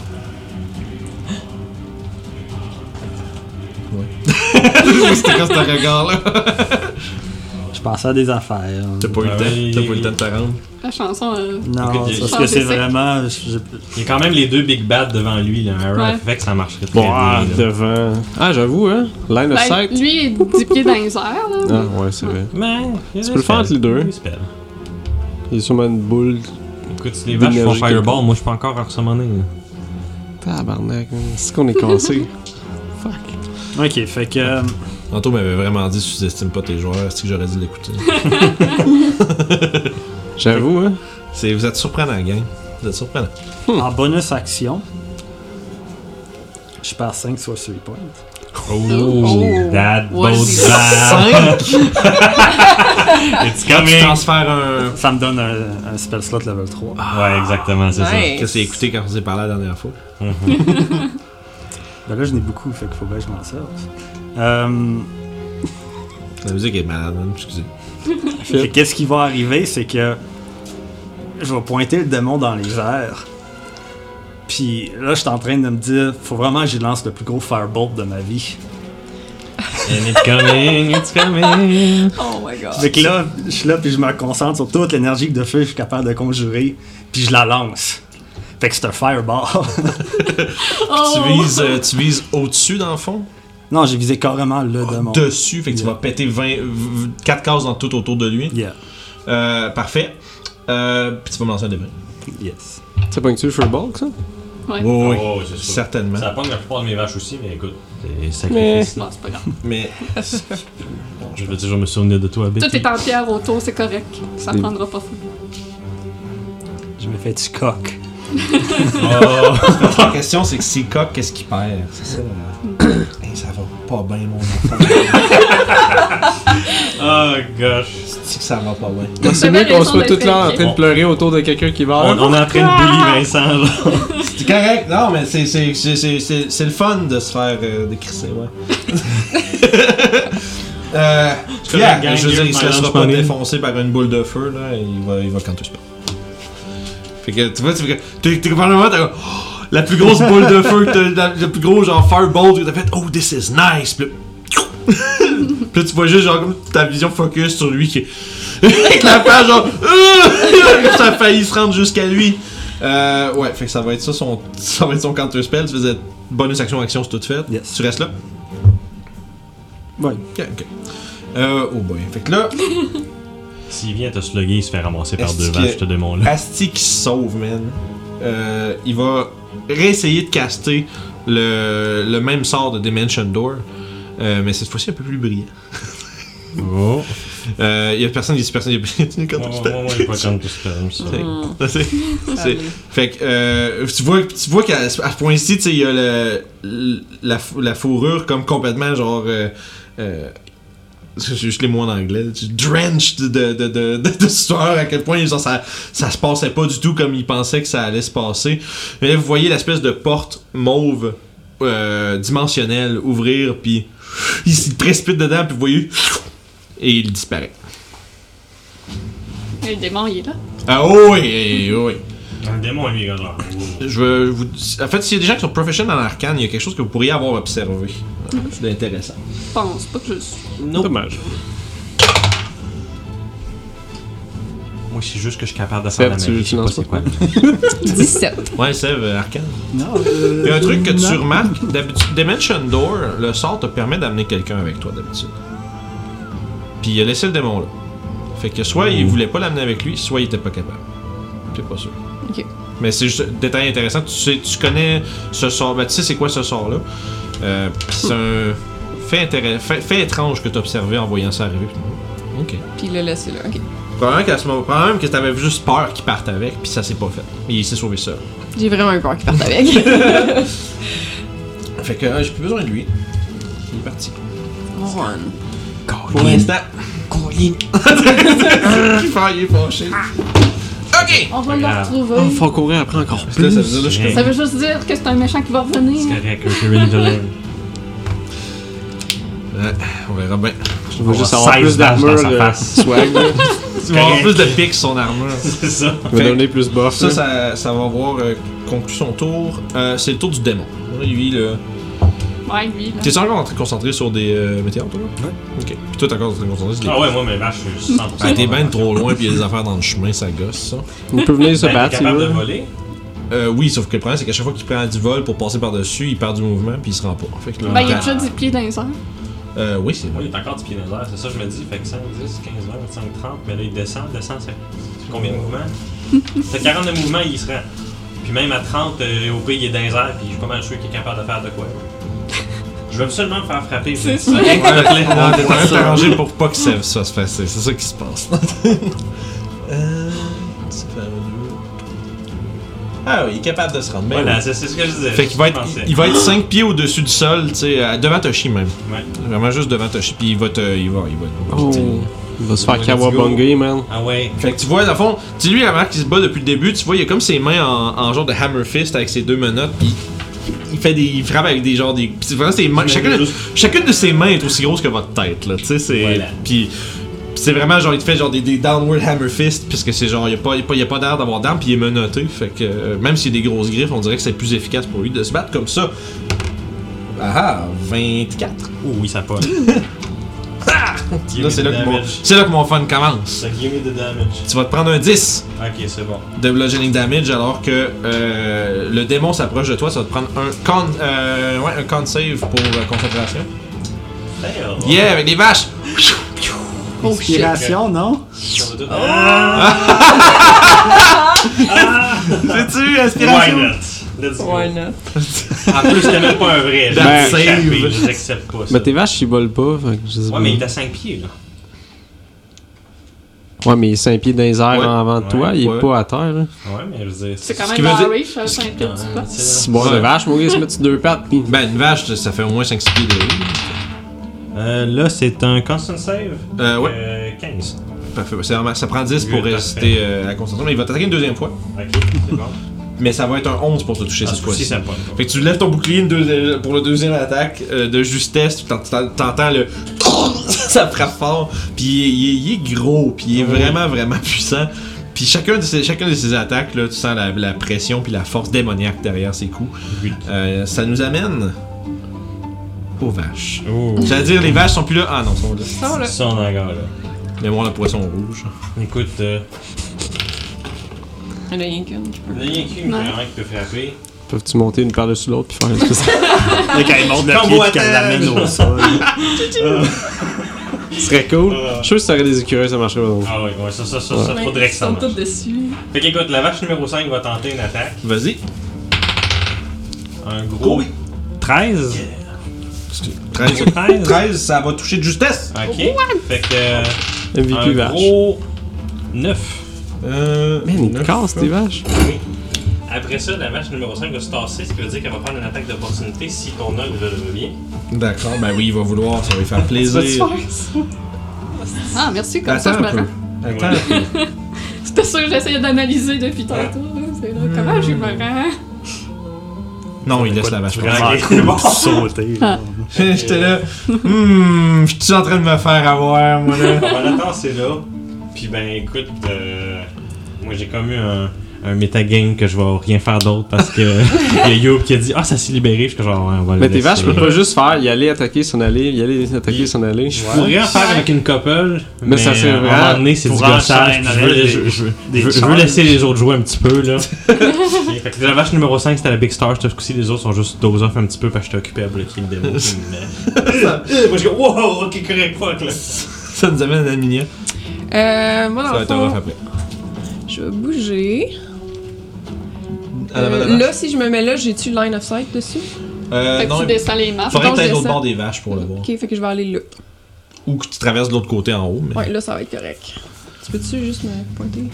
A: C'était quoi ce regard-là?
G: Je pensais à des affaires.
A: T'as pas eu le
D: Ah
A: temps,
D: oui.
A: t'as pas eu le temps de te rendre.
C: La chanson. euh,
G: Non,
D: Écoute,
G: c'est
D: il-
G: parce que c'est
C: il-
G: vraiment. euh, je-
D: Il y a quand même les deux Big Bad devant lui, là. Un
C: Ouais.
D: fait que ça marcherait très
B: Bon, ah,
D: bien. là.
B: devant. Ah, j'avoue, hein. Line of
C: ben,
B: sight.
C: lui, il est 10 pieds dans les airs. Là,
B: Ah, ouais, c'est vrai.
D: Mais. Tu
B: peux le faire entre les deux. Il y a sûrement une boule.
D: Écoute, si les vaches font
B: D'énergie
D: fireball,
B: quelconque.
D: moi je peux encore en resummoner. là.
B: Tabarnak, man. C'est qu'on est cassé. Fuck.
G: Ok, fait que. euh,
A: Anto m'avait vraiment dit sous-estime pas tes joueurs, c'est que j'aurais dû l'écouter.
B: J'avoue, hein.
A: C'est- vous êtes surprenant, gang. Vous êtes surprenant.
G: En bonus action, je perds 5 sur le point.
D: Oh, that
C: Ouais,
D: bodes
C: c'est-
A: Ah,
D: bad.
A: 5!
D: It's coming.
A: Transfère un.
G: Ça me donne un, un spell slot level Ah, 3.
D: Ouais, exactement, c'est ça.
A: Qu'est-ce que c'est écouté quand on s'est parlé la dernière fois?
G: Ben là, j'en ai beaucoup, fait qu'il faut bien que je m'en serve. Euh,
A: La musique est malade, hein, excusez.
G: fait qu'est-ce qui va arriver, c'est que je vais pointer le démon dans les airs. Puis là, je suis en train de me dire, faut vraiment que je lance le plus gros firebolt de ma vie.
D: And it's coming, it's coming.
F: Oh my god.
G: Ah, Fait que là, je suis là, puis je me concentre sur toute l'énergie de feu que je suis capable de conjurer, puis je la lance. Fait que c'est un fireball.
A: Tu vises, euh, tu vises au-dessus, dans le fond?
G: non, j'ai visé carrément le
A: Ah,
G: démon.
A: Dessus, fait que tu
G: Yeah.
A: vas péter 20, 4 cases dans tout autour de lui.
G: Yeah,
A: Euh, parfait. Euh, puis tu vas me lancer un débris.
G: yes.
B: Ça pogne-tu le fireball, ça?
C: Ouais.
A: Oui, oui,
D: Oh, c'est ça.
A: certainement.
D: Ça pogne la plupart de mes vaches aussi, mais écoute, c'est sacrifice.
C: Bon, c'est pas grave.
A: Mais
D: Je vais toujours me souvenir de toi, Betty.
C: Tout est en pierre autour, c'est correct. Ça prendra pas fou.
G: Je me fais du coq.
D: Oh.
A: la question, c'est que si coq, qu'est-ce qu'il perd? C'est ça.
D: Mm.
A: hey, ça va pas bien, mon enfant.
D: oh gosh.
A: C'est que ça va pas bien.
B: C'est
C: bien
B: mieux qu'on
C: raison
B: soit
C: d'être
B: toutes là en
C: inquiet.
B: train de pleurer autour de quelqu'un qui va.
D: On, on est en train de bully Vincent, là.
A: C'est correct, non, mais c'est, c'est, c'est, c'est, c'est, c'est le fun de se faire euh, décrisser, ouais. euh,
D: Je
A: yeah,
D: connais le gang
A: je veux dire, il se
D: Guillaume
A: laissera
D: Malone
A: pas
D: Spawning.
A: défoncer par une boule de feu, là, et il va, il va quand tu Fait que, tu vois, tu fais que, t'es, t'es probablement, t'as, oh, la plus grosse boule de feu, que t'as- la- le plus gros, genre, fireball que t'as fait, oh, this is nice, pis là, Puis là, tu vois juste, genre, comme ta vision focus sur lui qui est. avec la page, genre. euh, ça a failli se rendre jusqu'à lui. Euh, ouais, fait que ça va être ça, son, ça va être son counter spell. Tu faisais bonus action, action, c'est tout fait.
G: Yes.
A: Tu restes là?
G: Ouais.
A: Ok, ok. Euh, oh boy. Fait que là,
D: S'il vient te slugger, il se fait ramasser par
A: Est-ce
D: deux
A: que-
D: vaches, ce démon-là.
A: Asti qui se sauve, man. Euh, il va réessayer de caster le, le même sort de Dimension Door. euh, mais cette fois-ci un peu plus brillant.
D: Oh.
A: Euh, Il y a personne qui dit personne. Il y a il y a
D: Ouais,
A: counter
D: ouais,
A: spell.
D: ouais, ouais, pas contre spell,
A: C'est-
D: ça.
A: c'est- c'est- Fait que euh, tu vois, tu vois qu'à à ce point-ci, tu sais, il y a le, le- la, fou- la fourrure comme complètement genre. Euh, euh, c'est juste les mots en anglais. là, Drenched de, de, de, de, de sueur, à quel point genre, ça, ça se passait pas du tout comme ils pensaient que ça allait se passer. Mais là, vous voyez l'espèce de porte mauve euh, dimensionnelle ouvrir, puis il se précipite dedans, puis vous voyez. Et il disparaît.
C: Le démon, il est là.
A: Ah oui, oui, oui.
D: Le démon, lui, regarde là.
A: Je veux vous... En fait, s'il y a des gens qui sont professionnels dans l'arcane, il y a quelque chose que vous pourriez avoir observé. Euh, C'est intéressant.
C: Je pense pas que je suis.
B: Dommage.
D: Moi, c'est juste que je suis capable de
B: Seb,
D: faire la
B: tu-
D: magie.
B: tu
D: je sais pas
B: lances
D: c'est quoi.
H: 17.
A: Ouais, Sève, euh, arcane.
G: Non.
A: Il y a un truc que tu remarques. d'habitude- Dimension Door, le sort te permet d'amener quelqu'un avec toi d'habitude. Puis il a laissé le démon là. Fait que soit il voulait pas l'amener avec lui, soit il était pas capable. C'est pas sûr.
H: Ok.
A: Mais c'est juste un détail intéressant. Tu sais, tu connais ce sort. Ben, tu sais c'est quoi ce sort là. Euh, puis c'est un fait, intéress- fait, fait étrange que tu observé en voyant ça arriver. Puis, Ok.
H: Puis le laisser là. Ok.
A: Probablement qu'à ce moment, probablement que t'avais juste peur qu'il parte avec, puis ça s'est pas fait. Il s'est sauvé seul.
H: J'ai vraiment eu peur qu'il parte avec.
A: Fait que euh, j'ai plus besoin de lui. Il est parti.
H: Ron.
A: Pour l'instant. il est fort, il est fâché. Ok!
C: On va le
D: grave.
C: retrouver.
B: Oh, faut courir après encore
A: Puis là, ça veut
B: plus.
A: dire là, je
D: Hey,
C: Ça veut juste dire que c'est un méchant qui va
D: C'est
C: revenir.
D: correct, Catherine Dolan.
A: Ouais, on verra bien.
B: Je veux juste
D: On va
B: avoir
D: 16
B: plus
D: dans
B: d'armure,
D: sa
B: de
D: face.
B: swag. là.
A: Tu vas avoir plus de pics sur son armure.
D: C'est ça.
B: Il va donner plus buff.
A: Ça,
B: là.
A: ça, ça va avoir euh, conclu son tour. Euh, c'est le tour du démon. Là, Lui, là,
C: Ouais, lui, là.
A: T'es encore en train de concentrer sur des euh, météores, toi, là? Ouais. Ok. Puis toi, t'es encore en train de concentrer sur des.
D: Ah ouais, moi, mes vaches, je suis 100%.
A: Ben, t'es ben trop loin, puis il y a des affaires dans le chemin, ça gosse, ça.
B: Il peut venir se
D: Ben,
B: battre,
D: t'es
B: s'il
D: capable de
B: veut.
D: voler.
A: Euh, oui, sauf que le problème, c'est qu'à chaque fois qu'il prend du vol pour passer par-dessus, il perd du mouvement, puis il se rend pas. Fait que là,
C: Ben, il y a
A: t'as-
C: déjà des pieds dans les airs.
A: Euh, oui, c'est
D: Oui,
A: vrai.
D: il est encore du pied dans les airs, c'est ça que je me dis. Fait que 5, 10, 15, 20, 25, 30. Mais là, il descend, descend, c'est c'est combien de mouvements C'est 40 de mouvements, il se rend. Puis même à 30, euh, au pire, il est dans les airs, puis je suis pas mal sûr qu'il est capable de faire de quoi. Je vais absolument me faire frapper.
C: C'est
D: ça.
C: ça.
A: Ouais, non, t'es en train de t'arranger pour pas que ça, ça se fasse. C'est ça qui se passe. euh. c'est pas mieux. Ah oui, il est capable de se rendre. mais
D: Voilà,
A: oui.
D: c'est c'est ce que je disais.
A: Fait qu'il va être,
D: Je pensais.
A: il va être 5 pieds au-dessus du sol, tu sais, à- devant Toshi même.
D: Ouais.
A: Vraiment juste devant Toshi, puis il va te. Il va. Il va, te-
B: Oh,
A: tu sais.
B: il va se faire
A: Let's
B: kawabunger, man.
D: Ah ouais.
A: Fait que tu vois, dans le fond, tu sais, lui, la marque qui se bat depuis le début, tu vois, il a comme ses mains en, en genre de hammer fist avec ses deux menottes, pis il fait des. Il frappe avec des genres des. pis c'est vraiment ses mains. Chacune,
D: juste-
A: chacune de ses mains est aussi grosse que votre tête, là. Tu sais, c'est.
D: Voilà.
A: Pis. pis c'est vraiment genre, il te fait genre des, des downward hammer fist, puisque c'est genre, il a pas, il a pas, il a pas d'air d'avoir d'armes, pis il est menotté. Fait que, euh, même s'il y a des grosses griffes, on dirait que c'est plus efficace pour lui de se battre comme ça. Ah ah, 24.
D: Oh oui, ça Ah! passe.
A: Là, c'est là, que mon- c'est là que mon fun commence.
D: Ça give me the damage.
A: Tu vas te prendre un 10.
D: Ok, c'est bon.
A: de bludgeoning damage alors que euh, le démon s'approche de toi, ça va te prendre un con, euh, ouais, un con save pour euh, concentration.
D: Fail.
A: Yeah, avec les vaches!
C: Oh,
G: Inspiration, non?
D: Ça va tout- Ah!
A: J'ai-tu
D: Why not? Let's go.
H: Why not?
D: En plus, c'était même pas un vrai.
A: Ben,
D: J'ai échappé,
A: save.
D: Je l'accepte pas. ça.
B: Mais tes vaches, ils volent pas. Fait que je sais
D: Ouais, mais il est
B: pas.
D: à 5 pieds, là.
B: Ouais, mais il est 5 pieds dans les airs
A: Ouais.
B: en avant de toi, il est
A: Ouais.
B: pas à terre. hein. là.
D: Ouais, mais je veux dire, hein,
C: C'est quand
A: qui
C: même
A: veut
C: dans
A: dire-
C: la reach, là, c'est un peu du pas.
B: C'est bon,
A: Ouais.
B: les vaches, mon gars, ils se mettent sur deux pattes. Pis...
A: Ben, une vache, ça fait au moins 5-6 pieds de.
D: Euh, là, c'est un constant save.
A: Euh, ouais,
D: Euh, 15.
A: parfait. C'est vraiment- ça prend 10 pour
D: Huit,
A: résister euh, à la concentration, mais il va t'attaquer une deuxième fois.
D: Ok, c'est bon.
A: Mais ça va être un 11 pour te toucher
D: Ah,
A: cette fois-ci.
D: ça pogne pas.
A: Fait que tu lèves ton bouclier une deuxi- pour le deuxième attaque euh, de justesse, tu t'en- t'en- t'entends le ça frappe fort, puis il, est- il est- il est gros, puis il est vraiment vraiment puissant. Puis chacun de ces, chacun de ces attaques là, tu sens la, la pression puis la force démoniaque derrière ses coups.
D: Huit.
A: Euh, ça nous amène aux vaches.
D: Oh.
A: J'allais dire les vaches sont plus là. Ah non, sont là.
F: Non, là.
D: Ça, on en garde, là.
A: Mais bon, la poisson rouge.
D: Écoute, euh,
H: Il y en a rien qu'une qui peut.
D: il y a rien qu'une
C: Ouais.
D: vraiment qui peut frapper.
B: Peuvent-tu monter une par-dessus l'autre puis faire l'espèce
G: Là, quand il monte le
D: Combo
G: pied et qu'elle
D: attack.
G: l'amène au sol.
B: Ce serait cool. Je suis sûr que si t'aurais des écureuils, ça marcherait pas.
D: Ah ouais, ouais, ça, ça, ça, ça,
C: Ouais,
D: faudrait que ça
C: Ils sont
D: marche.
C: tous dessus.
D: Fait qu'écoute, la vache numéro 5 va tenter une attaque.
A: Vas-y.
D: Un
A: Oh
D: gros.
G: 13?
A: 13,
D: 13.
A: 13, ça va toucher de justesse.
D: Ok. Fait que. euh, un
B: MVP vache.
D: gros. 9.
A: Euh,
B: Man, il
A: neuf,
B: casse tes vaches.
D: Après ça, la vache numéro 5 va se tasser, ce qui veut dire qu'elle va prendre une attaque d'opportunité si ton œil le veut bien.
A: D'accord, ben oui, il va vouloir, ça va lui faire plaisir.
C: Ah, merci, comme
A: Attends
C: ça, je
A: un
C: me
A: peu.
C: rends.
A: Attends un peu.
C: C'était sûr que j'essayais d'analyser depuis tantôt. là. C'est là, comment
A: Hmm.
C: je me rends?
A: Non, il laisse la vache
D: vraiment
A: passer.
D: cool pour
G: sauter.
C: là.
A: J'étais là. Hmm, je suis en train de me faire avoir, moi là.
D: On va l'attendre, c'est là. Puis ben écoute, euh, moi j'ai comme eu un, un metagame que je vais rien faire d'autre parce que il y a Youb qui a dit Ah, ça s'est libéré. Je suis genre, ouais, on va le
B: Mais tes
D: laisser.
B: vaches, peuvent pas juste faire y aller, attaquer, s'en aller, y aller, attaquer, s'en aller.
D: Je pourrais en faire avec une couple, mais,
B: Mais ça, c'est
D: euh, à
B: vrai.
D: un moment donné, c'est du
G: Pour
D: gossage. puis Je veux,
G: enchaîner
D: je, je-
G: des- des
D: je veux- je veux
G: charges.
D: laisser les autres jouer un petit peu, là. fait que la vache numéro 5, c'était la Big Star. Ce coup-ci, les autres sont juste dose off un petit peu parce que j'étais occupé à bloquer le démon. qui me met. Moi, je dis Wow, ok, correct, fuck, là.
A: Ça nous amène à Naminia.
F: Euh, moi,
A: Ça
F: dans
A: va
F: le
A: être rough
F: fond,
A: après.
F: je vais bouger.
A: À l'avant de
F: Euh,
A: la vache.
F: là, si je me mets là, j'ai-tu line of sight dessus?
A: Euh,
C: Fait que
A: non,
C: tu descends les marches.
A: faudrait
F: donc,
A: que t'ailles
F: je
A: de l'autre
F: descends.
A: bord des vaches pour le voir.
F: Ok, fait que je vais aller là.
A: Ou que tu traverses de l'autre côté en haut. mais-
F: Ouais, là, ça va être correct. Tu peux-tu juste me pointer?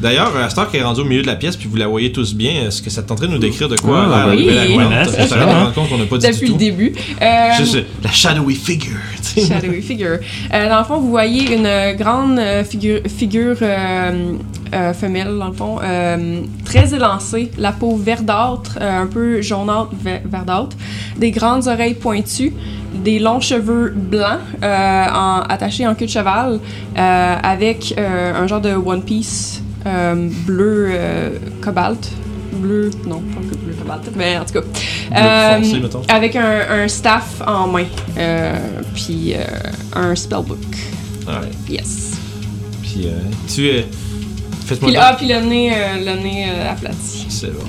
A: D'ailleurs, Astor qui est rendu au milieu de la pièce, puis vous la voyez tous bien, est-ce que ça te tenterait de nous décrire de quoi
B: Ah,
A: a l'air
B: ben
A: la
B: oui.
A: nouvelle augmente?
D: Ouais,
A: Parce que Ça
D: c'est
A: va
D: ça.
A: rendre compte qu'on n'a pas dit
F: Depuis
A: du
F: le
A: tout.
F: début. Euh,
A: Juste euh, la shadowy figure, tu sais.
F: Shadowy figure. Euh, dans le fond, vous voyez une euh, grande euh, figure, figure euh, euh, femelle, dans le fond, euh, très élancée, la peau verdâtre, euh, un peu jaunâtre, ve- verdâtre, des grandes oreilles pointues, des longs cheveux blancs euh, en- attachés en queue de cheval, euh, avec euh, un genre de One Piece euh, bleu euh, cobalt. Bleu, non, pas bleu cobalt, mais en tout cas. Euh,
A: foncé, mettons.
F: avec un, un staff en main. Euh, puis euh, un spellbook.
A: Ouais.
F: Yes.
A: Puis euh, tu es. Faites-moi
F: Puis, le-
A: donc-
F: ah, puis le nez, euh, le nez euh, aplati.
A: C'est bon.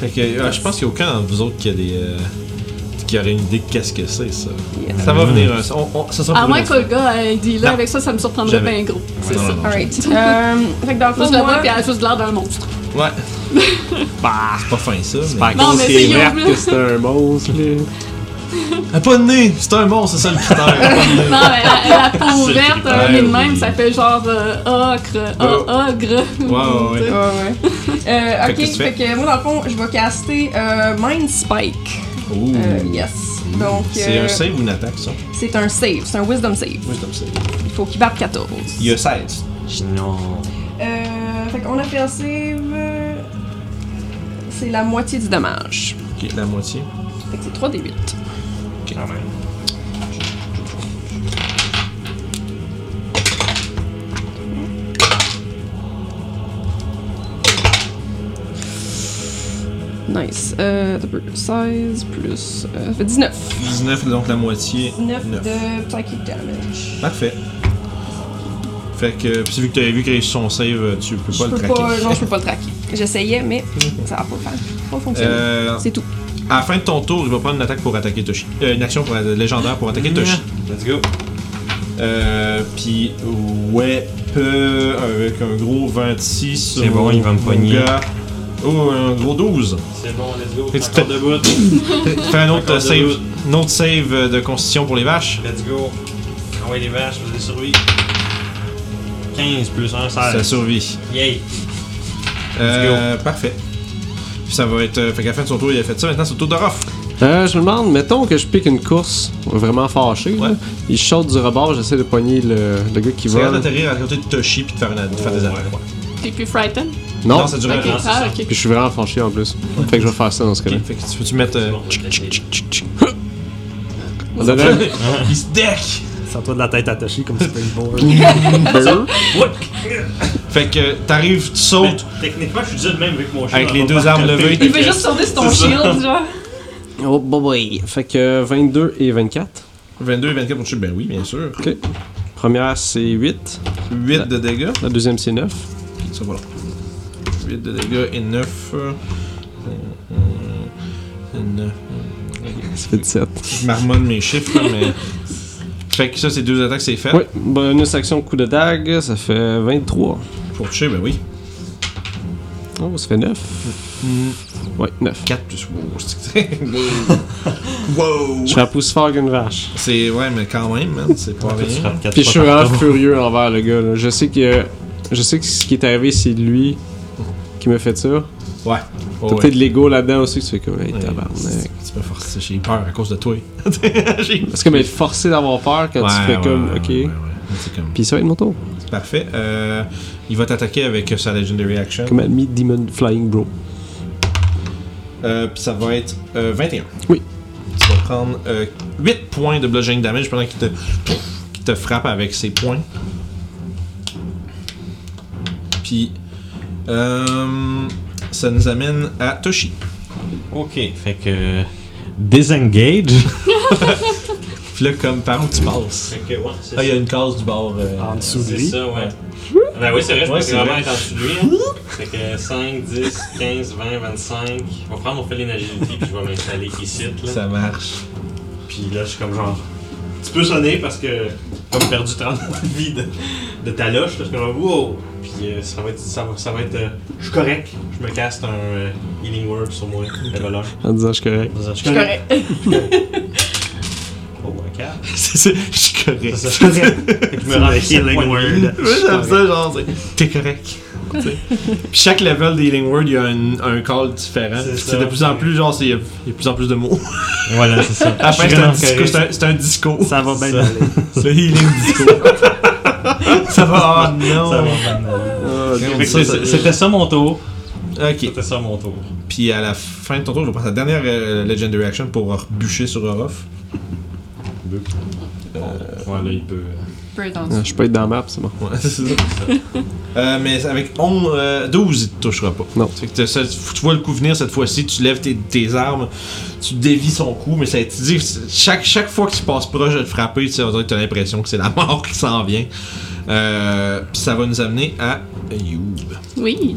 A: Fait que euh, je pense qu'il n'y a aucun de vous autres qui a des. euh, qui aurait une idée de qu'est-ce que c'est, ça.
F: Yes.
A: Ça va venir. euh, on, on- ça sera
C: À
A: pour
C: moins
A: une
C: que le gars ait dit là
A: Non.
C: avec ça, ça me surprendrait
A: J'avais-
C: bien gros.
A: Ouais,
C: C'est ça.
A: non, non, non.
F: Alright. Euh, fait que dans le
C: Moi,
F: fond,
C: je la vois,
F: moi,
C: puis elle a juste l'air d'un monstre.
A: Ouais.
B: Bah,
A: C'est pas fin, ça. mais-
B: Par
C: Non,
B: contre,
C: mais
B: c'est
C: c'est
B: vert
C: horrible.
B: que c'est un monstre, là.
A: Ah, pas de nez! C'est un monstre, c'est ça le critère.
C: Non, mais la, la peau
A: C'est
C: verte,
A: clair,
C: un nez de
A: oui.
C: même, ça fait genre euh, ocre,
A: Oh.
C: ah, ogre.
A: Ouais, ouais, ouais.
F: Ouais, ouais. Euh,
A: Fait
F: ok,
A: que qu'est-ce que
F: fait
A: tu
F: que moi, dans le fond, je vais caster euh, Mind Spike.
A: Ouh.
F: Euh, yes. Donc,
A: Mm. C'est
F: euh,
A: un save ou une attaque, ça?
F: c'est un save. C'est un Wisdom save.
A: Oui, c'est un save.
F: Il faut qu'il batte 14.
A: Il y a 16.
E: Non.
F: Euh, fait qu'on a fait un save. euh, C'est la moitié du dommage.
A: Ok, la moitié.
F: Fait que c'est 3 des 8.
E: Quand même.
F: Nice. Euh, t'as peu, 16 plus. Euh, ça fait 19.
A: 19, donc la moitié.
F: 19
A: Neuf.
F: de psychic damage.
A: Parfait. Fait que, puis vu que t'avais vu qu'il a eu son save, euh, tu peux
F: Je
A: pas le
F: peux
A: traquer.
F: pas, non, je peux pas le traquer. J'essayais, mais ça va pas faire. Pas fonctionner.
A: Euh,
F: C'est tout.
A: à la fin de ton tour, il va prendre une attaque pour attaquer Toshi. Euh, une action pour, légendaire pour attaquer Toshi.
E: Let's go.
A: Euh, puis weapon avec un gros 26 sur
D: C'est bon, il va me
A: mon
D: pogner.
A: gars. Oh, un gros 12.
E: C'est bon, let's go.
A: Et tu
E: Encore
A: te-
E: debout.
A: Fais un autre
E: Encore
A: save,
E: deux.
A: un autre save de constitution pour les vaches.
E: Let's go. Envoyez les vaches, vous avez survie.
D: 15 plus 1,
A: Ça
D: 16.
A: survit.
E: Yay.
A: Euh, parfait. Puis ça va être. euh, Fait qu'à la fin de son tour, il a fait ça. Maintenant, c'est au tour de Ruff.
B: Euh, je me demande, mettons que je pique une course vraiment fâchée. là.
A: Ouais.
B: Il saute du rebord, j'essaie de pogner le, le gars qui
A: Tu regardes
B: vole.
A: d'atterrir à côté de Toshi puis de faire, une- de faire des attaques.
C: T'es plus frightened?
B: Non,
A: Non, ça dure
C: Ok,
A: un round.
C: ah, ok.
B: puis je suis vraiment fâché en plus. fait que je vais faire ça dans ce cas-là.
A: Fait que tu peux-tu mettre. euh,
E: Bon, let's go.
B: On donne un-
A: Il se deck!
G: Sors-toi de la tête attachée comme Springboard.
B: Brrr.
A: Fait que t'arrives, tu
D: Mais
A: sautes
D: Techniquement, je suis dit de même avec mon chien.
A: avec les deux armes levées.
F: Il veut juste sauter sur ton shield, genre.
B: Oh boy. Fait que 22 et 24.
A: 22 et 24 pour tuer. Ben oui, bien sûr.
B: Première c'est 8.
A: 8 de dégâts.
B: La deuxième c'est 9.
A: Ça voilà. 8 de dégâts et euh, 9. 9.
B: Ça fait 17.
A: euh, Je marmonne mes chiffres, là, mais. Fait que ça, c'est deux attaques, c'est fait.
B: Ouais, bonus action coup de dague, ça fait 23.
A: Pour toucher, ben oui.
B: Oh, ça fait 9.
A: Mm-hmm.
B: Ouais, 9.
A: 4 plus. Wow, c'est- wow!
B: Je repousse fort qu'une vache.
A: C'est. Ouais, mais quand même, man, c'est pas rien.
B: Puis je suis vraiment furieux envers le gars. là. Je sais que je sais que ce qui est arrivé, c'est lui qui m'a fait ça.
A: Ouais.
B: T'as
A: Oh, ouais.
B: peut-être de l'ego là-dedans aussi que tu fais comme hey,
A: Ouais.
B: tabarnak.
A: Tu m'as forcé, j'ai peur à cause de toi. j'ai
B: Parce que mais forcé d'avoir peur quand tu
A: Ouais,
B: fais
A: ouais,
B: comme
A: ouais,
B: ok.
A: ouais, ouais, ouais. C'est comme.
B: Puis ça va être mon tour.
A: Parfait. Euh, il va t'attaquer avec sa Legendary Action.
B: Comme ami Demon Flying Bro.
A: Euh, puis ça va être euh, 21.
B: Oui.
A: Tu vas prendre euh, 8 points de bludgeoning damage pendant qu'il te, qu'il te frappe avec ses points. Puis euh, ça nous amène à Toshi.
D: Ok, fait
A: euh,
D: que. Disengage.
A: Puis là, comme par où tu passes
E: Fait que, ouais, c'est
A: Ah, il y a
E: ça.
A: une case du bord. euh,
G: En dessous de
E: C'est
G: lui.
E: ça, ouais. Ben oui, c'est vrai, je
A: Ouais,
E: pense
A: c'est
E: que vraiment
A: vrai.
E: être en dessous de lui. hein. Fait que 5, 10, 15, 20, 25. Je vais prendre mon filet d'agilité puis je vais m'installer ici. Là.
A: Ça marche.
E: Puis là, je suis comme genre. Tu peux sonner parce que. Comme perdu 30 de vie de, de ta loche, là, je suis comme wow! Puis euh, ça va être. Ça va, ça va être euh, je suis correct. Je me casse un euh, Healing Word sur moi, le voleur.
B: En disant je suis correct.
E: Je suis
F: Je suis correct.
E: Oh, un quatre.
A: C'est- c'est- Je suis correct.
E: C'est ça. Fait que je me rends avec sept points de vie.
A: Moi, j'aime ça, genre, c'est- t'es correct. Tu sais. Puis chaque level des Healing Word, il y a un, un call différent.
E: C'est
A: Puis
E: ça.
A: C'est de plus en plus, genre, c'est- il y, a il y a de plus en plus de mots.
D: Voilà, c'est ça.
A: Après, c'est un,
D: vraiment
A: disco,
D: correct.
A: c'est un- c'est un disco.
G: Ça va bien
E: Ça.
G: aller.
A: Le healing disco. ça va. Oh non.
E: Ça va pas mal.
A: Oh,
D: Fait
A: non,
D: que
A: ça,
D: c'est- C'était ça mon tour.
A: ça- Ok.
E: C'était ça mon tour.
A: Puis à la fin de ton tour, je vais prendre ta dernière euh, Legendary Action pour bûcher sur Orof.
E: Ouais, là, il peut. euh,
H: Peu intense.
B: Euh, Je peux être dans la map, c'est bon.
A: Ouais, c'est ça. Euh, mais avec 11, euh, 12, il te touchera pas.
B: Non.
A: Fait que t'as ça- tu vois le coup venir cette fois-ci, tu lèves tes, tes armes, tu dévis son coup, mais ça te dit, chaque, chaque fois que tu passes proche de te frapper, tu on dirait que t'as l'impression que c'est la mort qui s'en vient. Euh, Puis ça va nous amener à Youb.
C: Oui.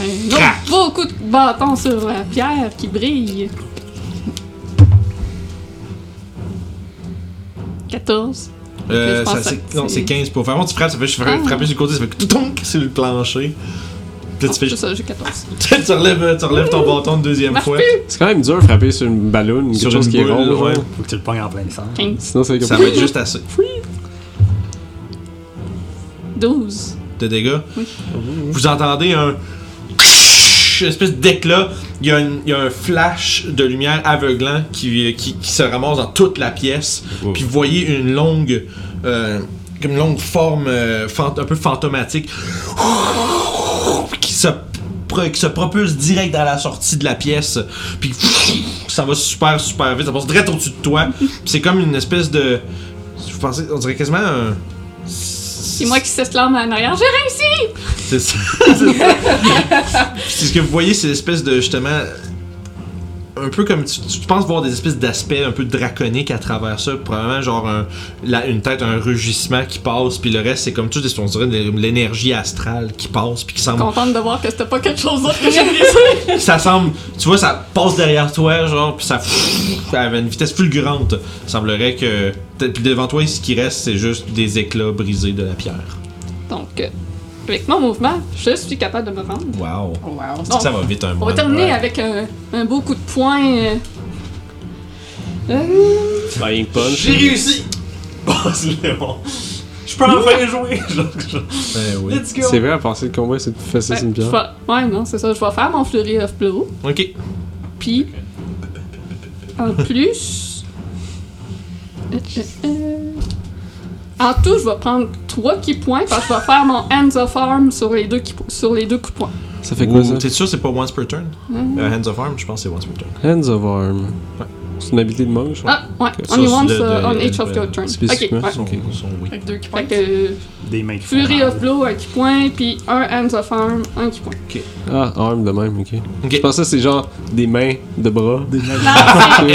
C: Un autre
A: Crac!
C: beau coup de bâton sur la pierre qui brille. 14.
A: Euh,
C: Je pense
A: ça,
C: que
A: c'est- non,
C: c'est-
A: c'est 15 pour faire. Quand tu frappes, ça fait juste fra-
C: Ah.
A: frapper sur le côté, ça fait que tonk sur le plancher. Puis
C: Ah,
A: là, tu fais.
C: c'est ça, j'ai 14.
B: Ah,
A: tu relèves, tu relèves ton bâton une deuxième
C: Marche
A: fois.
B: C'est quand même dur de frapper sur une ballonne, quelque
A: Sur
B: chose
A: une
B: qui est
A: boule,
B: rond. genre.
A: ouais.
G: Faut que tu le pognes en plein centre.
C: 15.
B: Sinon, c'est
A: Ça
B: comme.
A: va être juste assez
C: 12.
A: de dégâts.
C: Oui.
A: Vous entendez un. Une espèce d'éclat. Il y, a une- il y a un flash de lumière aveuglant qui, qui, qui se ramasse dans toute la pièce.
D: Wow.
A: Puis vous voyez une longue. euh, comme une longue forme euh, fant- un peu fantomatique qui se, pro- qui se propulse direct dans la sortie de la pièce. Puis ça va super, super vite. Ça passe direct au-dessus de toi. Puis c'est comme une espèce de. Je pensais, on dirait quasiment un.
C: C'est moi qui s'esclame en arrière. J'ai réussi!
A: C'est ça. C'est ça. Puis ce que vous voyez, c'est l'espèce de justement. Un peu comme tu, tu penses voir des espèces d'aspects un peu draconiques à travers ça. Probablement, genre un- la- une tête, un rugissement qui passe, puis le reste, c'est comme tout, on dirait de l'énergie astrale qui passe, puis qui semble.
C: Contente de voir que c'était pas quelque chose d'autre que j'ai réussi.
A: Ça semble. Tu vois, ça passe derrière toi, genre, puis ça. Ça avait une vitesse fulgurante. Il semblerait que. Puis devant toi, ce qui reste, c'est juste des éclats brisés de la pierre.
C: Donc, euh, avec mon mouvement, je suis capable de me rendre.
A: Waouh!
H: Wow.
C: Bon,
A: Ça va vite un
C: on va
A: moine.
C: terminer
A: Ouais.
C: avec un, un beau coup de poing. euh. Euh,
B: Flying punch.
E: J'ai réussi! Bon, c'est bon. Je peux enfin jouer!
A: Ben oui.
E: Let's go!
B: C'est vrai, à passer le combat, c'est plus facile
C: ouais,
B: sur une
C: ben, je
B: pierre.
C: vais- ouais, non, c'est ça. Je vais faire mon fleury of blue.
A: Ok.
C: Puis, en plus, euh, euh, euh, en tout, je vais prendre trois qui points parce que je vais faire mon hands of arm sur les deux, qui, sur les deux coups de poing.
B: Ça fait quoi
A: Ou-
B: ça
A: T'es sûr c'est pas once per turn?
C: Hmm.
A: Euh, hands of arm, je pense que c'est once per turn.
B: Hands of Arm. C'est une habilité de monk, je crois.
C: Ah, ouais.
A: Ça,
C: Only
A: c'est
C: once
A: de-
C: uh, on
A: de-
C: each of
A: de-
C: your turn. Ok,
B: spécifiquement.
C: ouais.
A: Son, son oui.
F: Avec deux qui
C: Fait
F: pointent.
C: que euh,
G: Des mains qui font
C: Fury
G: mal.
C: of Blow, un qui pointe, puis un Hands of Arm, un qui pointe.
B: Ah, arm de même, ok. Je
A: Ok.
B: pensais que c'est genre des mains, de bras. Des mains.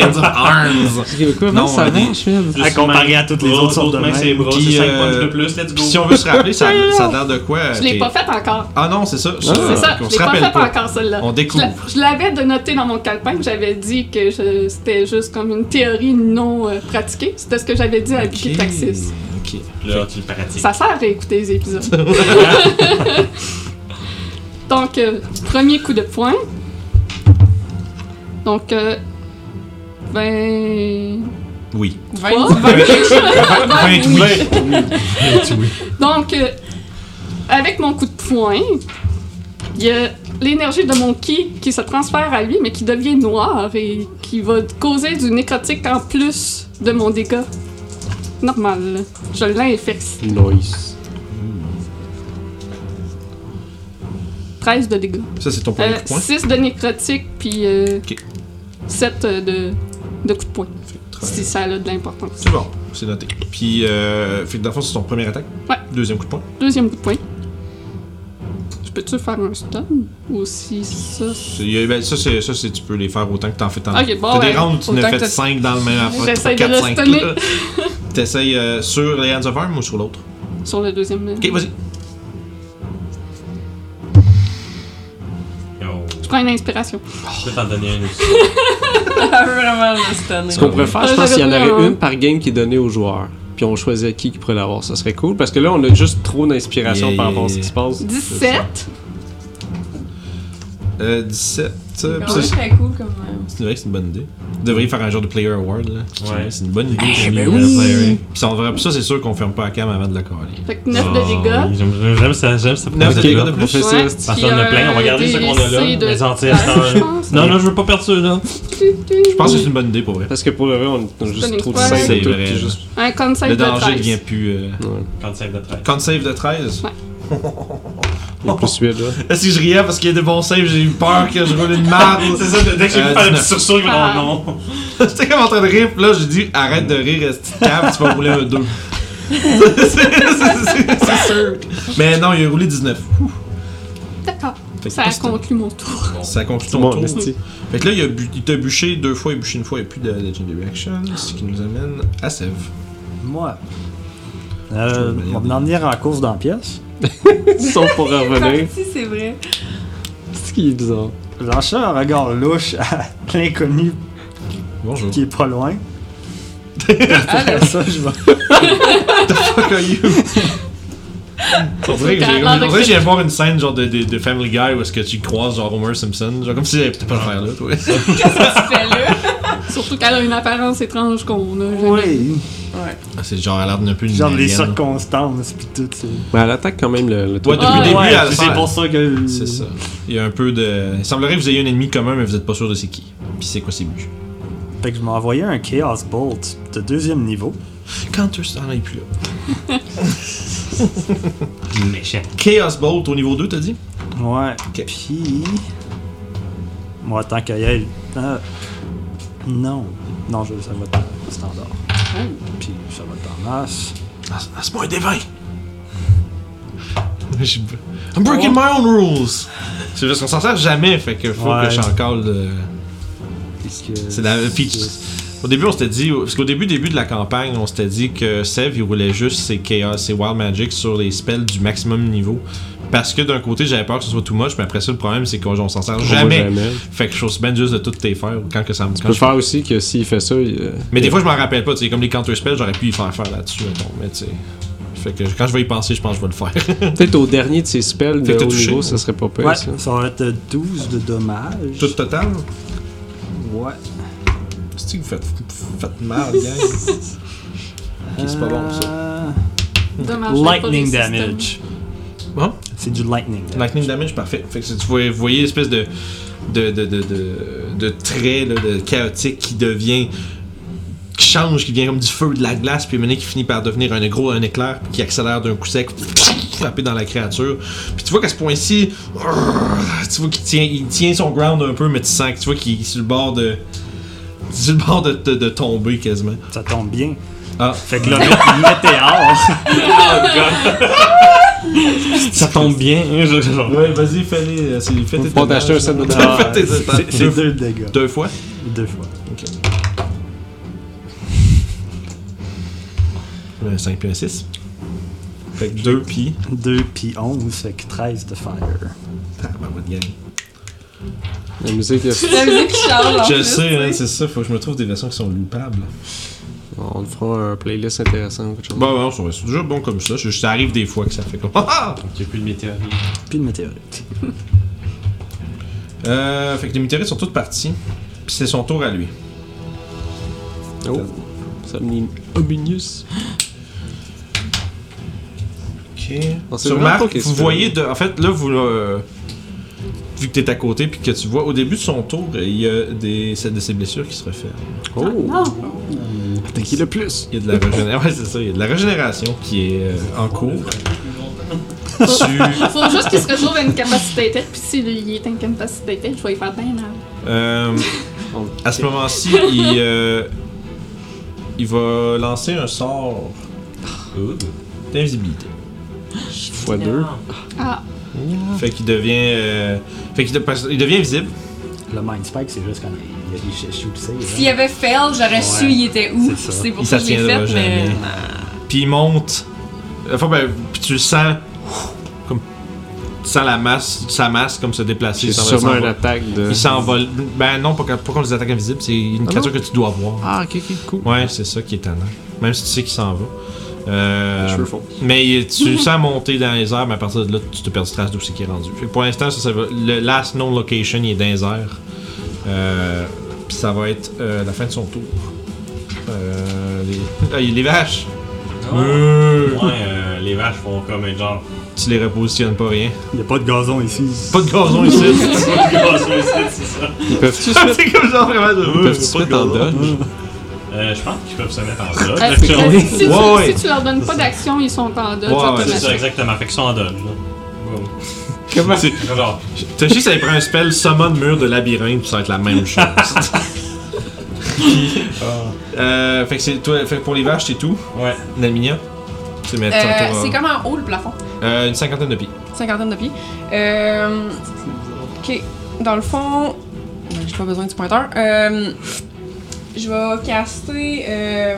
A: Hands of arms!
B: Quoi,
A: Non,
B: ça
A: on dit-
B: marche, man?
G: À comparer à toutes les autres sortes de mains.
E: c'est bras,
A: Puis,
E: c'est 5
A: euh,
E: points de plus, let's
A: Puis
E: go!
A: si on veut se rappeler, ça, ça a l'air de quoi?
C: Je l'ai
A: t'es-
C: pas faite encore.
A: Ah non, c'est ça.
C: C'est ça, je
A: On
C: l'ai
A: se
C: pas
A: rappelle
C: faite
A: pas.
C: encore celle-là.
A: On
C: Je la-
A: découvre.
C: Je l'avais de noter dans mon calepin, j'avais dit que je- c'était juste comme une théorie non euh, pratiquée. C'était ce que j'avais dit à
A: Ok.
C: Vicky Praxis.
A: Ok.
E: Là, tu le pratiques.
C: Ça sert à écouter les épisodes. Donc, euh, premier coup de poing. Donc, euh, ben...
A: Oui.
C: pas.
A: Vingt, oui.
C: Donc, euh, avec mon coup de poing, il y a l'énergie de mon ki qui se transfère à lui, mais qui devient noire et qui va causer du nécrotique en plus de mon dégât. Normal. Je l'infecte.
B: Nice.
C: 13 de dégâts.
A: Ça, c'est ton premier
C: Euh,
A: coup de poing.
C: 6 de nécrotique, puis euh,
A: Ok.
C: 7 euh, de, de coups de poing, si
A: Très-
C: ça a de l'importance.
A: C'est bon, c'est noté. Puis, euh, fait que dans le fond, c'est ton premier attaque.
C: Ouais.
A: Deuxième coup de poing.
C: Deuxième coup de poing. Je peux-tu faire un stun? Ou si ça...
A: C'est- il y a- ben, ça, c'est, ça, c'est, tu peux les faire autant que t'en fais. T'en,
C: Ok, bon,
A: t'as des
C: ben,
A: rounds, tu
F: autant
A: ne
F: que
A: fais
F: t'as-
A: 5 dans le même affaire.
C: J'essaie de
A: Quatre,
C: le
A: cinq,
C: stunner.
A: là. T'essayes euh, sur les hands of arm ou sur l'autre?
C: Sur le deuxième... euh,
A: Ok, vas-y.
E: Yo,
C: Je prends une inspiration.
E: je peux t'en donner un aussi.
H: Vraiment le stun.
B: Ce qu'on pourrait faire, je
C: Ouais,
B: pense qu'il y en
C: j'avais vu
B: aurait
C: un.
B: une par game qui est donnée aux joueurs. Puis on choisit à qui qui pourrait l'avoir. Ça serait cool. Parce que là, on a juste trop d'inspiration
A: Yeah,
B: par
A: yeah,
B: rapport à ce qui
A: yeah.
B: se passe.
C: 17.
A: Euh, 17. euh, pis
C: Ah
F: Quand
A: ça,
F: même
A: c'est
F: Ah très cool comme. euh,
A: c'est vrai que c'est une bonne idée. Vous devriez faire un genre de player award, là.
E: Ouais.
A: C'est une bonne idée.
C: Eh,
A: Puis
E: ben oui.
A: ça, on verra- pis ça, c'est sûr qu'on ferme pas la cam avant de la coller.
C: Fait que 9
D: Ah,
C: de dégâts.
E: Ah, J'aime j'aime ça, j'aime ça.
A: Neuf
E: Ok,
A: de dégâts
E: là.
A: de plus.
B: Fais ça,
C: Ouais.
B: c'est-
E: Parce
C: Puis euh,
E: qu'on en a
C: un
E: plein, on va garder ce qu'on a là,
C: DLC de-
E: les anti
C: Ah, je pense.
E: Non, non, je veux pas perdre ceux-là.
A: Je pense que c'est une bonne idée pour vrai.
B: Parce que pour le vrai, on on a juste
C: Stunning
B: trop de
C: Strike.
B: 5
A: C'est
B: et tout.
A: vrai,
B: puis
A: là.
B: juste-
C: Un con save
A: Le
C: de
A: danger
C: 13.
A: devient plus. euh,
E: Quand save de 13.
A: Con save de 13.
C: Ouais.
B: il
A: Oh,
B: y a plus 8 là.
A: Est-ce que je riais parce qu'il y a des bons saves, j'ai eu peur que je roule une marde.
E: C'est ça, dès que j'ai
A: Euh,
E: vu faire le
A: 19.
E: petit sursaut, il
C: Ah.
E: va non, non.
A: J'étais comme en train de rire, pis là, j'ai dit arrête de rire, est cave, tu vas rouler un 2. C'est- c'est- c'est- C'est sûr. Mais non, il a roulé 19. Ouh.
C: D'accord.
A: Fait que
C: Ça
A: c'est-
C: conclut mon tour.
A: Ça conclut ton
B: Bon,
A: tour.
B: esti.
A: Fait que là, il a bu- il t'a bûché deux fois, il a bûché une fois, il n'y a plus de Legendary Action. Ce qui nous amène à Sèvres.
G: Moi. Euh, on va m'en venir en course dans la pièce.
B: Sauf pour revenir.
H: Si, c'est vrai.
B: C'est qui est bizarre.
G: Lâcher un regard louche à l'inconnu
A: Bonjour.
G: qui est pas loin. Après ça, je vais.
A: Fuck are you? On dirait que j'ai- on dirait que j'allais voir une scène genre de, de, de Family Guy où est-ce que tu croises genre Homer Simpson, genre comme si j'avais peut-être pas le faire là, toi.
C: Surtout qu'elle a une apparence étrange qu'on a jamais.
G: Oui.
A: Ah, c'est genre elle a l'air d'un peu une
G: Genre les
A: alien.
G: circonstances, puis tout. c'est-
B: Mais elle attaque quand même le, le
A: Ouais, depuis
B: toit.
A: le début,
G: Ouais,
A: elle
G: c'est
A: fait-
G: pour ça que.
A: C'est ça. Il y a un peu de. Il semblerait que vous ayez un ennemi commun, mais vous êtes pas sûr de c'est qui. Puis c'est quoi ses buts.
G: Fait que je m'ai envoyé un Chaos Bolt de deuxième niveau.
A: Counter Strike, il est plus là.
D: Méchant.
A: Chaos Bolt au niveau 2, t'as dit
G: Ouais.
A: Ok.
G: Puis. Moi, tant qu'à y aller. euh, Non. Non, je, ça va être standard. Puis ça va être en masse.
A: Lance-moi un des 20 I'm breaking my own rules C'est juste qu'on s'en sert jamais, fait que faut
G: Ouais.
A: que je s'encale de. C'est la puis tu- Au début, on s'était dit, parce qu'au début, début de la campagne, on s'était dit que Sev, il roulait juste ses Chaos, ses Wild Magic sur les spells du maximum niveau. Parce que d'un côté, j'avais peur que ce soit too much, mais après ça, le problème, c'est qu'on on s'en sert jamais. Fait que je suis bien juste de toutes tes faire quand que ça me
B: Tu peux
A: quand je-
B: faire aussi que s'il fait ça, il, euh,
A: Mais des fois, je m'en rappelle pas. tu sais, Comme les counter spells, j'aurais pu y faire faire là-dessus. mettons, Mais tu sais. Fait que quand je vais y penser, je pense que je vais le faire.
B: peut-être au dernier de ses spells
A: Fait
B: de
A: que t'as
B: haut
A: touché.
B: niveau, ça serait pas pire.
G: Ouais,
B: ça.
G: ça va être 12 de dommages.
A: Tout total
G: Ouais.
A: cest que vous faites, vous faites mal, gang? Ok, c'est pas bon, ça.
G: Euh,
C: Dommage, j'ai Ah, pas
G: Lightning
C: des systèmes.
G: damage.
B: Hein?
A: Bon.
G: C'est du lightning. damage.
A: Lightning damage, parfait. Fait que tu vois- vous voyez l'espèce de, de, de, de, de, de trait là, de chaotique qui devient. qui change, qui devient comme du feu, de la glace, puis mené qui finit par devenir un gros, un éclair, puis qui accélère d'un coup sec, frappé dans la créature. Puis tu vois qu'à ce point-ci, tu vois qu'il tient, il tient son ground un peu, mais tu sens que tu vois qu'il est sur le bord de. sur le bord de, de- de tomber quasiment.
G: Ça tombe bien.
A: Ah.
G: Fait que là, mé- météore.
D: Ça tombe bien. hein, je- je- genre.
A: Ouais, vas-y, fais-les. C'est fait
B: Faut pas t'acheter un set de
A: Ah,
B: dommages.
A: t'es- t'es-
G: C'est- C'est deux dégâts.
A: Deux fois.
G: Deux fois.
A: Un 5 puis un 6. Fait que 2 puis.
G: Deux puis 11, fait que 13 de fire.
A: Ah, bah, votre gang.
B: La musique, euh,
H: La musique change. en
A: Je
H: plus,
A: sais, hein,
H: tu
A: c'est ça, faut que je me trouve des versions qui sont loupables.
B: on le fera un playlist intéressant ou quelque chose.
A: Bon, bon, c'est- c'est déjà bon comme Bah, ça. Je- Ça arrive des fois que ça fait comme. Ah!
D: Il y a plus de météorites.
G: Puis de météorite.
A: Euh, fait que les météorites sont toutes parties. Puis c'est son tour à lui.
B: Oh, ça me dit Ominius.
A: Ok.
B: On sait
A: Tu
B: vraiment pas
A: remarques,
B: qu'est-ce
A: vous
B: qu'il fait.
A: voyez, de, en fait, là, vous. euh, vu que t'es à côté, puis que tu vois, au début de son tour, il y a des, c'est de ses blessures qui se referment.
B: Oh,
C: Non,
B: t'es qui le plus
A: Il y a de la régénération. Ouais, c'est ça, il y a de la régénération qui est euh, en cours. tu.
C: faut juste qu'il se retrouve à une capacité tête, puis s'il est incapacité tête, je vais y faire bien hein. mal.
A: Euh, à ce moment-ci, il, euh, il va lancer un sort d'invisibilité.
B: Fois deux.
C: Ah,
A: Fait qu'il devient, euh, fait qu'il de- parce- il devient invisible.
G: Le mind spike, c'est juste quand il y a des chèches où
H: sais. S'il y avait fail, j'aurais
G: Ouais.
H: su il était où.
G: C'est ça.
H: C'est pour
A: Il
H: ça que je l'ai
A: s'abstiendra
H: fait, mais.
F: euh,
A: jamais. Puis il monte. Enfin, ben, puis tu le sens comme tu sens la masse, sa masse comme se déplacer.
B: J'ai
A: Il s'en va-
B: sûrement
A: s'en
B: une
A: va.
B: attaque de.
A: Il s'envole. Ben non, pas, quand- pas contre les attaques invisibles, c'est une créature que tu dois voir.
B: Ah, ok, ok, cool.
A: Ouais, c'est ça qui est étonnant. Même si tu sais qu'il s'en va. Euh,
B: Cheveux faux.
A: Mais il- tu le sens monter dans les airs, mais à partir de là, tu te perds du trace d'où c'est qui est rendu. Fait que pour l'instant, ça, ça va- le last known location, il est dans les airs. Euh, Puis ça va être euh, la fin de son tour. Euh, les... Ah, il y a les vaches! Euh,
D: Ouais, euh, les vaches font comme un genre.
A: Tu les repositionnes pas rien.
G: Il n'y a pas de gazon ici.
A: Pas de gazon ici!
B: Ils peuvent-tu se mettre,
A: c'est comme genre vraiment de.
B: ils peuvent-tu se mettre en dodge
D: Euh, je pense qu'ils peuvent se mettre en dodge.
C: Ah,
D: Fait
C: si,
D: que-
C: si- si tu,
A: Ouais, ouais.
C: si tu leur donnes pas d'action, ils sont en
A: Ouais, ouais,
C: dodge
D: C'est
C: automatiquement.
D: ça, exactement. Fait qu'ils sont en dodge. là. Wow.
B: Comment
A: C'est-
D: Fait que Genre,
A: T'as juste à prendre un spell summon mur de labyrinthe, pis ça va être la même chose. Puis, euh, fait que c'est toi, fait que pour les vaches, c'est tout.
D: ouais.
A: Naminia. Tu mets
F: Euh,
A: ton- ton-
F: c'est comme en haut le plafond,
A: Euh, une cinquantaine de pieds.
F: cinquantaine de pieds. Euh, ok, dans le fond, ben, j'ai pas besoin du pointeur. Euh, je vais caster, euh,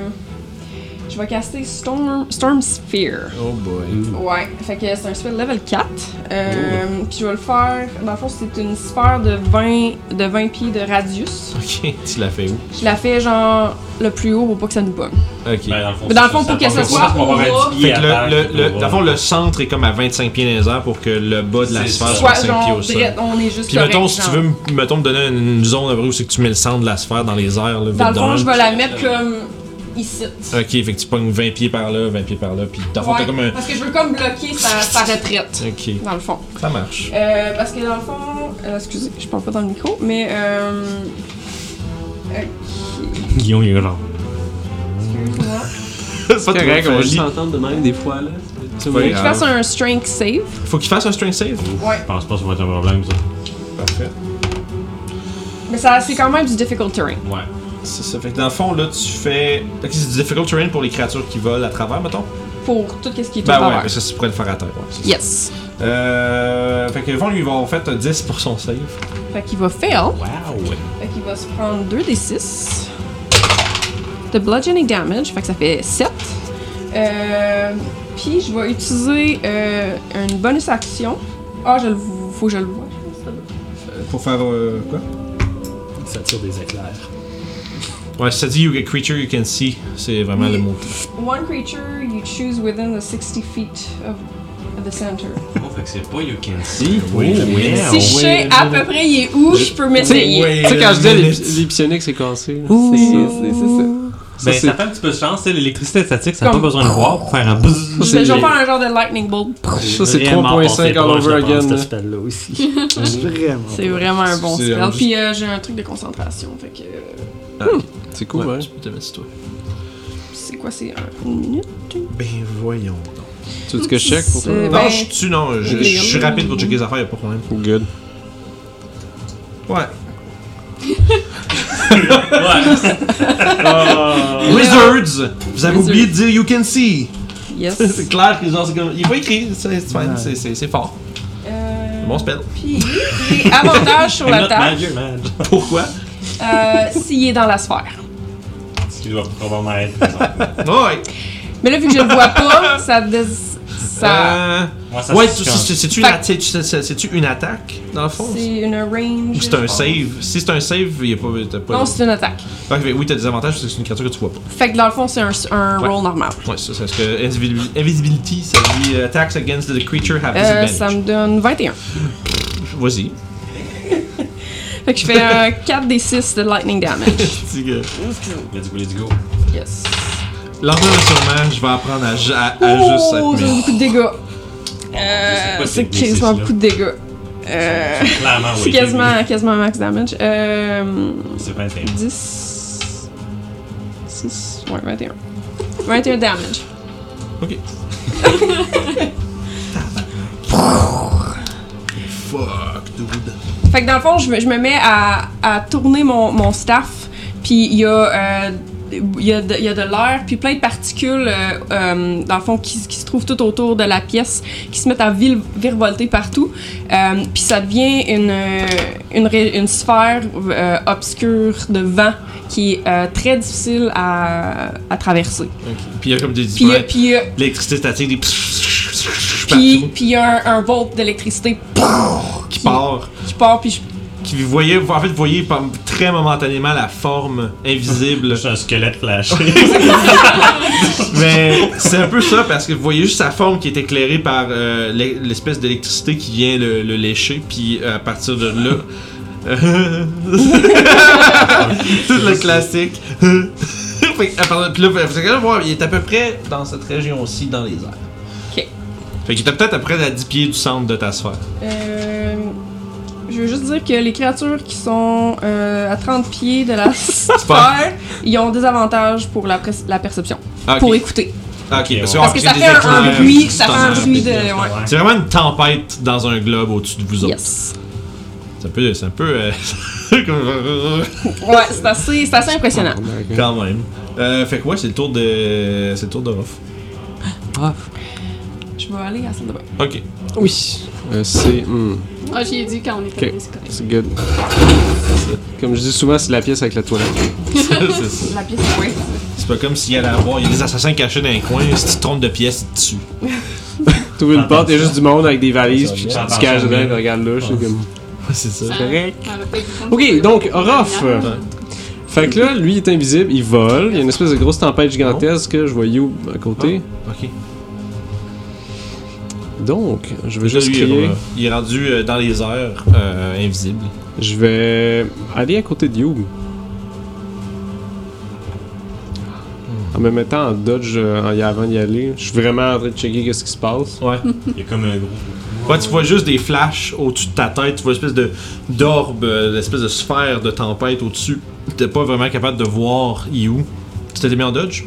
F: je vais caster Storm, Storm Sphere.
A: Oh boy.
F: Ouais, fait que c'est un spell level 4. Euh, Puis je vais le faire. Dans le fond, c'est une sphère de 20, de 20 pieds de radius.
A: Ok, tu l'as fait où
F: Je la fais genre le plus haut pour pas que ça nous pomme.
A: Ok.
E: Ben, dans le fond,
F: Mais dans le fond, pour que ce soit au bas,
A: fait que le, le, le, dans le fond, le centre est comme à 25 pieds dans les airs pour que le bas de la
E: C'est
A: sphère
E: ça.
A: soit
F: soit
A: 25 Ah, pieds
F: genre,
A: au sol.
F: direct, on est juste
A: Puis mettons,
F: correct,
A: si tu
F: genre.
A: veux me- mettons, me donner une une zone à où c'est que tu mets le centre de la sphère dans les airs. Là, vite
F: Dans le fond,
A: même.
F: je vais la mettre comme ici.
A: Ok, fait que tu pognes 20 pieds par là, 20 pieds par là, puis dans le fond,
F: Ouais,
A: t'as comme un.
F: Parce que je veux comme bloquer sa, sa retraite,
A: Ok,
F: dans le fond.
A: ça marche.
F: Euh, parce que dans le fond, euh, excusez, je parle pas dans le micro, mais euh,
D: Guillaume, il est genre.
F: excuse-moi.
B: C'est pas correct, on va
A: fâché.
B: juste s'entendre de même des fois là. Tu vois,
A: pas
F: Je
A: grave.
F: fasse un strength save.
A: Faut qu'il fasse un strength save.
F: Ouais.
D: Je pense pas que ça va être un problème, ça.
A: Parfait.
F: Mais ça, c'est quand même du difficult terrain.
D: Ouais.
A: C'est ça. Fait que dans le fond, là, tu fais. Fait que c'est du difficult terrain pour les créatures qui volent à travers, mettons.
F: Pour tout ce qui est au
A: Ben ouais,
F: travers.
A: mais ça, tu pourrais le faire à terre. Ouais, c'est ça.
F: Yes.
A: Euh. Fait que le fond, lui, il va en fait un 10 pour son save.
F: Fait qu'il va fail.
A: Wow!
F: Fait qu'il va se prendre 2 des 6 de bludgeoning damage. Fait que ça fait 7. Euh, Puis je vais utiliser euh, une bonus action. Ah, je le faut que je le vois.
A: Pour faire euh, quoi?
G: Ça tire
B: Ah,
G: des éclairs.
A: Ouais, ça dit you get creature you can see, c'est vraiment
F: Oui.
A: le mot.
F: One creature you choose within the 60 feet of the center.
E: Oh, fait que c'est pas You Can See.
B: Si, oui, oui.
F: si je sais à peu près il est où, je peux m'essayer.
B: Tu sais, quand je dis l'ép- l'épicionique, c'est cassé. là.
F: Ouh.
B: C'est c'est- c'est ça. Ça,
E: Ben,
B: c'est-
E: ça fait un petit peu de chance, tu sais, l'électricité statique, ça n'a
F: Comme-
E: pas besoin de voir pour faire un buzz.
F: Je vais je vais faire un genre de lightning bolt.
B: Ça, c'est 3.5 all over again. là.
G: là aussi. vraiment.
F: C'est vraiment un bon
A: C'est
F: spell.
A: un-
F: Puis euh, j'ai un truc de concentration. Fait que. euh,
B: C'est cool, hein. ouais.
A: tu peux te mettre sur toi.
F: C'est quoi, c'est un- une minute
A: Ben voyons donc.
B: Tu veux que je check pour toi?
F: C'est-
A: Non,
F: Ben,
A: je suis dessus, non, je, je suis rapide pour checker les affaires, y'a pas de problème.
B: Good.
A: Ouais.
E: Ouais.
A: Oh. Wizards! Vous avez
F: Wizards.
A: oublié de dire you can see!
F: Yes.
A: c'est clair que genre, c'est comme. Il est pas écrit, c'est c'est fine, c'est- c'est c'est fort.
F: Euh,
A: Bon spell.
F: Puis, j'ai avantage sur
E: I'm not
F: l'attaque
E: mad, you're mad.
A: Pourquoi?
F: euh, s'il est dans la sphère.
E: Ce qui doit probablement être.
A: Ouais!
F: Mais là, vu que je le vois pas, ça. dés- ça
A: Euh,
E: Moi, ça
A: ouais, c'est-
E: se fait.
A: c'est- c'est-tu une,
F: Fait-
A: atta- c'est- c'est- c'est-tu une attaque, dans le fond?
F: c'est une range.
A: Ou c'est un save? Si c'est un save, y'a pas. t'as pas
F: Non, c'est une attaque.
A: Ok, oui, t'as des avantages parce que c'est une créature que tu vois pas.
F: Fait que dans le fond, c'est un, un
A: Ouais.
F: roll normal.
A: Ouais, ça, c'est ce que invisibil- invisibility, ça dit euh, attacks against the creature have
F: Euh, ça me
A: disadvantage.
F: donne 21.
A: Vas-y.
F: Fait que je fais un 4 des 6 de lightning damage.
A: Dis que-
E: Let's go, let's go.
F: Yes.
A: Lentement mais sûrement, je vais apprendre à, ju- à, à juste
F: Oh,
A: être
F: c'est
A: meilleur.
F: beaucoup de dégâts.
E: C'est
F: Euh,
E: quoi
F: c'est
E: ces
F: quasiment
E: D6 -là?
F: beaucoup de dégâts. Euh,
A: Ah
E: Clairement,
F: c'est
E: oui.
F: quasiment, quasiment max damage. Euh,
E: C'est 21.
F: 10. 6. Ouais, 21. 21 damage.
A: Ok. Fuck, dude.
F: Fait que dans le fond, je me, je me mets à, à tourner mon, mon staff, puis il y a. euh, il y, a de, il y a de l'air, puis plein de particules, euh, euh, dans le fond, qui, qui se trouvent tout autour de la pièce, qui se mettent à vil- virevolter partout. Euh, puis ça devient une, euh, une, ré- une sphère euh, obscure de vent qui est euh, très difficile à, à traverser.
A: Puis il y a comme des
F: Puis il y a-
A: différents-
F: puis il y a-
A: L'électricité statique, des
F: puis-
A: partout
F: puis il y a un, un volt d'électricité
A: qui part.
F: qui part, puis je
A: Qui voyait, en fait, voyez par- très momentanément la forme invisible
E: Juste un squelette flash.
A: Mais c'est un peu ça parce que vous voyez juste sa forme qui est éclairée par euh, l'e- l'espèce d'électricité qui vient le, le lécher, puis euh, à partir de là. euh, Tout le classique. Fait que, à partir- puis là, vous allez voir, il est à peu près dans cette région-ci, dans les airs.
F: Ok.
A: Fait qu'il était peut-être à peu près à 10 pieds du centre de ta sphère.
F: Euh, je veux juste dire que les créatures qui sont euh, à 30 pieds de la sphère, ils ont des avantages pour la, pres- la perception,
A: Ah, ok.
F: pour écouter.
A: Ah, ok, parce que,
F: Parce que
A: ah,
F: ça
A: c'est
F: fait
A: des euh,
F: un, un
A: éclairs,
F: bruit,
A: du
F: ça fait un
A: tonnerre.
F: bruit de... Ouais.
A: C'est vraiment une tempête dans un globe au-dessus de vous autres.
F: Yes.
A: C'est un peu. C'est un peu. euh, comme-
F: Ouais, c'est assez, c'est assez impressionnant.
A: Quand même. Euh, fait que ouais, c'est le tour de. C'est le tour de Ruff.
B: Ah,
F: Je vais aller à la salle de bain.
A: Ok.
B: oui. Euh, c'est. hmm,
C: Ah, j'y ai dit quand on était
B: Ok.
C: allés, c'est correct.
B: c'est good. Comme je dis souvent, c'est la pièce avec la toilette.
A: c'est ça.
F: La pièce, oui.
A: C'est pas comme s'il y allait avoir. Il y a des assassins cachés dans les coins. Si tu te trompes de pièce, tu te tues.
B: T'ouvres une porte, il y a juste du monde avec des valises,
D: Ça
B: puis tu
D: vient.
B: te caches dedans, puis regarde là, je suis comme.
A: Ouais, c'est ça.
C: Ça-
B: correct.
C: elle a pas eu le temps
B: Ok,
C: de-
B: donc, Orof.
C: Ouais.
B: Fait que là, lui, il est invisible, il vole, il y a une espèce de grosse tempête gigantesque, je vois You à côté.
A: Ah, Ok.
B: Donc, je vais
A: Là,
B: juste
A: lui, il,
B: crier.
A: est, il est rendu euh, dans les airs, euh, invisible.
B: Je vais aller à côté de
G: Hmm.
B: You. En me mettant en dodge euh, en y avant d'y aller, je suis vraiment en train de checker qu'est-ce qui se passe.
A: Ouais.
D: Il y a comme un gros.
A: Ouais, tu vois juste des flashs au-dessus de ta tête, tu vois une espèce de d'orbe, euh, une espèce de sphère de tempête au-dessus. T'es pas vraiment capable de voir You. Tu t'étais mis en dodge?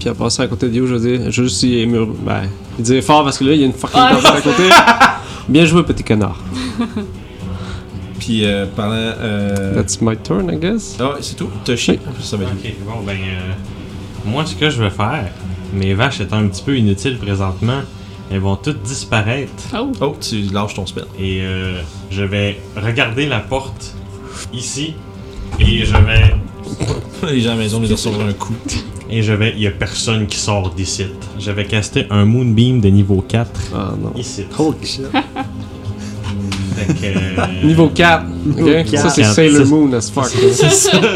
B: Puis en passant à côté de You, je veux dire, juste si il mur... ben, il dit fort parce que là, il y a une fucking
G: Ah,
C: Ouais,
B: tempête à côté. Bien joué, petit connard.
A: Puis euh, pendant... Euh...
B: That's my turn, I guess.
A: Ah, c'est tout? Toshi? Ça va être lui.
D: Ok, bon, ben. euh, moi, ce que je veux faire, mes vaches étant un petit peu inutiles présentement, elles vont toutes disparaître
C: Oh,
A: Oh, tu lâches ton spell.
D: et euh, je vais regarder la porte ici et je vais.
A: Les gens à la maison les ont sur un coup.
D: Et je vais. Il y a personne qui sort d'ici. Je vais caster un Moonbeam de niveau 4
B: Ah non.
D: ici.
G: Holy shit.
D: Fait que, euh,
B: Niveau 4. ok? Ça, c'est
D: quatre.
B: Sailor
D: Ça,
B: Moon as fuck. là.
D: Ça, c'est 2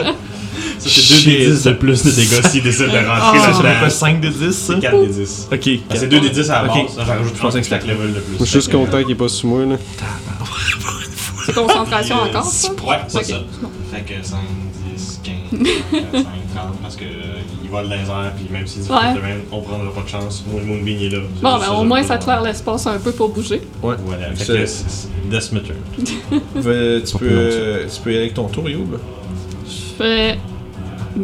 D: des 10 de plus de dégâts s'il décide de
B: Ah,
D: rentrer
A: Ça, ça fait
D: là-dedans.
A: quoi, 5 de 10, ça?
D: C'est 4 des 10.
A: Ok.
D: Ah, c'est 2 des 10 à la
A: Ok.
D: base. J'en rajoute
A: Je pensais que
D: 3 chaque
A: c'était-
D: level de plus.
B: Je suis juste
D: Fait que,
B: content qu'il est pas sous moi. Là.
C: Oh, c'est concentration
D: Puis, euh,
C: encore, ça?
D: Ouais, c'est
C: Ok.
D: ça. Fait que 5, 10, 15, 25, 30, parce que euh, il vole dans les airs, puis même s'il dit
C: Ouais.
D: ouais. semaine, on prendra pas de chance. Moi, le Moonbeam il est là. C'est
C: Bon,
D: juste
C: ben
D: ça,
C: au
D: je
C: moins
D: veux
C: ça te
D: voir.
C: l'air l'espace un peu pour bouger.
D: Voilà, fait
A: Ça-
D: que c'est- c'est- Death Meter.
A: Euh, tu, peux, euh, tu peux y aller avec ton tour, Youb.
C: Je vais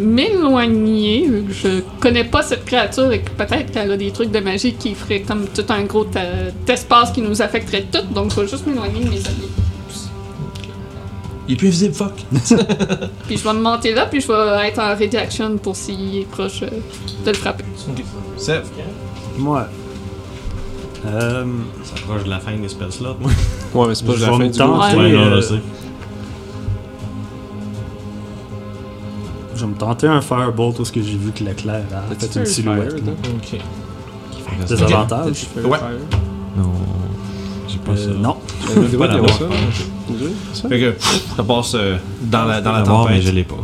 C: m'éloigner, vu que je connais pas cette créature et que peut-être qu'elle a des trucs de magie qui ferait comme tout un gros ta- espace qui nous affecterait toutes, donc je vais juste m'éloigner de mes amis.
A: Il est plus invisible, fuck.
C: Puis je vais me monter là, puis je vais être en ready action pour s'il est proche euh, de le frapper.
A: Seb,
G: Moi. Euh.
D: Ça approche de la fin des spell slots, moi.
B: Ouais, mais c'est pas
G: Je
B: la
G: vais
B: fin
G: me
B: du
G: tendre.
B: monde.
G: Ouais, euh,
D: là, c'est-
G: Je vais me tenter un firebolt où ce que j'ai vu que l'éclair a fait une silhouette. là. Ah,
A: Ok.
G: Des avantages?
A: Ouais.
D: Non. J'ai pas ça.
G: Euh, non.
B: C'est
D: Pas
B: pas
D: d'avoir.
B: ça. ça?
A: Fait que pff, ça passe euh, dans la, dans la
D: D'avoir, mais
A: tempête.
D: je l'ai pas.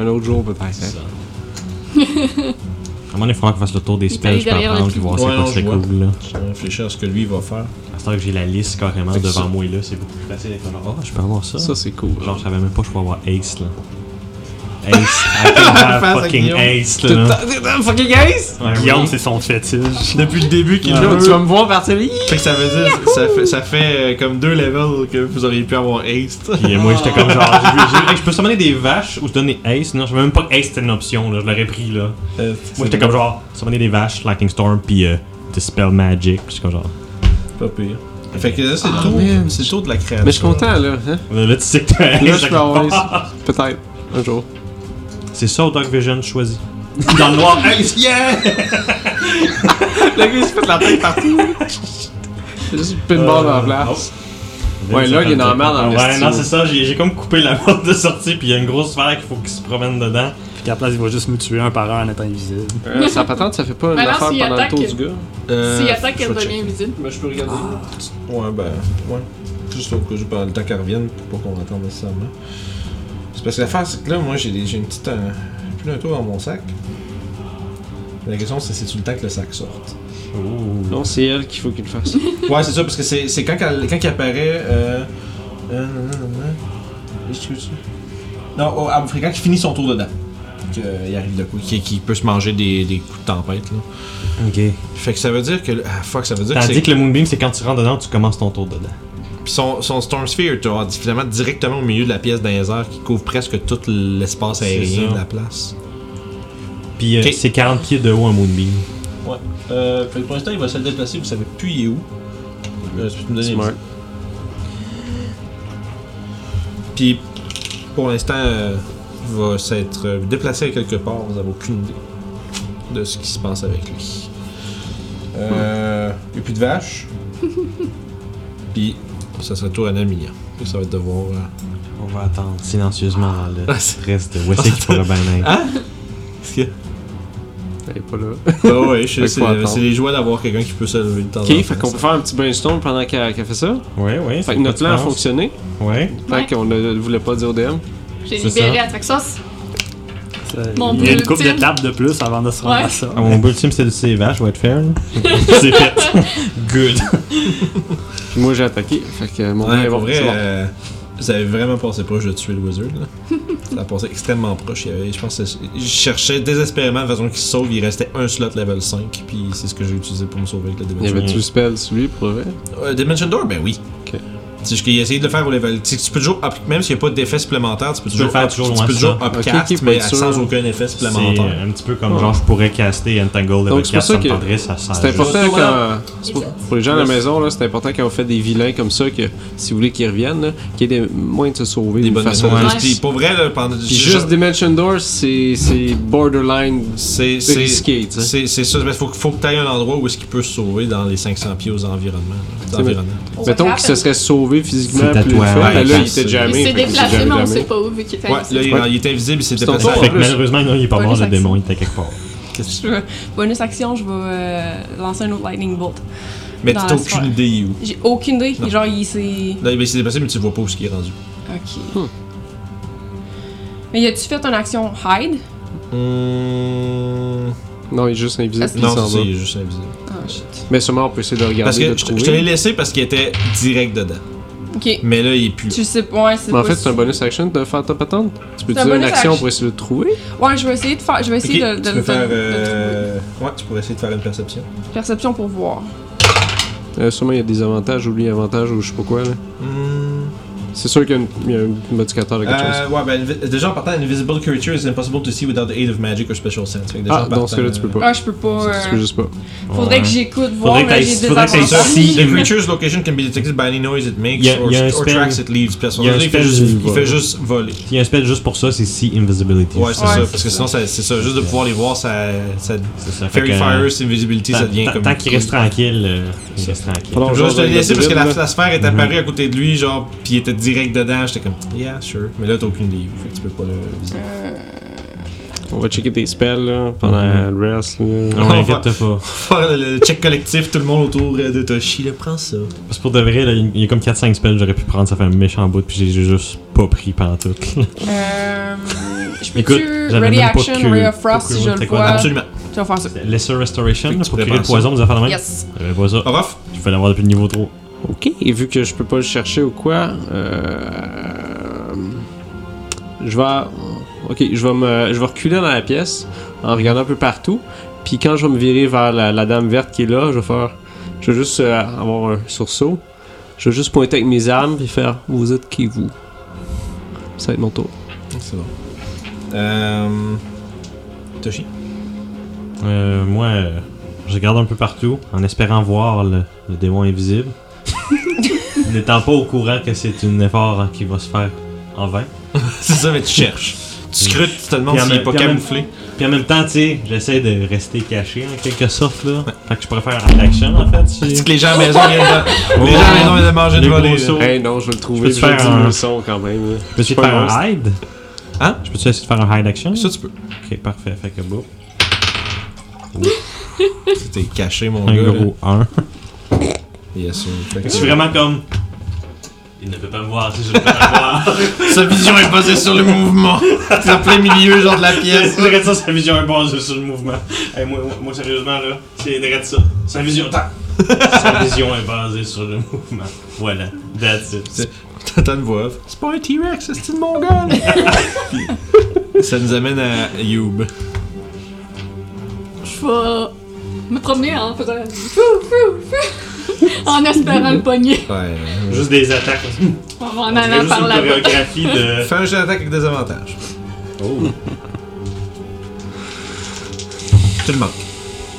B: Un autre jour, peut-être.
D: À un moment, il faudra qu'on fasse le tour des
C: est
D: spells,
C: allé
D: je peux
C: derrière le
D: apprendre, puis voir c'est
A: Ouais,
D: quoi
A: non,
D: que c'est
A: je vois.
D: cool, là.
A: Je vais réfléchir à ce que lui va faire.
D: À ce temps que j'ai la liste carrément
A: Fait que
D: devant
A: ça-
D: moi, là, c'est beaucoup plus facile d'être comme Ah, je peux avoir ça.
B: Ça, c'est cool.
D: Genre, je savais même pas que je pouvais avoir Ace, là. Ace. I can have fucking
A: Guillaume.
D: Ace,
B: euh,
D: là.
B: Fucking guys!
D: Ouais,
G: Guillaume,
D: oui.
G: c'est son fétiche.
A: Depuis le début qu'il
G: Ouais.
A: veut.
B: Tu vas me voir partir. Hi!
A: Fait que ça veut dire, ça fait, ça fait euh, comme deux levels que vous auriez pu avoir Ace.
D: Puis euh, moi, j'étais comme genre, j'ai vu- j'ai- hey, je peux summoner des vaches ou te donner Ace. Non, je savais même pas que Ace c'était une option, là. Je l'aurais pris, là.
A: Euh,
D: Moi, j'étais comme genre, summoner des vaches, Lightning Storm, puis euh, Dispel Magic. Puis c'est comme genre.
A: Pas pire. Fait que là, c'est le tour-
B: man.
A: c'est le tour de la création.
B: Mais je suis content, là. Hein?
D: Là, tu sais que t'as Ace.
B: Là, je
D: là,
B: peux avoir ça. Peut-être. Un jour.
D: C'est ça, Dark Vision choisi.
A: Dans le noir, Ace, yeah!
B: Le gars, il se fait de la tête partout. Juste une pinball dans la place. Ouais, là, il est dans la merde, en
D: Ouais,
B: esti,
D: non,
B: là.
D: c'est ça. J'ai j'ai comme coupé la porte de sortie, puis il y a une grosse sphère qu'il faut qu'il se promène dedans.
G: Puis qu'à la place, il va juste nous tuer un par un en étant invisible.
B: Euh, Sa patente, ça fait pas une
C: Mais alors,
B: affaire
C: s'il
B: pendant le
C: attaque-
B: tour du gars.
D: Euh,
A: Euh,
B: Ah,
C: s'il attaque, elle
A: va
C: devient invisible.
B: Mais je peux regarder.
A: Ouais, ben, ouais. Juste au cas où, pendant le temps qu'elle revienne, pour pas qu'on attende nécessairement. C'est parce que l'affaire, c'est que là, moi, j'ai des- j'ai une petite. euh, plus d'un tour dans mon sac. La question, c'est c'est tout le temps que le sac sorte.
B: Non, c'est elle qu'il faut qu'il le fasse.
A: Ouais, c'est ça, parce que c'est c'est quand, qu'elle- quand il apparaît. Euh, euh, nan, nan, nan, nan. Excuse. Non, oh, ah, quand il finit son tour dedans. Qu'il arrive de quoi Qu'il qu'il peut se manger des, des coups de tempête. Là.
D: Ok.
A: Fait que ça veut dire que. le- Ah, fuck, ça veut dire que
D: Tandis
A: c'est.
D: que le Moonbeam, c'est quand tu rentres dedans, tu commences ton tour dedans.
A: Puis son, son Storm Sphere, tu as finalement directement au milieu de la pièce d'un airs qui couvre presque tout l'espace
D: C'est
A: aérien
D: ça.
A: de la place.
D: Puis euh,
A: Ok.
D: c'est 40 pieds de haut un Moonbeam.
A: Ouais. Euh, fait que pour l'instant, il va se déplacer, vous savez plus il est où. Euh, tu peux me donner une-
B: Smart.
A: Puis pour l'instant, euh, il va s'être euh, déplacé à quelque part, vous n'avez aucune idée de ce qui se passe avec lui. Euh, y a plus de vaches. Puis, ça serait tour à Namia. Puis hein. ça va être de voir. euh,
D: On va attendre silencieusement dans le
A: Ah, c'est-
D: reste de Wessé qui pourrait bien aller.
A: Hein? Qu'est-ce qu'il y a?
B: Elle est pas là.
A: Bah ouais, je-
B: Fait qu'il faut
A: c'est
B: attendre.
A: c'est les joies d'avoir quelqu'un qui peut se lever de temps en
B: Ok,
A: temps.
B: fait qu'on peut faire un petit brainstorm pendant qu'elle qu'elle fait ça.
D: Ouais, ouais.
B: Fait que notre plan a fonctionné.
D: Ouais.
B: Tant qu'on ne voulait pas dire DM.
C: J'ai
D: C'est
C: libéré
D: ça.
C: Atraxos.
G: Ça,
C: Mon
G: il y a une coupe de
C: bulletin.
G: tables de plus avant de se rendre
C: Ouais.
G: à ça.
D: Ah, mon but ultime, c'est de tuer les vaches, va être fair. là.
G: C'est fait.
D: Good.
B: Puis moi j'ai attaqué. Fait que mon plan
A: Ouais,
B: est
A: pour
B: bon.
A: vrai,
B: c'est bon.
A: euh, vous avez vraiment passé proche de tuer le wizard. Là. ça a passé extrêmement proche. Il y avait- je pense que c'est- je cherchais désespérément la façon qu'il se sauve. Il restait un slot level 5, puis c'est ce que j'ai utilisé pour me sauver avec le
B: Il y
A: Dimension
B: avait du spell sur lui pour vrai.
A: Euh, Dimension Door, ben oui.
B: Ok.
A: C'est juste qu'il a essayé de le faire au level. Tu, sais, tu peux toujours, up- même s'il n'y a pas d'effet supplémentaire, tu peux
D: peux
A: toujours,
D: le faire
A: up-
D: toujours
A: tu
D: loin
A: peux
D: de
A: toujours
D: ça.
A: upcast,
B: Ok, ok, pour
A: mais
B: être sûr.
A: sans aucun effet
D: C'est euh,
A: supplémentaire.
D: un petit peu comme genre, je pourrais caster Entangle level
B: Donc, c'est pour
D: 4, ça
B: ça
D: me
B: que-
D: tendrait, ça sert.
A: Ah,
B: C'est important
A: juste-
B: quand. c'est Pour, pour les gens à la maison, là, c'est important quand on fait des vilains comme ça que si vous voulez qu'ils reviennent, là, qu'il y ait des moyens de se sauver
A: Des
B: d'une
A: bonnes
B: façon.
A: raisons.
C: Ouais.
A: Puis pour vrai, là, pendant.
B: Puis juste Dimension Door, c'est c'est borderline.
A: C'est
B: C'est
A: c'est-
B: risqué, tu sais.
A: c'est- c'est ça. Il faut, faut que tu ailles un endroit où est-ce qu'il peut se sauver dans les 500 pieds aux environnements. là,
B: C'est
A: environnants.
B: Mettons qu'il se serait sauvé physiquement,
D: C'est
B: puis le
D: tatoué.
B: fait, ben
D: Ouais,
B: là, il
A: c'est-
B: était
D: Ah
C: Il
B: jamais.
C: s'est
B: fait qu'il s'est
C: déplacé,
B: jamais
C: mais on
B: damné.
C: sait pas où, vu qu'il était
A: Ouais, là, il,
B: Ouais.
A: il était invisible, il s'est
B: C'est ton
A: déplacé.
B: tour.
A: Fait
D: Fait que malheureusement, non, il est pas
F: Bonus
D: mort, le
F: action.
D: démon, il était quelque part.
F: Je veux- bonus action, je vais euh, lancer un autre lightning bolt.
A: que- Mais
F: Dans
A: t'as
F: la
A: aucune
F: sphère.
A: idée où.
F: J'ai aucune idée.
A: Non.
F: Genre, il s'est.
A: Là, ben, il s'est déplacé, mais tu vois pas où ce qu'il est rendu.
F: Ok.
B: Hmm.
F: Mais y a-tu fait une action hide
A: Hum...
B: Non, il est juste invisible, puis Hmm. il
A: Non,
B: s'en
A: c'est
B: va.
A: il est juste invisible.
F: Ah, shit.
B: Mais sûrement, on peut essayer de le
A: Parce
B: regarder. de
A: que
B: le
A: je te-
B: trouver.
A: je te l'ai laissé parce qu'il était direct dedans.
F: Ok.
A: Mais là, il est plus.
F: Tu sais pas, ouais, c'est
B: Mais en
F: pas
B: fait,
F: si-
B: c'est un bonus action de faire ta patente. Tu peux
F: C'est
B: utiliser
F: un
B: une
F: bonus
B: action
F: action.
B: pour essayer de le trouver.
F: Ouais, je vais essayer de faire. Je vais essayer
A: Ok,
F: de, de
A: tu
F: le
A: peux faire.
F: de- de trouver.
A: euh, Ouais, tu pourrais essayer de faire une perception.
F: Perception pour voir.
B: Euh, sûrement, il y a des avantages ou lui, avantages ou je sais pas quoi. là.
A: Hum...
B: C'est sûr qu'il y a, une- il y a un modificateur de quelque chose.
A: Euh, ouais, ben, invi- déjà en partant, Invisible Creature is impossible to see without the aid of magic or special sense. Fait que déjà
B: Ah,
A: en
B: dans ce cas-là,
A: partant,
B: tu peux
A: euh,
B: pas.
F: Ah, je peux pas.
B: C'est ce que
F: euh,
B: je sais pas.
F: Faudrait
D: Ouais.
F: que j'écoute voir,
D: Faudrait que
F: mais
D: t'ailles-
F: j'ai des
D: faudrait que t'ailles
A: C'est ça.
F: avantages.
D: Si.
A: The creature's location can be detected by any noise it makes
D: Y a-
A: or,
D: y a un
A: or
D: spell-
A: tracks it leaves. Puis à ce
D: y a un
A: moment-là, il fait
D: spell
A: juste-
D: du
A: il
D: vol.
A: fait juste voler.
D: Il y a un spell juste pour ça, c'est See Invisibility.
A: Ouais, c'est
F: Ouais,
A: ça.
F: c'est
A: Parce que
F: ça.
A: sinon, ça- c'est ça. Juste de pouvoir les voir, ça. ça
D: C'est ça. Fait
A: Fairy
D: que, euh,
A: Fire, c'est Invisibility,
D: tant-
A: ça devient
D: tant-
A: comme.
D: Tant qu'il reste tranquille, euh, il reste tranquille.
B: Alors,
A: Je
B: genre,
A: je te l'ai
B: dans
A: laissé
B: le
A: parce que la,
B: vide, là.
A: la sphère est
D: Mm-hmm.
A: apparue à côté de lui, genre, pis il était direct dedans. J'étais comme, yeah, sure. Mais là, t'as aucune idée. Fait que tu peux pas le visiter.
F: Euh,
B: On va checker des spells là, pendant
D: Mhm.
B: le rest. là.
D: On l'invite pas.
A: Faire le, le check collectif, tout le monde autour euh, de Toshi, là, prends ça.
D: Parce que pour de vrai, là, il y a comme 4-5 spells, j'aurais pu prendre, ça fait un méchant bout, puis j'ai juste pas pris pendant tout.
F: Euh, je
D: Écoute,
F: peux-tu
D: j'avais
F: Ready
D: même pas
F: Action,
D: que-
F: Ray of Frost
D: pas que-
F: si je
D: t'es
F: le
D: quoi,
F: vois?
A: Absolument.
F: Tu vas faire ça.
D: Lesser Restoration,
A: Fait que tu
D: pour
A: pourrais
D: curer le
A: faire
D: poison, vous avez fait la même
F: Yes.
D: J'avais pas ça.
A: Orof,
D: Je vais l'avoir depuis le niveau 3.
B: Ok, et vu que je peux pas le chercher ou quoi, euh, je vais, ok, je vais me, je vais reculer dans la pièce en regardant un peu partout. Puis quand je vais me virer vers la, la dame verte qui est là, je vais faire, je vais juste euh, avoir un sursaut. Je vais juste pointer avec mes armes et faire, vous êtes qui vous Ça va être mon tour.
A: C'est bon. Euh. Toshi.
D: Euh, moi, euh, je regarde un peu partout en espérant voir le, le démon invisible. N'étant pas au courant que c'est un effort hein, qui va se faire en vain.
A: C'est ça, mais tu cherches. Tu scrutes, tu te demandes
D: Puis en
A: s'il est
D: même-
A: pas
D: puis en même-
A: camouflé.
D: Puis en même temps, tu sais, j'essaie de rester caché en quelque sorte là. Fait que je préfère en action en fait. si-
A: Parce que les gens à la maison viennent de, Oh. les gens à la maison viennent de manger
D: Les
A: de
D: gros
A: voler.
D: sauts.
A: là.
B: Hey non, je vais le trouver.
D: peux-tu
B: Je vais
D: faire
B: dire
D: un-
B: le son quand même. là.
D: Je peux essayer de
B: pas
D: faire
B: un-
D: un hide.
A: Hein?
D: Je peux essayer de faire un hide action.
A: Ça, tu peux.
D: Ok, parfait. Fait que boum.
A: C'était caché, mon
D: Un
A: gars. là.
D: gros 1.
A: Yes, sir. Fait que
D: Je suis vraiment comme. Il ne peut pas me voir si je ne peux pas le voir.
A: Sa vision est basée sur le mouvement. C'est en plein milieu, genre de la pièce.
D: C'est vrai que ça, sa vision est basée sur le mouvement. Hey, moi, moi- moi, sérieusement, là, c'est vrai de ça. Sa vision, ta- Sa vision est basée sur le mouvement. Voilà, that's it.
A: C'est- T'entends une voix. off. C'est pas un T-Rex, c'est une mongole. Puis, ça nous amène à Youb.
C: Je vais me promener en faisant. fou, fou, fou, en espérant le pogner.
A: Ouais.
D: Juste des attaques.
C: En
D: On dirait
C: allant
D: juste
C: Ah, par
D: une
C: la bas
D: chorégraphie de.
A: Fais un jeu d'attaque avec des avantages.
D: Oh.
A: Tu le manques.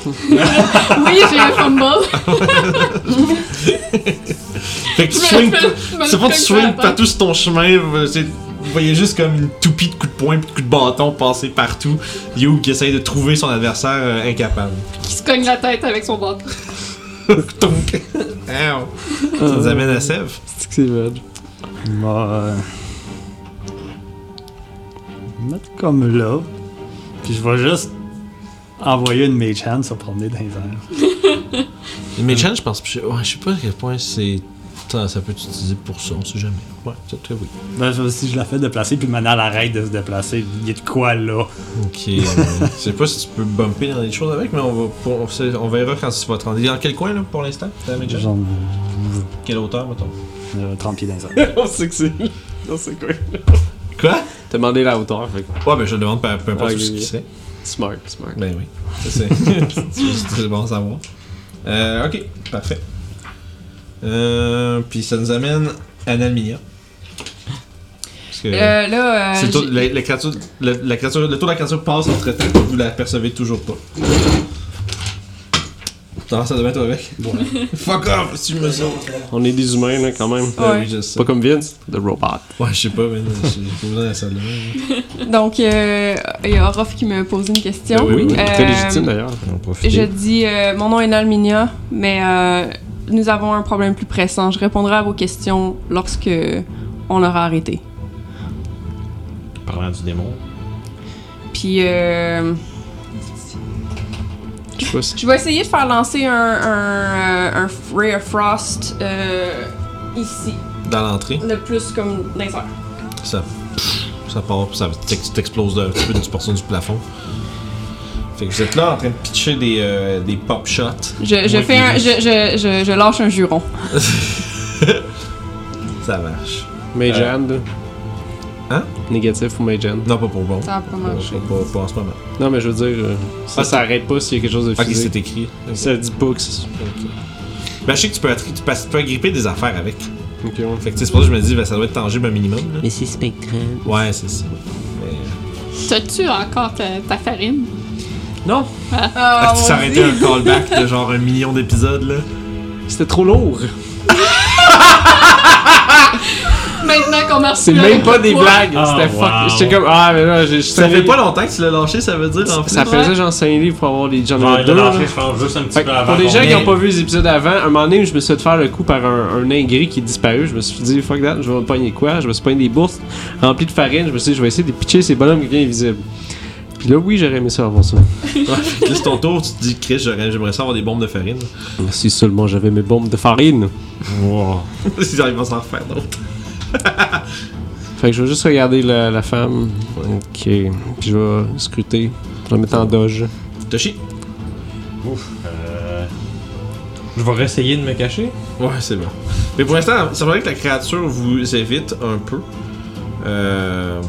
C: Oui, j'ai un fumble.
A: Fait que tu
C: Je me
A: swings.
C: fais- je me
A: C'est pas
C: fais
A: tu
C: faire
A: swings
C: peur.
A: partout sur ton chemin. euh, c'est- Vous voyez juste comme une toupie de coups de poing pis de coups de bâton passer partout. Youb qui essaye de trouver son adversaire euh, incapable.
C: Qui se cogne la tête avec son bâton.
A: Tonk. Ow. Ça nous amène à Sèvres.
B: C'est que c'est bad.
G: Bah, euh, mettre comme là. Puis je vais juste envoyer une mage hand se promener dans les airs.
A: Mais Chan, je pense. Je, ouais, je sais pas à quel point c'est. Ça, ça peut être utilisé pour ça, on sait jamais. Ouais, peut-être que oui.
G: Ben, je- si je la fais déplacer, puis maintenant elle arrête de se déplacer. Il y a de quoi là?
A: Ok. euh, je sais pas si tu peux bumper dans des choses avec, mais on va pour- on, sait- on verra quand tu vas te rendre. Il est Dans quel coin là pour l'instant t'as la main de Chan?
G: Genre
A: Quelle hauteur, mettons
G: euh, 30 pieds dans les airs.
B: On sait que c'est. On sait quoi.
A: Quoi
B: T'as demandé la hauteur, fait que.
A: Ouais, mais je le demande peu peu importe
B: Ah,
A: où
B: oui,
A: ce qui
B: oui.
A: c'est.
B: Smart, smart.
A: Ben oui. Ça, C'est c'est- c'est bon à savoir. Euh, ok, parfait. Euh, puis ça nous amène à Nalminia. Parce que
F: Euh, là, euh,
A: c'est le, tour-
F: j'ai-
A: la, la créature, la, la créature- le tour de la créature passe entre temps, vous la percevez toujours pas. T'as ça demain toi avec? Fuck off, si tu me sens.
B: On est des humains, là, quand même.
A: Ah
F: Ouais.
A: Oui, je sais.
B: Pas comme Vince, The Robot.
A: Ouais, je sais pas, mais j'ai j'ai pas besoin de la salle de bain.
F: donc euh, il y a Orof qui me pose une question.
A: Ben oui, oui.
B: Très
F: Euh,
B: légitime d'ailleurs.
D: On profite.
F: Je dis, euh, mon nom est Nalminia, mais euh, nous avons un problème plus pressant. Je répondrai à vos questions lorsque on l'aura arrêté.
D: Parlant du démon.
F: Puis euh,
B: Je sais pas si.
F: je vais essayer de faire lancer un, un, euh, un Ray of Frost euh, ici,
A: Dans l'entrée,
F: le plus comme dans les airs.
A: ça, ça part, puis ça t'ex- t'explose un petit peu d'une portion du plafond. Fait que vous êtes là en train de pitcher des, euh, des pop shots.
F: Je, je
A: Moi,
F: fais
A: je
F: un,
A: dis-
F: je, je, je, je lâche un juron.
A: Ça marche.
B: Mage
A: Euh.
B: Hand, là.
A: Hein?
B: Négatif ou Mage Hand.
A: Non, pas pour bon.
H: Ah,
F: Ça a pas
A: Pas,
F: marché.
A: pas- pas en ce moment.
B: Non, mais je veux dire, euh, ça
A: Ah,
B: s'arrête pas s'il y a quelque chose de
A: Ok,
B: physique.
A: c'est écrit.
B: Ça dit pas que c'est.
A: Ben, je sais que tu peux, attri- tu, peux, tu peux agripper des affaires avec.
B: Ok, on
A: Fait que tu sais, c'est pour ça que je me dis, ben, ça doit être tangible un minimum. là.
I: Mais c'est spectral.
A: Ouais, c'est ça. Mais-
C: T'as-tu encore ta, ta farine?
B: Non,
A: Ah, si ça aurait été un callback de genre un million d'épisodes, là.
B: c'était trop lourd.
C: Maintenant qu'on marche
B: C'est
C: plus
B: même
C: avec
B: pas
C: le
B: des
C: poids.
B: blagues.
D: Ah,
B: c'était fuck.
D: wow.
B: J'étais comme, ah, mais là, j'ai.
A: Ça fait pas longtemps que tu l'as lâché, ça veut dire, en fait.
B: Ça faisait genre 5 livres pour avoir les John
D: Genre, il
B: deux,
D: a
B: là.
D: lâché, je pense, juste un petit
B: Fait
D: peu
B: que
D: avant.
B: pour les
D: qu'on
B: gens qui
A: Mais-
B: n'ont pas vu les épisodes avant, un moment donné, je me suis fait faire le coup par un, un nain gris qui disparut. Je me suis dit, fuck that, je vais me pogner quoi Je me suis pogné des bourses remplies de farine. Je me suis dit, je vais essayer de pitcher ces bonhommes qui viennent invisibles. Puis là, oui, j'aurais aimé ça avant ça.
A: Là, c'est ton tour, tu te dis, Chris, j'aurais- j'aimerais ça avoir des bombes de farine.
B: Si seulement j'avais mes bombes de farine.
D: Wow.
A: Ils arrivent à s'en refaire d'autres.
B: Fait que je vais juste regarder la, la femme. Ok. Puis je vais scruter. Je vais mettre en doge.
A: Toshi.
D: Ouf. Euh... Je vais réessayer de me cacher.
A: Ouais, c'est bon. Mais pour l'instant, ça paraît que la créature vous évite un peu. Euh...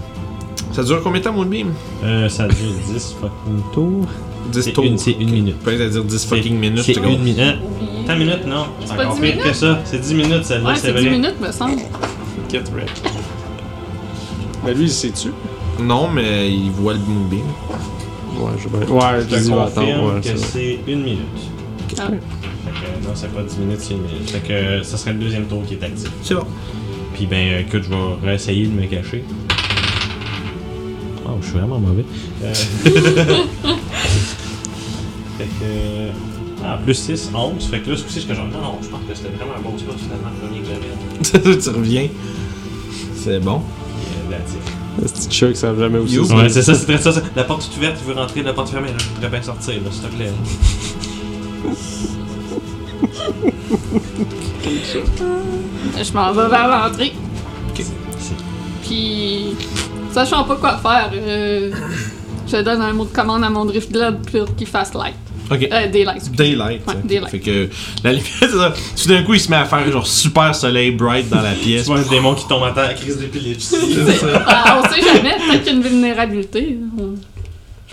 A: Ça dure combien de temps, Moonbeam
D: Euh, ça dure 10 fucking tours.
A: 10
D: C'est
A: tours.
D: une- c'est une
A: Ok.
D: minute.
A: Je pensais à dire 10 fucking minutes.
D: C'est
A: j'étais comme-
D: une minute.
F: Oublié.
D: T'as une minute, non. C'est
C: pas
D: encore
C: dix
D: pire que ça. C'est 10 minutes celle-là,
C: Ouais,
D: c'est
C: c'est
D: vrai.
C: 10 minutes, me semble.
B: Mais lui, il sait-tu
A: Non, mais il voit le Moonbeam.
B: Ouais, je vais. Ouais,
D: Je
B: je
D: te
B: dis, attends,
D: confirme
B: ouais,
D: que
B: ça.
D: c'est une minute.
C: Ah.
D: Fait que non, c'est pas 10 minutes, c'est une minute. Fait que ça serait le deuxième tour qui est actif.
A: C'est bon.
D: Puis ben, écoute, je vais réessayer de me cacher. Oh, je suis vraiment mauvais. Euh... fait que. Ah, plus 6, 11. Fait que là, ce coup-ci, je suis genre, non, non, je pense que c'était vraiment un bon spot finalement, le premier que j'avais.
A: tu reviens. C'est bon.
D: Puis, euh, là, tiens.
B: C'est sûr que ça va jamais aussi.
A: You.
D: Ouais, c'est ça, c'est très ça. ça. La porte est ouverte, tu veux rentrer, la porte fermée, là. Je voudrais bien sortir, là, s'il te plaît. là.
C: Je m'en vais vers l'entrée.
D: C'est-
C: Puis, sachant pas quoi faire, euh, je donne un mot de commande à mon Drift Glade pour qu'il fasse light.
A: Ok.
C: Euh, des lights. excusez.
A: Daylight.
C: Ouais,
A: hein.
C: daylight.
A: Fait que la lumière, c'est ça. Tout d'un coup, il se met à faire genre super soleil bright dans la
D: Tu
A: pièce.
D: vois un démon qui tombe à terre, crise d'épilepsie.
A: C'est ça.
C: Ah, on sait jamais, peut-être qu'il y a une vulnérabilité. On-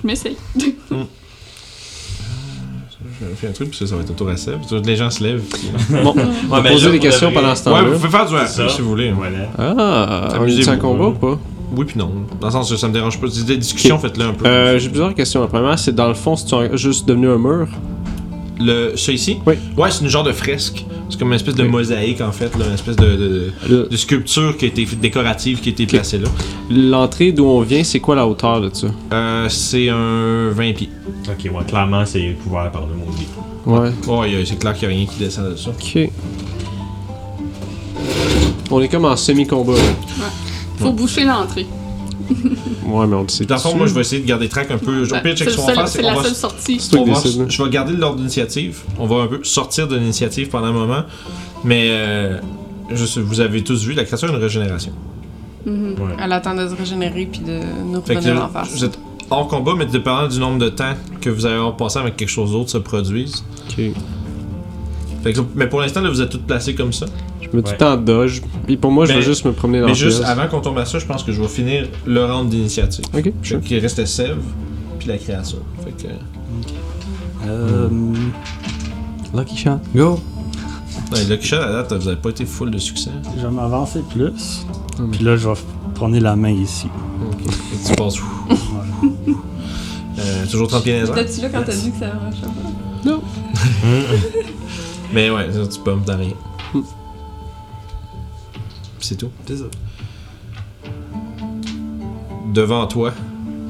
C: Je m'essaye.
A: Je fais un truc, puis ça, ça va être autour à Seb. Les gens se lèvent.
B: Bon, on va
D: mais
B: poser
D: là,
B: des
D: on
B: questions
D: devrait-
B: pendant ce
A: Ouais,
B: temps-là.
A: vous pouvez faire du
D: C'est
A: RP
D: ça.
A: si vous voulez. hein.
D: Voilà.
B: Ah, on est
A: Amusez-vous.
B: en combat ou pas?
A: Oui puis non. Dans le sens que ça me dérange pas. Si Des discussions,
B: Ok.
A: faites-le un peu.
B: Euh, J'ai plusieurs questions. La première, c'est dans le fond, si tu as juste devenu un mur,
A: Le, ça ici?
B: Oui.
A: Ouais, c'est une genre de fresque. C'est comme une espèce de
B: Ok.
A: mosaïque, en fait, là, une espèce de, de-
B: Le-
A: de sculpture qui a été décorative, qui a été placée là.
B: L'entrée d'où on vient, c'est quoi la hauteur de ça?
A: Euh, c'est un 20 pieds.
D: Ok, ouais, clairement, c'est couvert par le maudit.
B: Ouais.
A: Oh, il y a- c'est clair qu'il n'y a rien qui descend de ça.
B: Ok. On est comme en semi-combat. là.
C: Faut boucher l'entrée.
B: Ouais, mais on le sait.
A: Dans le fond,
B: tout
A: moi,
B: de
A: je vais essayer de garder track un peu. Au
C: Ben,
A: pire,
C: C'est
A: check
C: le
A: ce qu'on va
C: seul-
A: faire,
C: c'est
A: c'est qu'on
C: la
A: va
C: seule sortie.
B: C'est toi
A: On
B: qui
A: va-
B: décides, là.
A: je vais garder l'ordre d'initiative. On va un peu sortir de l'initiative pendant un moment. Mais euh, je sais- vous avez tous vu, la créature a une régénération.
F: Mhm.
D: Ouais.
F: Elle attend de se régénérer puis de nous
A: Fait que
F: redonner en face.
A: vous êtes hors combat, mais dépendant du nombre de temps que vous avez passé avec quelque chose d'autre se produise.
B: suite. Ok.
A: Fait que- mais pour l'instant, là, vous êtes tous placés comme ça.
B: Je me dis
D: Ouais.
B: tout en dodge. Puis pour moi, je
A: Mais-
B: vais juste me promener dans
A: mais
B: le
A: juste
B: pièce.
A: avant qu'on tombe à ça, je pense que je vais finir le round d'initiative.
B: Ok, sure.
A: Qui restait Sève, puis la créature. Fait que,
G: Euh,
I: Lucky shot. Go!
A: Ouais, Lucky Shot, à date, vous avez pas été full de succès.
G: je vais m'avancer plus.
I: Mm.
G: Puis là, je vais f- prendre la main ici.
A: Fait que tu passes où? Euh, toujours 30 pieds dans les airs.
H: T'as-tu là quand t'as dit que ça marche pas?
A: Mais ouais, ça, tu bumps dans rien.
B: Hmm.
A: C'est tout.
G: C'est ça.
A: Devant toi,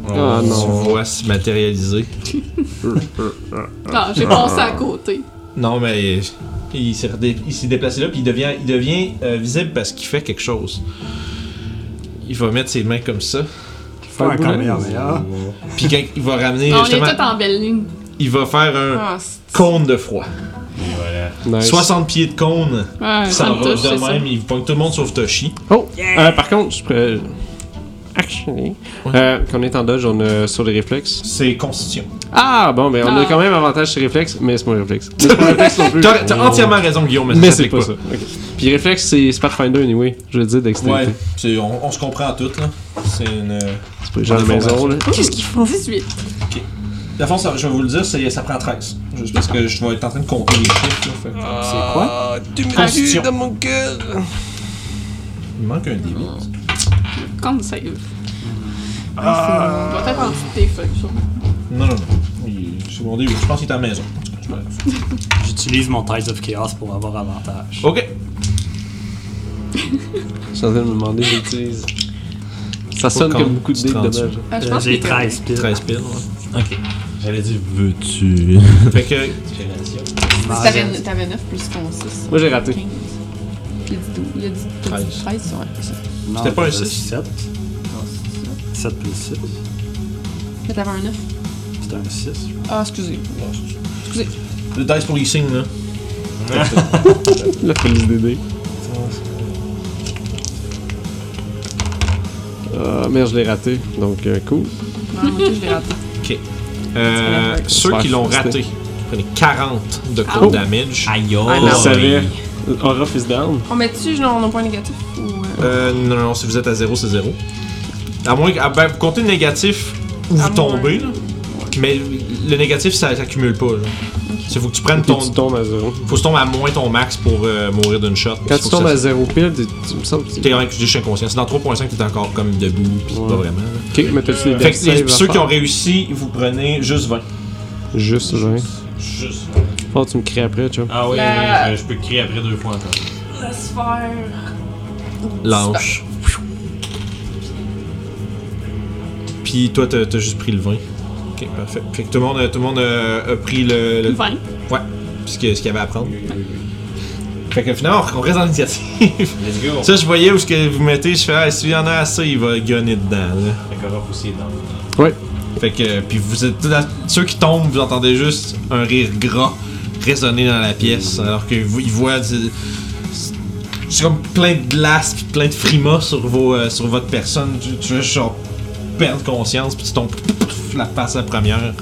B: Ah non.
A: tu vois se matérialiser. Ah.
C: Non, Ah, j'ai passé à côté.
A: Non, mais il s'est, redé- il s'est déplacé là, puis il devient, il devient euh, visible parce qu'il fait quelque chose. Il va mettre ses mains comme ça,
G: Faire un
B: boulot.
G: meilleur, meilleur.
A: puis quand il va ramener
C: on
A: justement,
C: est tous en belle ligne.
A: il va faire un
F: Ah, c'est-
A: cône de froid.
D: Et voilà.
B: Nice.
A: 60 pieds de cône,
C: Ouais,
A: ça
C: ça me
A: va
C: touche, c'est
A: de
C: ça.
A: même, il pogne tout le monde sauf Toshi.
B: Oh! Euh, par contre, je pourrais. Actually. Euh, quand on est en dodge, on a sur les réflexes.
A: C'est constitution.
B: Ah bon, mais on a
C: Ah.
B: quand même avantage sur réflexe, mais c'est pas un réflexe. Mais c'est pas un réflexe non plus.
A: T'as, t'as entièrement raison, Guillaume, mais,
B: Mais c'est
A: s'applique
B: pas ça. Ok. Puis réflexe, c'est c'est Pathfinder anyway. Je le dis
A: Ouais,
B: dextérité.
A: c'est- on, on se comprend toutes, là. C'est une. euh,
B: C'est pas les gens à la
A: Bonne
B: maison, là.
A: information.
B: Qu'est-ce qu'ils
C: 18.
A: La fond, ça- je vais vous le dire, c'est- ça prend 13. Juste parce que je vais être en train de compter les chiffres, là. fait que-
G: C'est quoi?
A: Constitution.
B: mon cœur!
A: Il manque un débit.
C: Comme save. Ah, doit être en dessous de tes feuilles, sûrement.
A: Non, non, non. Il est secondé, oui. Je pense qu'il est à la maison. C'est pas grave.
G: J'utilise mon Tides of Chaos pour avoir avantage.
B: Oh.
A: Ok.
B: Je suis en train de me demander, j'utilise. Ça sonne
A: quand
B: comme beaucoup de
A: tu
B: dés de
A: te rends dessus.
B: dommages.
F: Ah, je
G: Euh,
F: pense
G: J'ai
F: qu'il est correct.
G: 13 piles.
A: 13 piles,
D: Ok. J'allais dire, veux-tu.
A: ouais. Fait que.
G: Ah,
F: T'avais- T'avais 9 plus ton 6.
B: Moi j'ai raté.
F: Il y a dit 12. Il y a dit
A: 13.
F: 13, ouais. c'est ça.
G: non,
A: C'était pas un
G: j'avais
A: six.
G: 7. 7 plus 6.
F: Mais t'avais un 9.
G: C'était un 6.
F: Ah, excusez.
A: Le dice pour les signes, là. Euh,
B: La police des dés. Ah merde, je l'ai raté. Donc euh, cool.
F: Non, moi, je l'ai raté.
A: Euh, ceux qui l'ont raté, Ah. prenez 40 de cold
B: Oh.
A: damage.
D: Aïe,
F: Ah,
B: On
F: non.
B: le savait. Aura is down.
F: On met-tu genre nos points négatifs ou.
A: Euh,
F: euh,
A: non, non, si vous êtes à 0, c'est 0. À moins que. ah, ben, vous comptez le négatif où
F: À
A: vous tombez, là.
F: moins.
A: Mais le négatif, ça s'accumule pas, là. C'est faut que tu prennes
B: Puis
A: ton.
B: tu tombes à zéro.
A: Faut que tu tombes à moins ton max pour euh, mourir d'une shot.
B: Quand
A: Faut
B: tu
A: que
B: tombes
A: ça-
B: à zéro pile, t'es- tu me semble. que-
A: T'es rien que je dis, je suis inconscient. C'est dans 3.5 que t'es encore comme debout, pis
B: Ouais.
A: pas vraiment. là.
B: Ok, mais t'as-tu des
A: Fait
B: death
A: que les-
B: saves à
A: ceux qui
B: faire?
A: ont réussi, vous prenez juste 20.
B: Juste 20.
D: Juste.
B: Oh, tu me cries après, tu vois.
D: Ah ouais,
F: La-
D: ouais, je, je peux crier après deux fois encore.
F: La sphère.
A: Lâche. Puis toi, t'as t'as juste pris le 20. Ok, parfait. Fait que tout le monde, tout le monde euh, a, pris le, le-
C: 20.
A: ce que- ce qu'il y avait à prendre. Fait que finalement, on reste dans l'initiative.
D: Let's go.
A: ça, je voyais où ce que vous mettez, je fais, ah, s'il y en a assez, il va gonner dedans. Là.
D: Fait qu'on va pousser dans le
A: Ah. Fait que, puis vous êtes tous dans- ceux qui tombent, vous entendez juste un rire gras résonner dans la pièce, alors que vous, ils voient, du- c'est comme plein de glace, puis plein de frimas sur vos, euh, sur votre personne. Tu, tu veux juste genre perdre conscience, puis tu tombes pff, la face la première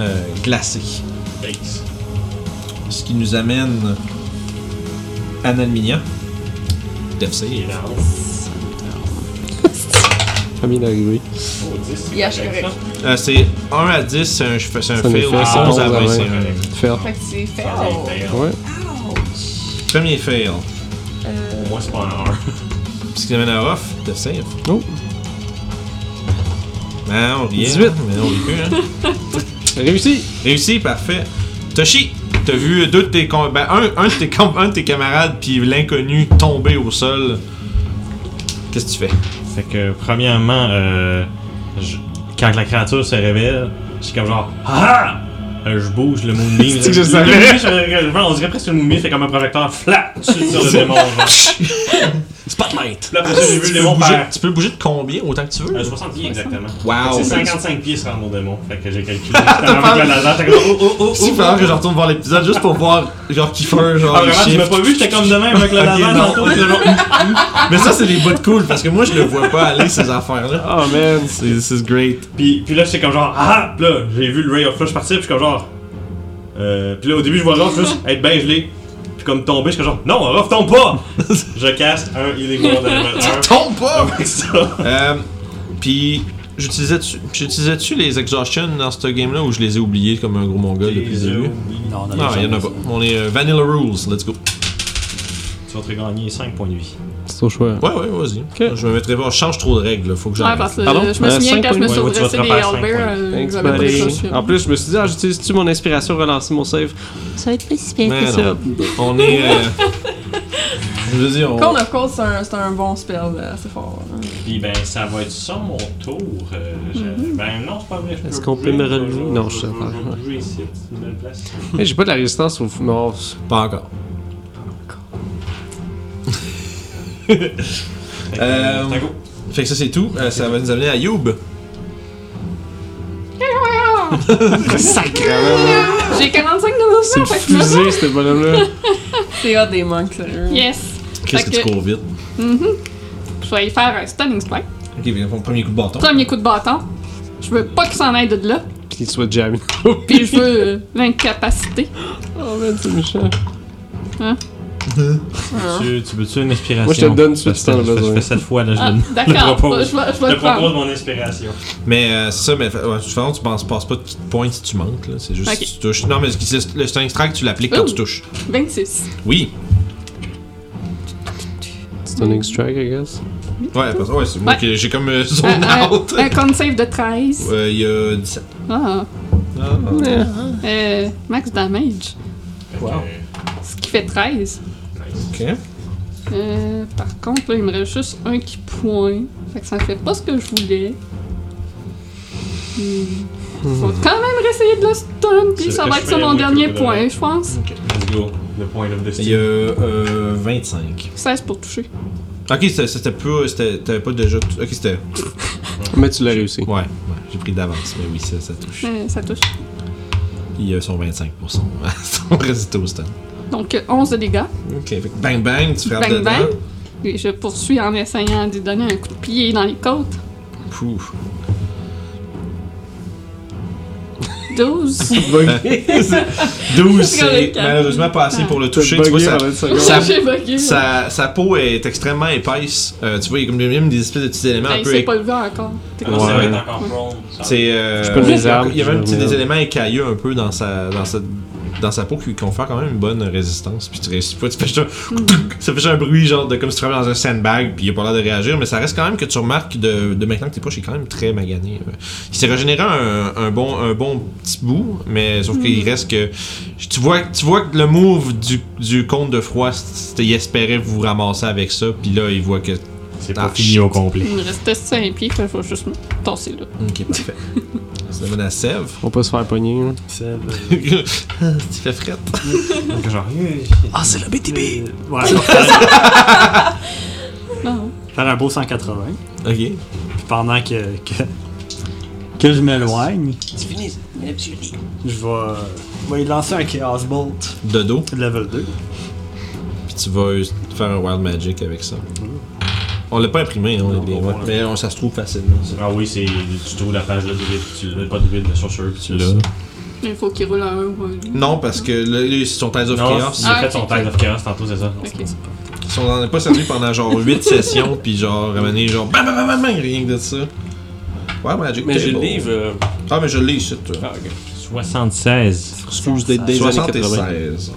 A: euh, glacée.
D: face.
A: Ce qui nous amène à Nalminia. Def save.
D: Il est là.
B: Famille d'arrivée.
D: Oh, 10.
F: Yeah, je suis correct.
A: Euh, c'est 1 à 10, c'est un, je fais- c'est un
B: Ça nous
A: fail.
B: fait
A: C'est 11 à 20, c'est
B: 20.
A: un
B: Fail.
F: Fait que c'est fait.
A: Ah.
D: Ça vient de faire.
B: Ouais.
A: premier fail.
D: Au moins, c'est pas un 1.
A: Ce qui nous amène à off, Def save.
B: Oh,
A: Ben, on riait.
B: 18.
A: hein, Mais on rit plus, hein.
B: réussi!
A: Réussi, parfait. Toshi, t'as vu deux de tes com- ben, un, un de tes com- un de tes camarades puis l'inconnu tomber au sol. Qu'est-ce que tu fais
D: Fait que, premièrement, euh, je- quand la créature se révèle, c'est comme genre Ah! Euh, je bouge le moonbeam.
B: C'est que je
D: Le
B: savais.
D: moonbeam, je- je- je- on dirait presque que le moonbeam fait comme un projecteur flat sur sur le démon. genre.
A: Spotlight.
D: Puis après ça, j'ai
A: Tu
D: vu le
A: peux,
D: démon
A: bouger,
D: faire
A: tu peux bouger de combien autant que tu veux
D: euh, 60 pieds exactement.
A: Wow.
D: C'est 55 pieds sur mon démon. Fait que j'ai calculé.
G: Ah.
D: Justement,
A: Ah, pas-
D: avec la laser, j'étais comme, oh, oh, oh,
A: Si,
D: oh,
A: il falloir que je retourne voir l'épisode juste pour voir, genre, Kiefer, genre.
D: Ah,
A: les
D: vraiment, tu m'as
A: chiffres.
D: pas vu, j'étais comme demain avec le
A: Ok,
D: lavage
A: non.
D: dans ton genre.
A: Mais ça, c'est des bouts de cool parce que moi, je le vois pas aller, ces affaires-là.
B: Oh man.
A: C'est this is great.
D: Puis, puis là, c'est comme genre, ah, Puis là, j'ai vu le Ray of Flash partir, puis je suis comme genre. Euh, puis là, au début, je vois Ruff juste être ben gelé, puis comme tomber, je suis comme genre, non, Ruff tombe pas! je casse un Healing Word à level
A: Tombe pas
D: 1. Avec ça.
A: Euh, Puis, j'utilisais-tu j'utilisais-tu les exhaustions dans ce game-là ou je les ai oubliés comme un gros mongol depuis le début
G: Non, non,
A: Non, Ah, il y en a pas. On est euh, Vanilla Rules, let's go.
D: Tu vas te gagner 5 points de vie.
I: C'est au choix.
A: Ouais, ouais, vas-y. Je me mettrai pas, je change trop de règles, là, faut que
C: Ouais,
A: j'arrête.
C: parce que
B: Pardon?
C: je me
B: Euh,
C: souviens
B: cinq
C: quand je me
D: points.
C: suis
D: Ouais, tu vas te
C: redressé des
D: faire cinq
C: Owlbear,
D: points.
C: euh,
B: Thanks,
C: ils avaient pris
B: buddy.
C: ça sur-
B: En plus, je me suis dit, ah, j'utilise-tu mon inspiration pour relancer mon save?
H: Ça va être pas si bien
A: Mais
H: que
A: non.
H: ça.
A: On est. euh, je veux dire, on.
F: Call of Cold, c'est un, c'est un bon spell, là, c'est fort. hein.
D: Puis ben, ça va être ça mon tour. Euh, je- Ben non, c'est pas vrai. je
B: Est-ce qu'on peut me
D: bouger,
B: relever?
D: je-
B: Non,
D: je
B: je sais
D: peux
B: pas.
D: bouger ici, c'est une belle place.
B: Hey, j'ai pas de la résistance au non, c'est-
A: Pas encore.
D: Fait que,
A: Euh,
D: c'est un go.
A: Fait que ça, c'est tout. Euh, ça va nous amener à Youb.
C: J'ai 45 de mouvement, fait que je me sens-
B: Fusé, ce bonhomme-là.
F: C'est hot des monks, sérieux.
C: Yes!
A: Qu'est-ce que
C: Fait
A: tu
C: que-
A: cours vite
C: Je vais y faire un stunning strike.
A: Ok, viens, mon premier coup de bâton.
C: Premier coup de bâton. Je veux pas qu'il s'en aille de là.
B: Qu'il soit jamais.
C: Puis je veux euh, l'incapacité.
B: Oh man, c'est méchant.
D: Tu, tu veux-tu une inspiration?
B: Moi, je te le donne, tu fais
D: Parce que
B: tant le
D: je fais- Je
B: besoin.
D: fais 7 fois, là, je
C: Ah,
D: donne.
C: d'accord.
D: propose.
C: Je vais, je vais
D: Je
C: le
D: te propose
C: prendre.
D: mon inspiration.
A: Mais euh, c'est ça, mais fa- ouais, de toute façon, tu penses, passes pas de points si tu manques, là. C'est juste
C: Ok.
A: si tu touches. Non, mais ce qui- c'est- le stun strike, tu l'appliques quand
C: Ouh.
A: tu touches.
C: 26.
A: Oui.
B: C'est un extract, I guess.
A: Ouais, parce que ouais, c'est moi
C: Ouais.
A: qui j'ai comme euh,
C: Un,
A: zone
C: un,
A: out.
C: un con save de 13.
A: Euh, Il y a 17.
C: Ah.
A: Ah,
C: Euh, max damage.
A: Wow.
C: Ce qui fait 13.
A: Ok.
C: Euh, par contre, là, il me reste juste un qui pointe. Fait que ça fait pas ce que je voulais. Hmm. Faut quand même réessayer de le stun,
D: C'est
C: puis ça
D: ce que
C: va
D: je
C: être ça
D: fais,
C: mon
D: moi,
C: dernier
D: je peux
C: point,
D: donner.
C: je
G: Hmm.
C: pense.
D: Let's go. The point of
A: Il y a
D: destiny.
A: euh, 25.
C: 16 pour toucher.
A: Ok, c'était- c'était pas. c'était- T'avais pas déjà. tout- Ok, c'était.
B: Mais tu l'as réussi.
A: Ouais, ouais, j'ai pris d'avance, mais oui, ça, ça touche.
C: Euh, ça touche.
A: Il y a son 25 pour son, son résultat au stun.
C: Donc, euh, 11 de dégâts.
A: Ok, fait que bang bang, tu frappes
C: Bang,
A: dedans.
C: bang. Et je poursuis en essayant d'y donner un coup de pied dans les côtes.
A: Pouf.
C: 12.
B: Bugué.
A: 12,
C: C'est comme
A: c'est
C: le quatre.
A: malheureusement pas assez pour le toucher. Tu vois,
B: Bugué
A: ça,
B: en 20 secondes.
A: Ça-
C: J'ai bugué. là.
A: sa, sa peau est extrêmement épaisse. Euh, tu vois, il y a comme des, même des espèces de petits éléments
C: Ben,
A: un
C: il
A: peu.
C: s'est
A: é-
C: pas levé encore. T'es
D: Ah, ça
B: Ouais.
D: va être encore prone.
G: Ah,
D: ça.
A: C'est. euh,
B: Je peux les
A: il y a-
B: arbres,
A: Il y a même
B: je
A: petit- des
B: reviens.
A: éléments écailleux un peu dans sa, dans sa, dans sa peau qui confèrent quand même une bonne résistance. Puis tu réussis pas, tu fais juste un. Ça fait juste un bruit genre de comme si tu travailles dans un sandbag, puis il a pas l'air de réagir, mais ça reste quand même que tu remarques de, de maintenant que t'es proche, il est quand même très magané. euh. Il s'est régénéré un, un bon, un bon petit bout, mais sauf qu'il reste que. Tu vois, tu vois que le move du, du compte de froid, c'était il espérait vous ramasser avec ça, puis là il voit que.
D: C'est
A: Ah,
D: pas fini au complet.
C: Il me restait 5 pieds, fait que je vais juste me tasser là.
A: Ok, parfait. Ça demande à Sèvres.
B: On peut se faire pogner. hein. là.
A: tu fais frette.
D: Donc, genre,
I: Ah, c'est la BTB!
G: Euh, Ouais, je vais faire
C: Non.
G: faire un beau 180.
A: Ok.
G: Puis pendant que, que, que je m'éloigne,
I: C'est fini, c'est
G: je vais, euh, je vais lancer un Chaos Bolt
A: De dos,
G: level 2.
A: puis tu vas euh, faire un Wild Magic avec ça. On l'a pas imprimé, hein, on l'a bien.
D: on
A: ouais,
D: l'a.
A: mais on, ça se trouve facilement. ça.
D: Ah oui, c'est. Tu trouves la page là du vide, puis tu l'as pas du vide, la sorcerer, puis tu l'as.
A: Là.
C: Il faut qu'il roule un 1 ou un 2.
A: Non, parce que là, ils sont Tides of
D: Non,
A: Chaos.
D: il a
C: Ah,
D: fait
C: ok,
D: son
C: ok.
D: Tide of Chaos tantôt, c'est ça.
C: Ok.
A: Ils sont on en a pas servi pendant genre 8 sessions, puis genre, ramener genre, bam bam bam bam, bam, rien que de ça. Wild Magic.
I: Mais j'ai le
A: table.
I: livre. euh,
A: Ah, mais je l'ai ici, toi.
I: Ah, ok.
D: 76.
I: Excuse d'être des années 80.
A: 76.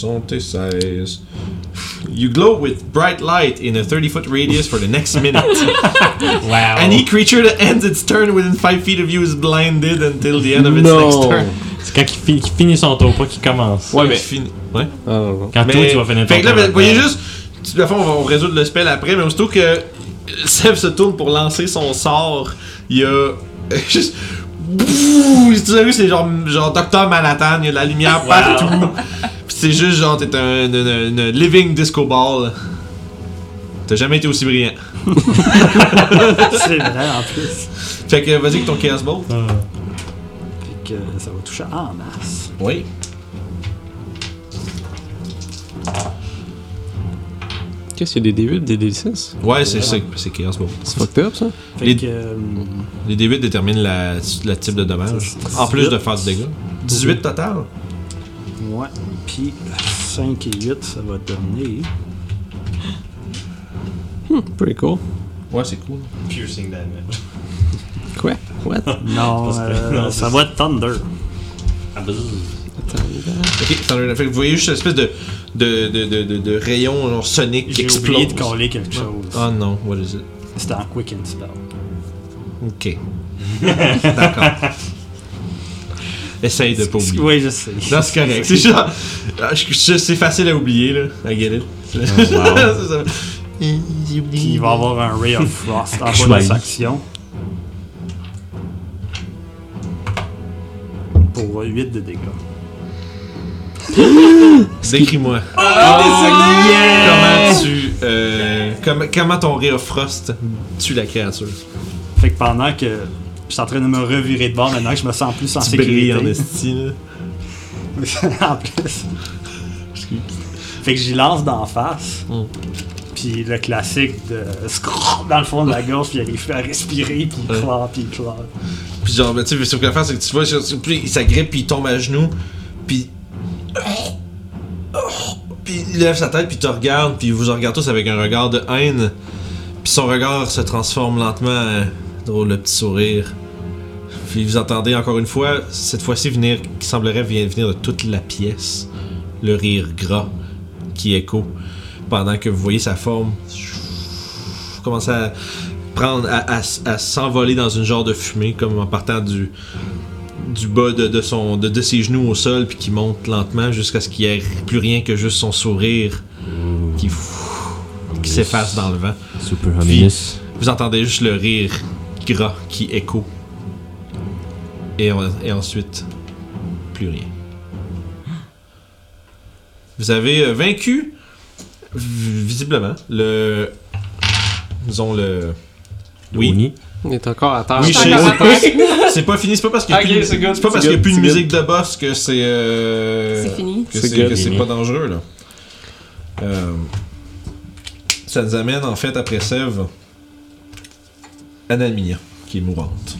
A: 76. You glow with bright light in a 30 foot radius for the next minute.
D: Wow.
A: Any creature that ends its turn within 5 feet of you is blinded until the end of its
B: No.
A: next turn. C'est
D: C'est quand il, fi- qu'il finit son tour, pas qu'il commence.
B: Ouais, mais-
A: Fini. Ouais.
B: Ah, non, non.
D: Quand toi, tu vas finir ton
A: Fait que là,
D: tour. euh,
A: ben, vous voyez juste, tu- à fond, on va on résoudre le spell après, mais aussitôt que Seb se tourne pour lancer son sort, il y a juste. Bouh! Tu sais, c'est genre, genre Docteur Manhattan, il y a de la lumière partout. Puis c'est juste genre, t'es un, une- une- une living disco ball. T'as jamais été aussi brillant.
G: C'est vrai en plus.
A: Fait que vas-y avec ton Chaos Ball.
G: Fait que ça va toucher en masse.
A: Oui.
B: Qu'est-ce qu'il y a des D8, des D6
A: Ouais, c'est c'est- c'est Chaos Ball.
B: C'est fucked up ça
G: Fait
A: Les-
G: que. euh,
A: Les D8 déterminent la, le type de dommage. En plus de faire du dégât. 18 total.
G: ouais. Puis 5 et 8, ça va donner.
B: Pretty cool.
A: Ouais, c'est cool.
E: Piercing damage.
B: Quoi What
G: Non,
E: que-
G: euh,
E: non,
G: ça
E: c'est-
G: va être Thunder.
E: Ah, bzzz.
A: Ok, ça fait que vous voyez juste une espèce de, de, de, de, de, de rayon genre sonique qui
G: J'ai
A: explose.
G: oublié de coller quelque chose.
A: Oh non, what is it?
G: C'était en Quick and Spell.
A: Ok. D'accord. Essaye de pas oublier.
G: Oui, je sais.
A: Non, c'est correct. C'est genre. Ah, je- je- C'est facile à oublier, là. I get it. C'est ça. J'ai oublié.
G: Puis il Oh, va avoir un Ray of Frost en bas de
D: Chouette.
G: sa action. Pour 8 de dégâts.
A: Décris-moi. Comment tu. euh, comment- comment ton Ray of Frost tue la créature?
G: Fait que pendant que je suis en train de me revirer de bord, maintenant que je me sens plus en
A: Tu brilles en
G: sécurité.
A: esti, là.
G: en plus. Fait que j'y lance d'en face.
A: Mm.
G: Puis le classique de scrrr dans le fond de la gorge, puis il arrive à respirer, puis il
A: Ouais.
G: claire, puis il claire.
A: Puis genre, ben, tu sais, ce que faire, c'est que tu vois, genre, puis il s'agrippe, puis il tombe à genoux, puis. Puis il lève sa tête, puis il te regarde, puis il vous regarde tous avec un regard de haine. Puis son regard se transforme lentement en drôle de petit sourire. Puis vous entendez encore une fois, cette fois-ci venir, qui semblerait vi- venir de toute la pièce, le rire gras qui écho, pendant que vous voyez sa forme commencer à prendre, à, à- à s'envoler dans une genre de fumée, comme en partant du, du bas de, de son, de, de ses genoux au sol, puis qui monte lentement jusqu'à ce qu'il n'y ait plus rien que juste son sourire qui, fou- qui s'efface dans le vent.
D: Super
A: ominous. Vous entendez juste le rire gras qui écho. Et, on- et ensuite, plus rien. Vous avez euh, vaincu, v- visiblement, le. Disons le. Oui.
D: Oui.
B: Il est encore à terre.
A: Oui,
F: C'est
A: je
F: encore
A: sais.
F: à terre.
A: C'est pas fini, c'est pas parce qu'il n'y a
B: Ok,
A: plus, de-
B: c'est good,
A: c'est pas
B: c'est
A: parce qu'il y a
B: good,
A: plus de
B: c'est
A: musique de boss que c'est. euh,
H: C'est fini.
A: que
B: C'est
A: c'est
B: good.
A: que c'est pas dangereux là. Euh, ça nous amène en fait après Sève Anamia qui est mourante.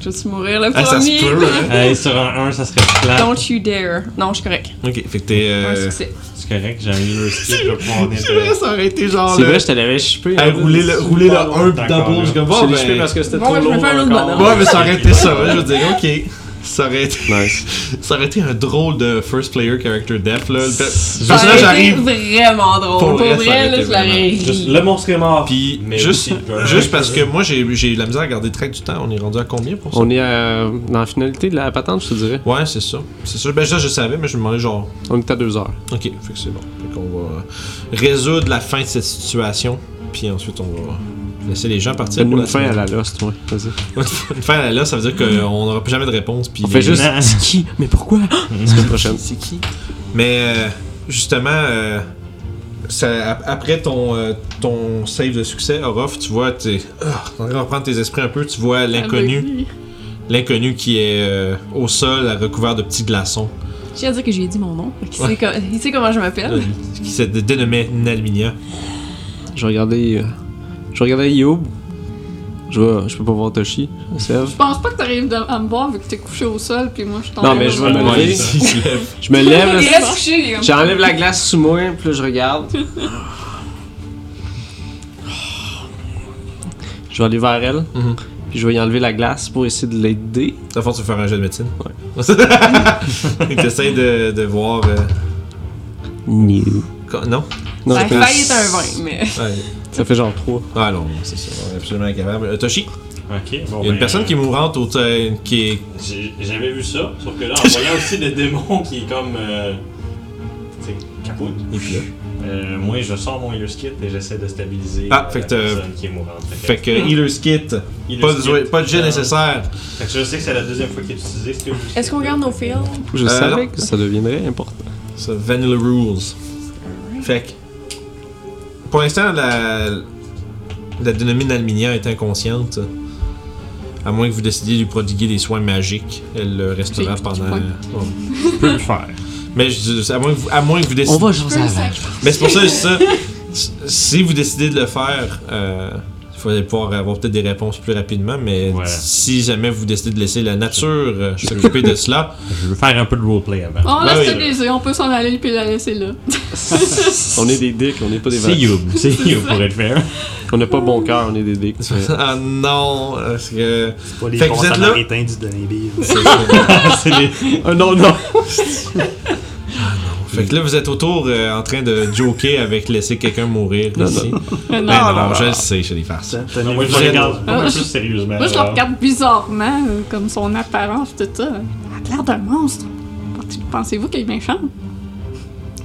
F: Je vais-tu mourir le
A: Ah, ça se
F: premier?
A: peut, hein?
D: Hey, Euh, sur un 1, ça serait plat.
F: Don't you dare. Non, je suis correct.
A: Ok, fait que t'es.
F: Un
A: Euh,
F: succès.
D: C'est correct, j'ai mis le skip, je vais pouvoir en
A: c'est vrai,
D: être.
A: ça aurait été genre.
B: C'est
A: le-
B: vrai, je te l'avais hein. chippé.
A: à rouler le, rouler le 1 dans
D: D'accord,
A: le
D: là.
A: je suis comme
B: Bon,
A: bon,
B: je l'ai
A: ben,
B: chippé parce que c'était
F: Bon,
B: trop
F: ben, je vais
B: lourd.
F: faire un autre
B: encore.
F: bonhomme.
A: Ouais, mais ça aurait été ça, hein, je veux dire, ok. Ça aurait été.
B: Nice.
A: Ça aurait été un drôle de first player character death là. Le pe-
F: Ça
A: personnage
F: aurait été
A: arrive.
F: vraiment drôle.
A: Pour
F: Pour
A: vrai,
F: vrai,
A: ça aurait
F: là,
A: été
F: je l'aurais ri.
D: Juste, le monstre est mort.
A: Puis
D: Mais
A: juste,
D: aussi, je-
A: juste parce que moi j'ai j'ai la misère à garder track du temps. On est rendu à combien pour ça?
B: On est à- dans la finalité de la patente, je te dirais.
A: Ouais, c'est ça. C'est ça. Ben, ça, je savais, mais je me demandais genre.
B: On est à deux heures.
A: Ok, fait que c'est bon. Fait qu'on va euh, résoudre la fin de cette situation. Puis ensuite, on va laisser les gens partir.
B: Fais-nous
A: pour
B: une fin à la Lost, ouais. Vas-y.
A: Une fin à la là, ça veut dire qu'on n'aura plus jamais de réponse. Puis
B: On fait
A: les-
B: juste.
D: Non.
B: C'est qui Mais pourquoi Semaine prochaine. C'est qui
A: Mais euh, justement, euh, ça- ap- après ton, euh, ton save de succès, Orof, tu vois, t'es. ah, t'es en train de reprendre tes esprits un peu. Tu vois l'inconnu. L'inconnu qui est euh, au sol, à recouvert de petits glaçons.
H: Je tiens à dire que je lui ai dit mon nom. fait qu'il
A: Ouais.
H: sait com- Il sait comment je
F: Ah
H: m'appelle.
A: Qui se dénommait Nalminia.
B: Je regardais. euh, Je regardais Youb. Je vois, je peux pas voir Toshi. Sève.
C: Je pense pas que t'arrives de- à me voir vu que t'es couché au sol puis moi je t'en
B: Non, mais je vais me
A: Ouais,
B: lever.
A: il se lève.
B: Je me lève. là,
F: Il reste couché, lui.
B: J'enlève la glace sous moi, puis là, je regarde. Je vais aller vers elle,
A: Mhm.
B: puis je vais y enlever la glace pour essayer de l'aider.
A: Dans le fond, tu veux faire un jeu de médecine. Ouais. T'essayes de, de voir. euh, co- Non?
B: Non,
F: La
B: je peux-
F: faille est un vin, mais.
A: Ouais.
B: ça fait genre 3.
A: Ah non, c'est ça. On est absolument incapable. Euh, Toshi?
D: Ok, bon. ben, euh,
A: Il y a une personne qui est mourante au te- qui est.
D: J'avais vu ça, sauf que là, en voyant aussi le démon qui est comme. Euh, tu sais, capote.
A: il est plus là.
D: Euh, moi, je sors mon healer's kit et j'essaie de stabiliser
A: Ah,
D: euh,
A: fait
D: la
A: que t'as-
D: personne qui est mourante.
A: Fait que Healer's Kit,
D: Healer's
A: pas de,
D: kit,
A: jouet- pas de jet
D: euh,
A: nécessaire.
D: Fait que je sais que c'est la deuxième fois qu'il est utilisé. ce healer's
H: Est-ce qu'on
D: kit-là.
H: garde nos fils?
B: Je
A: Euh,
B: savais
A: non.
B: que ça deviendrait important.
A: Ça, Vanilla Rules. Fait que. Pour l'instant, la. La dénomine Alminia est inconsciente. À moins que vous décidiez de lui prodiguer des soins magiques. Elle le restera
C: J'ai-
A: pendant.
C: ouais.
A: Bon.
D: Je peux le faire.
A: Mais je dis- à moins que vous, à moins que vous décidiez.
I: jaser
C: Peu sacré.
A: Mais c'est pour ça, c'est ça. S- Si vous décidez de le faire, euh, il faudrait pouvoir avoir peut-être des réponses plus rapidement, mais
D: Ouais.
A: si jamais vous décidez de laisser la nature euh, s'occuper de cela,
D: Je veux faire un peu de roleplay avant.
C: On
A: Ah oui.
C: laisse ça baiser, on peut s'en aller puis la laisser là.
B: On est des dicks, on n'est pas des
D: C'est
B: vaches.
D: you, c'est you pour le faire.
B: On n'a pas bon cœur, on est des dicks.
A: ah non, parce que.
G: C'est pas les
A: Fait que
G: bons
A: vous êtes là?
G: samaritains du Danube.
D: c'est les...
B: Ah non, non!
A: Fait que là, vous êtes autour euh, en train de joker avec laisser quelqu'un mourir
B: Non,
A: ici.
C: Mais non.
A: Ben non, je le sais, je des farces.
G: T'as- t'as
D: Non, moi, je
G: vous
D: le
G: êtes-
D: regarde
C: Ah,
D: beaucoup
C: je-
D: plus sérieusement.
C: Moi, je le
D: alors.
C: regarde bizarrement, euh, comme son apparence, tout ça. Elle a l'air d'un monstre. Pensez-vous qu'elle est méchante?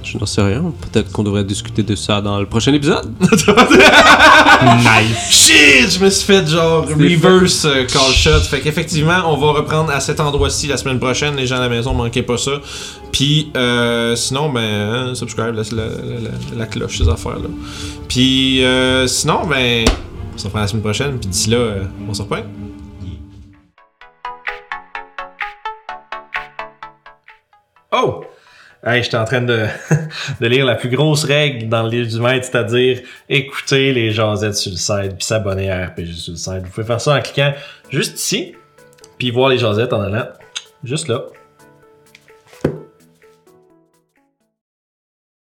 B: Je n'en sais rien. Peut-être qu'on devrait discuter de ça dans le prochain épisode.
D: Nice.
A: Shit, je me suis fait genre reverse euh, call shot. Fait qu'effectivement, on va reprendre à cet endroit-ci la semaine prochaine. Les gens à la maison, manquez pas ça. Puis euh, sinon, ben, hein, subscribe, la, la, la- la cloche, ces affaires-là. Puis euh, sinon, ben, on se reprend la semaine prochaine. Puis d'ici là, euh, on se reprend. Oh! Hey, j'étais en train de, de lire la plus grosse règle dans le livre du maître, c'est-à-dire écouter les jasettes sur le site puis s'abonner à RPG sur le site. Vous pouvez faire ça en cliquant juste ici, puis voir les jasettes en allant juste là.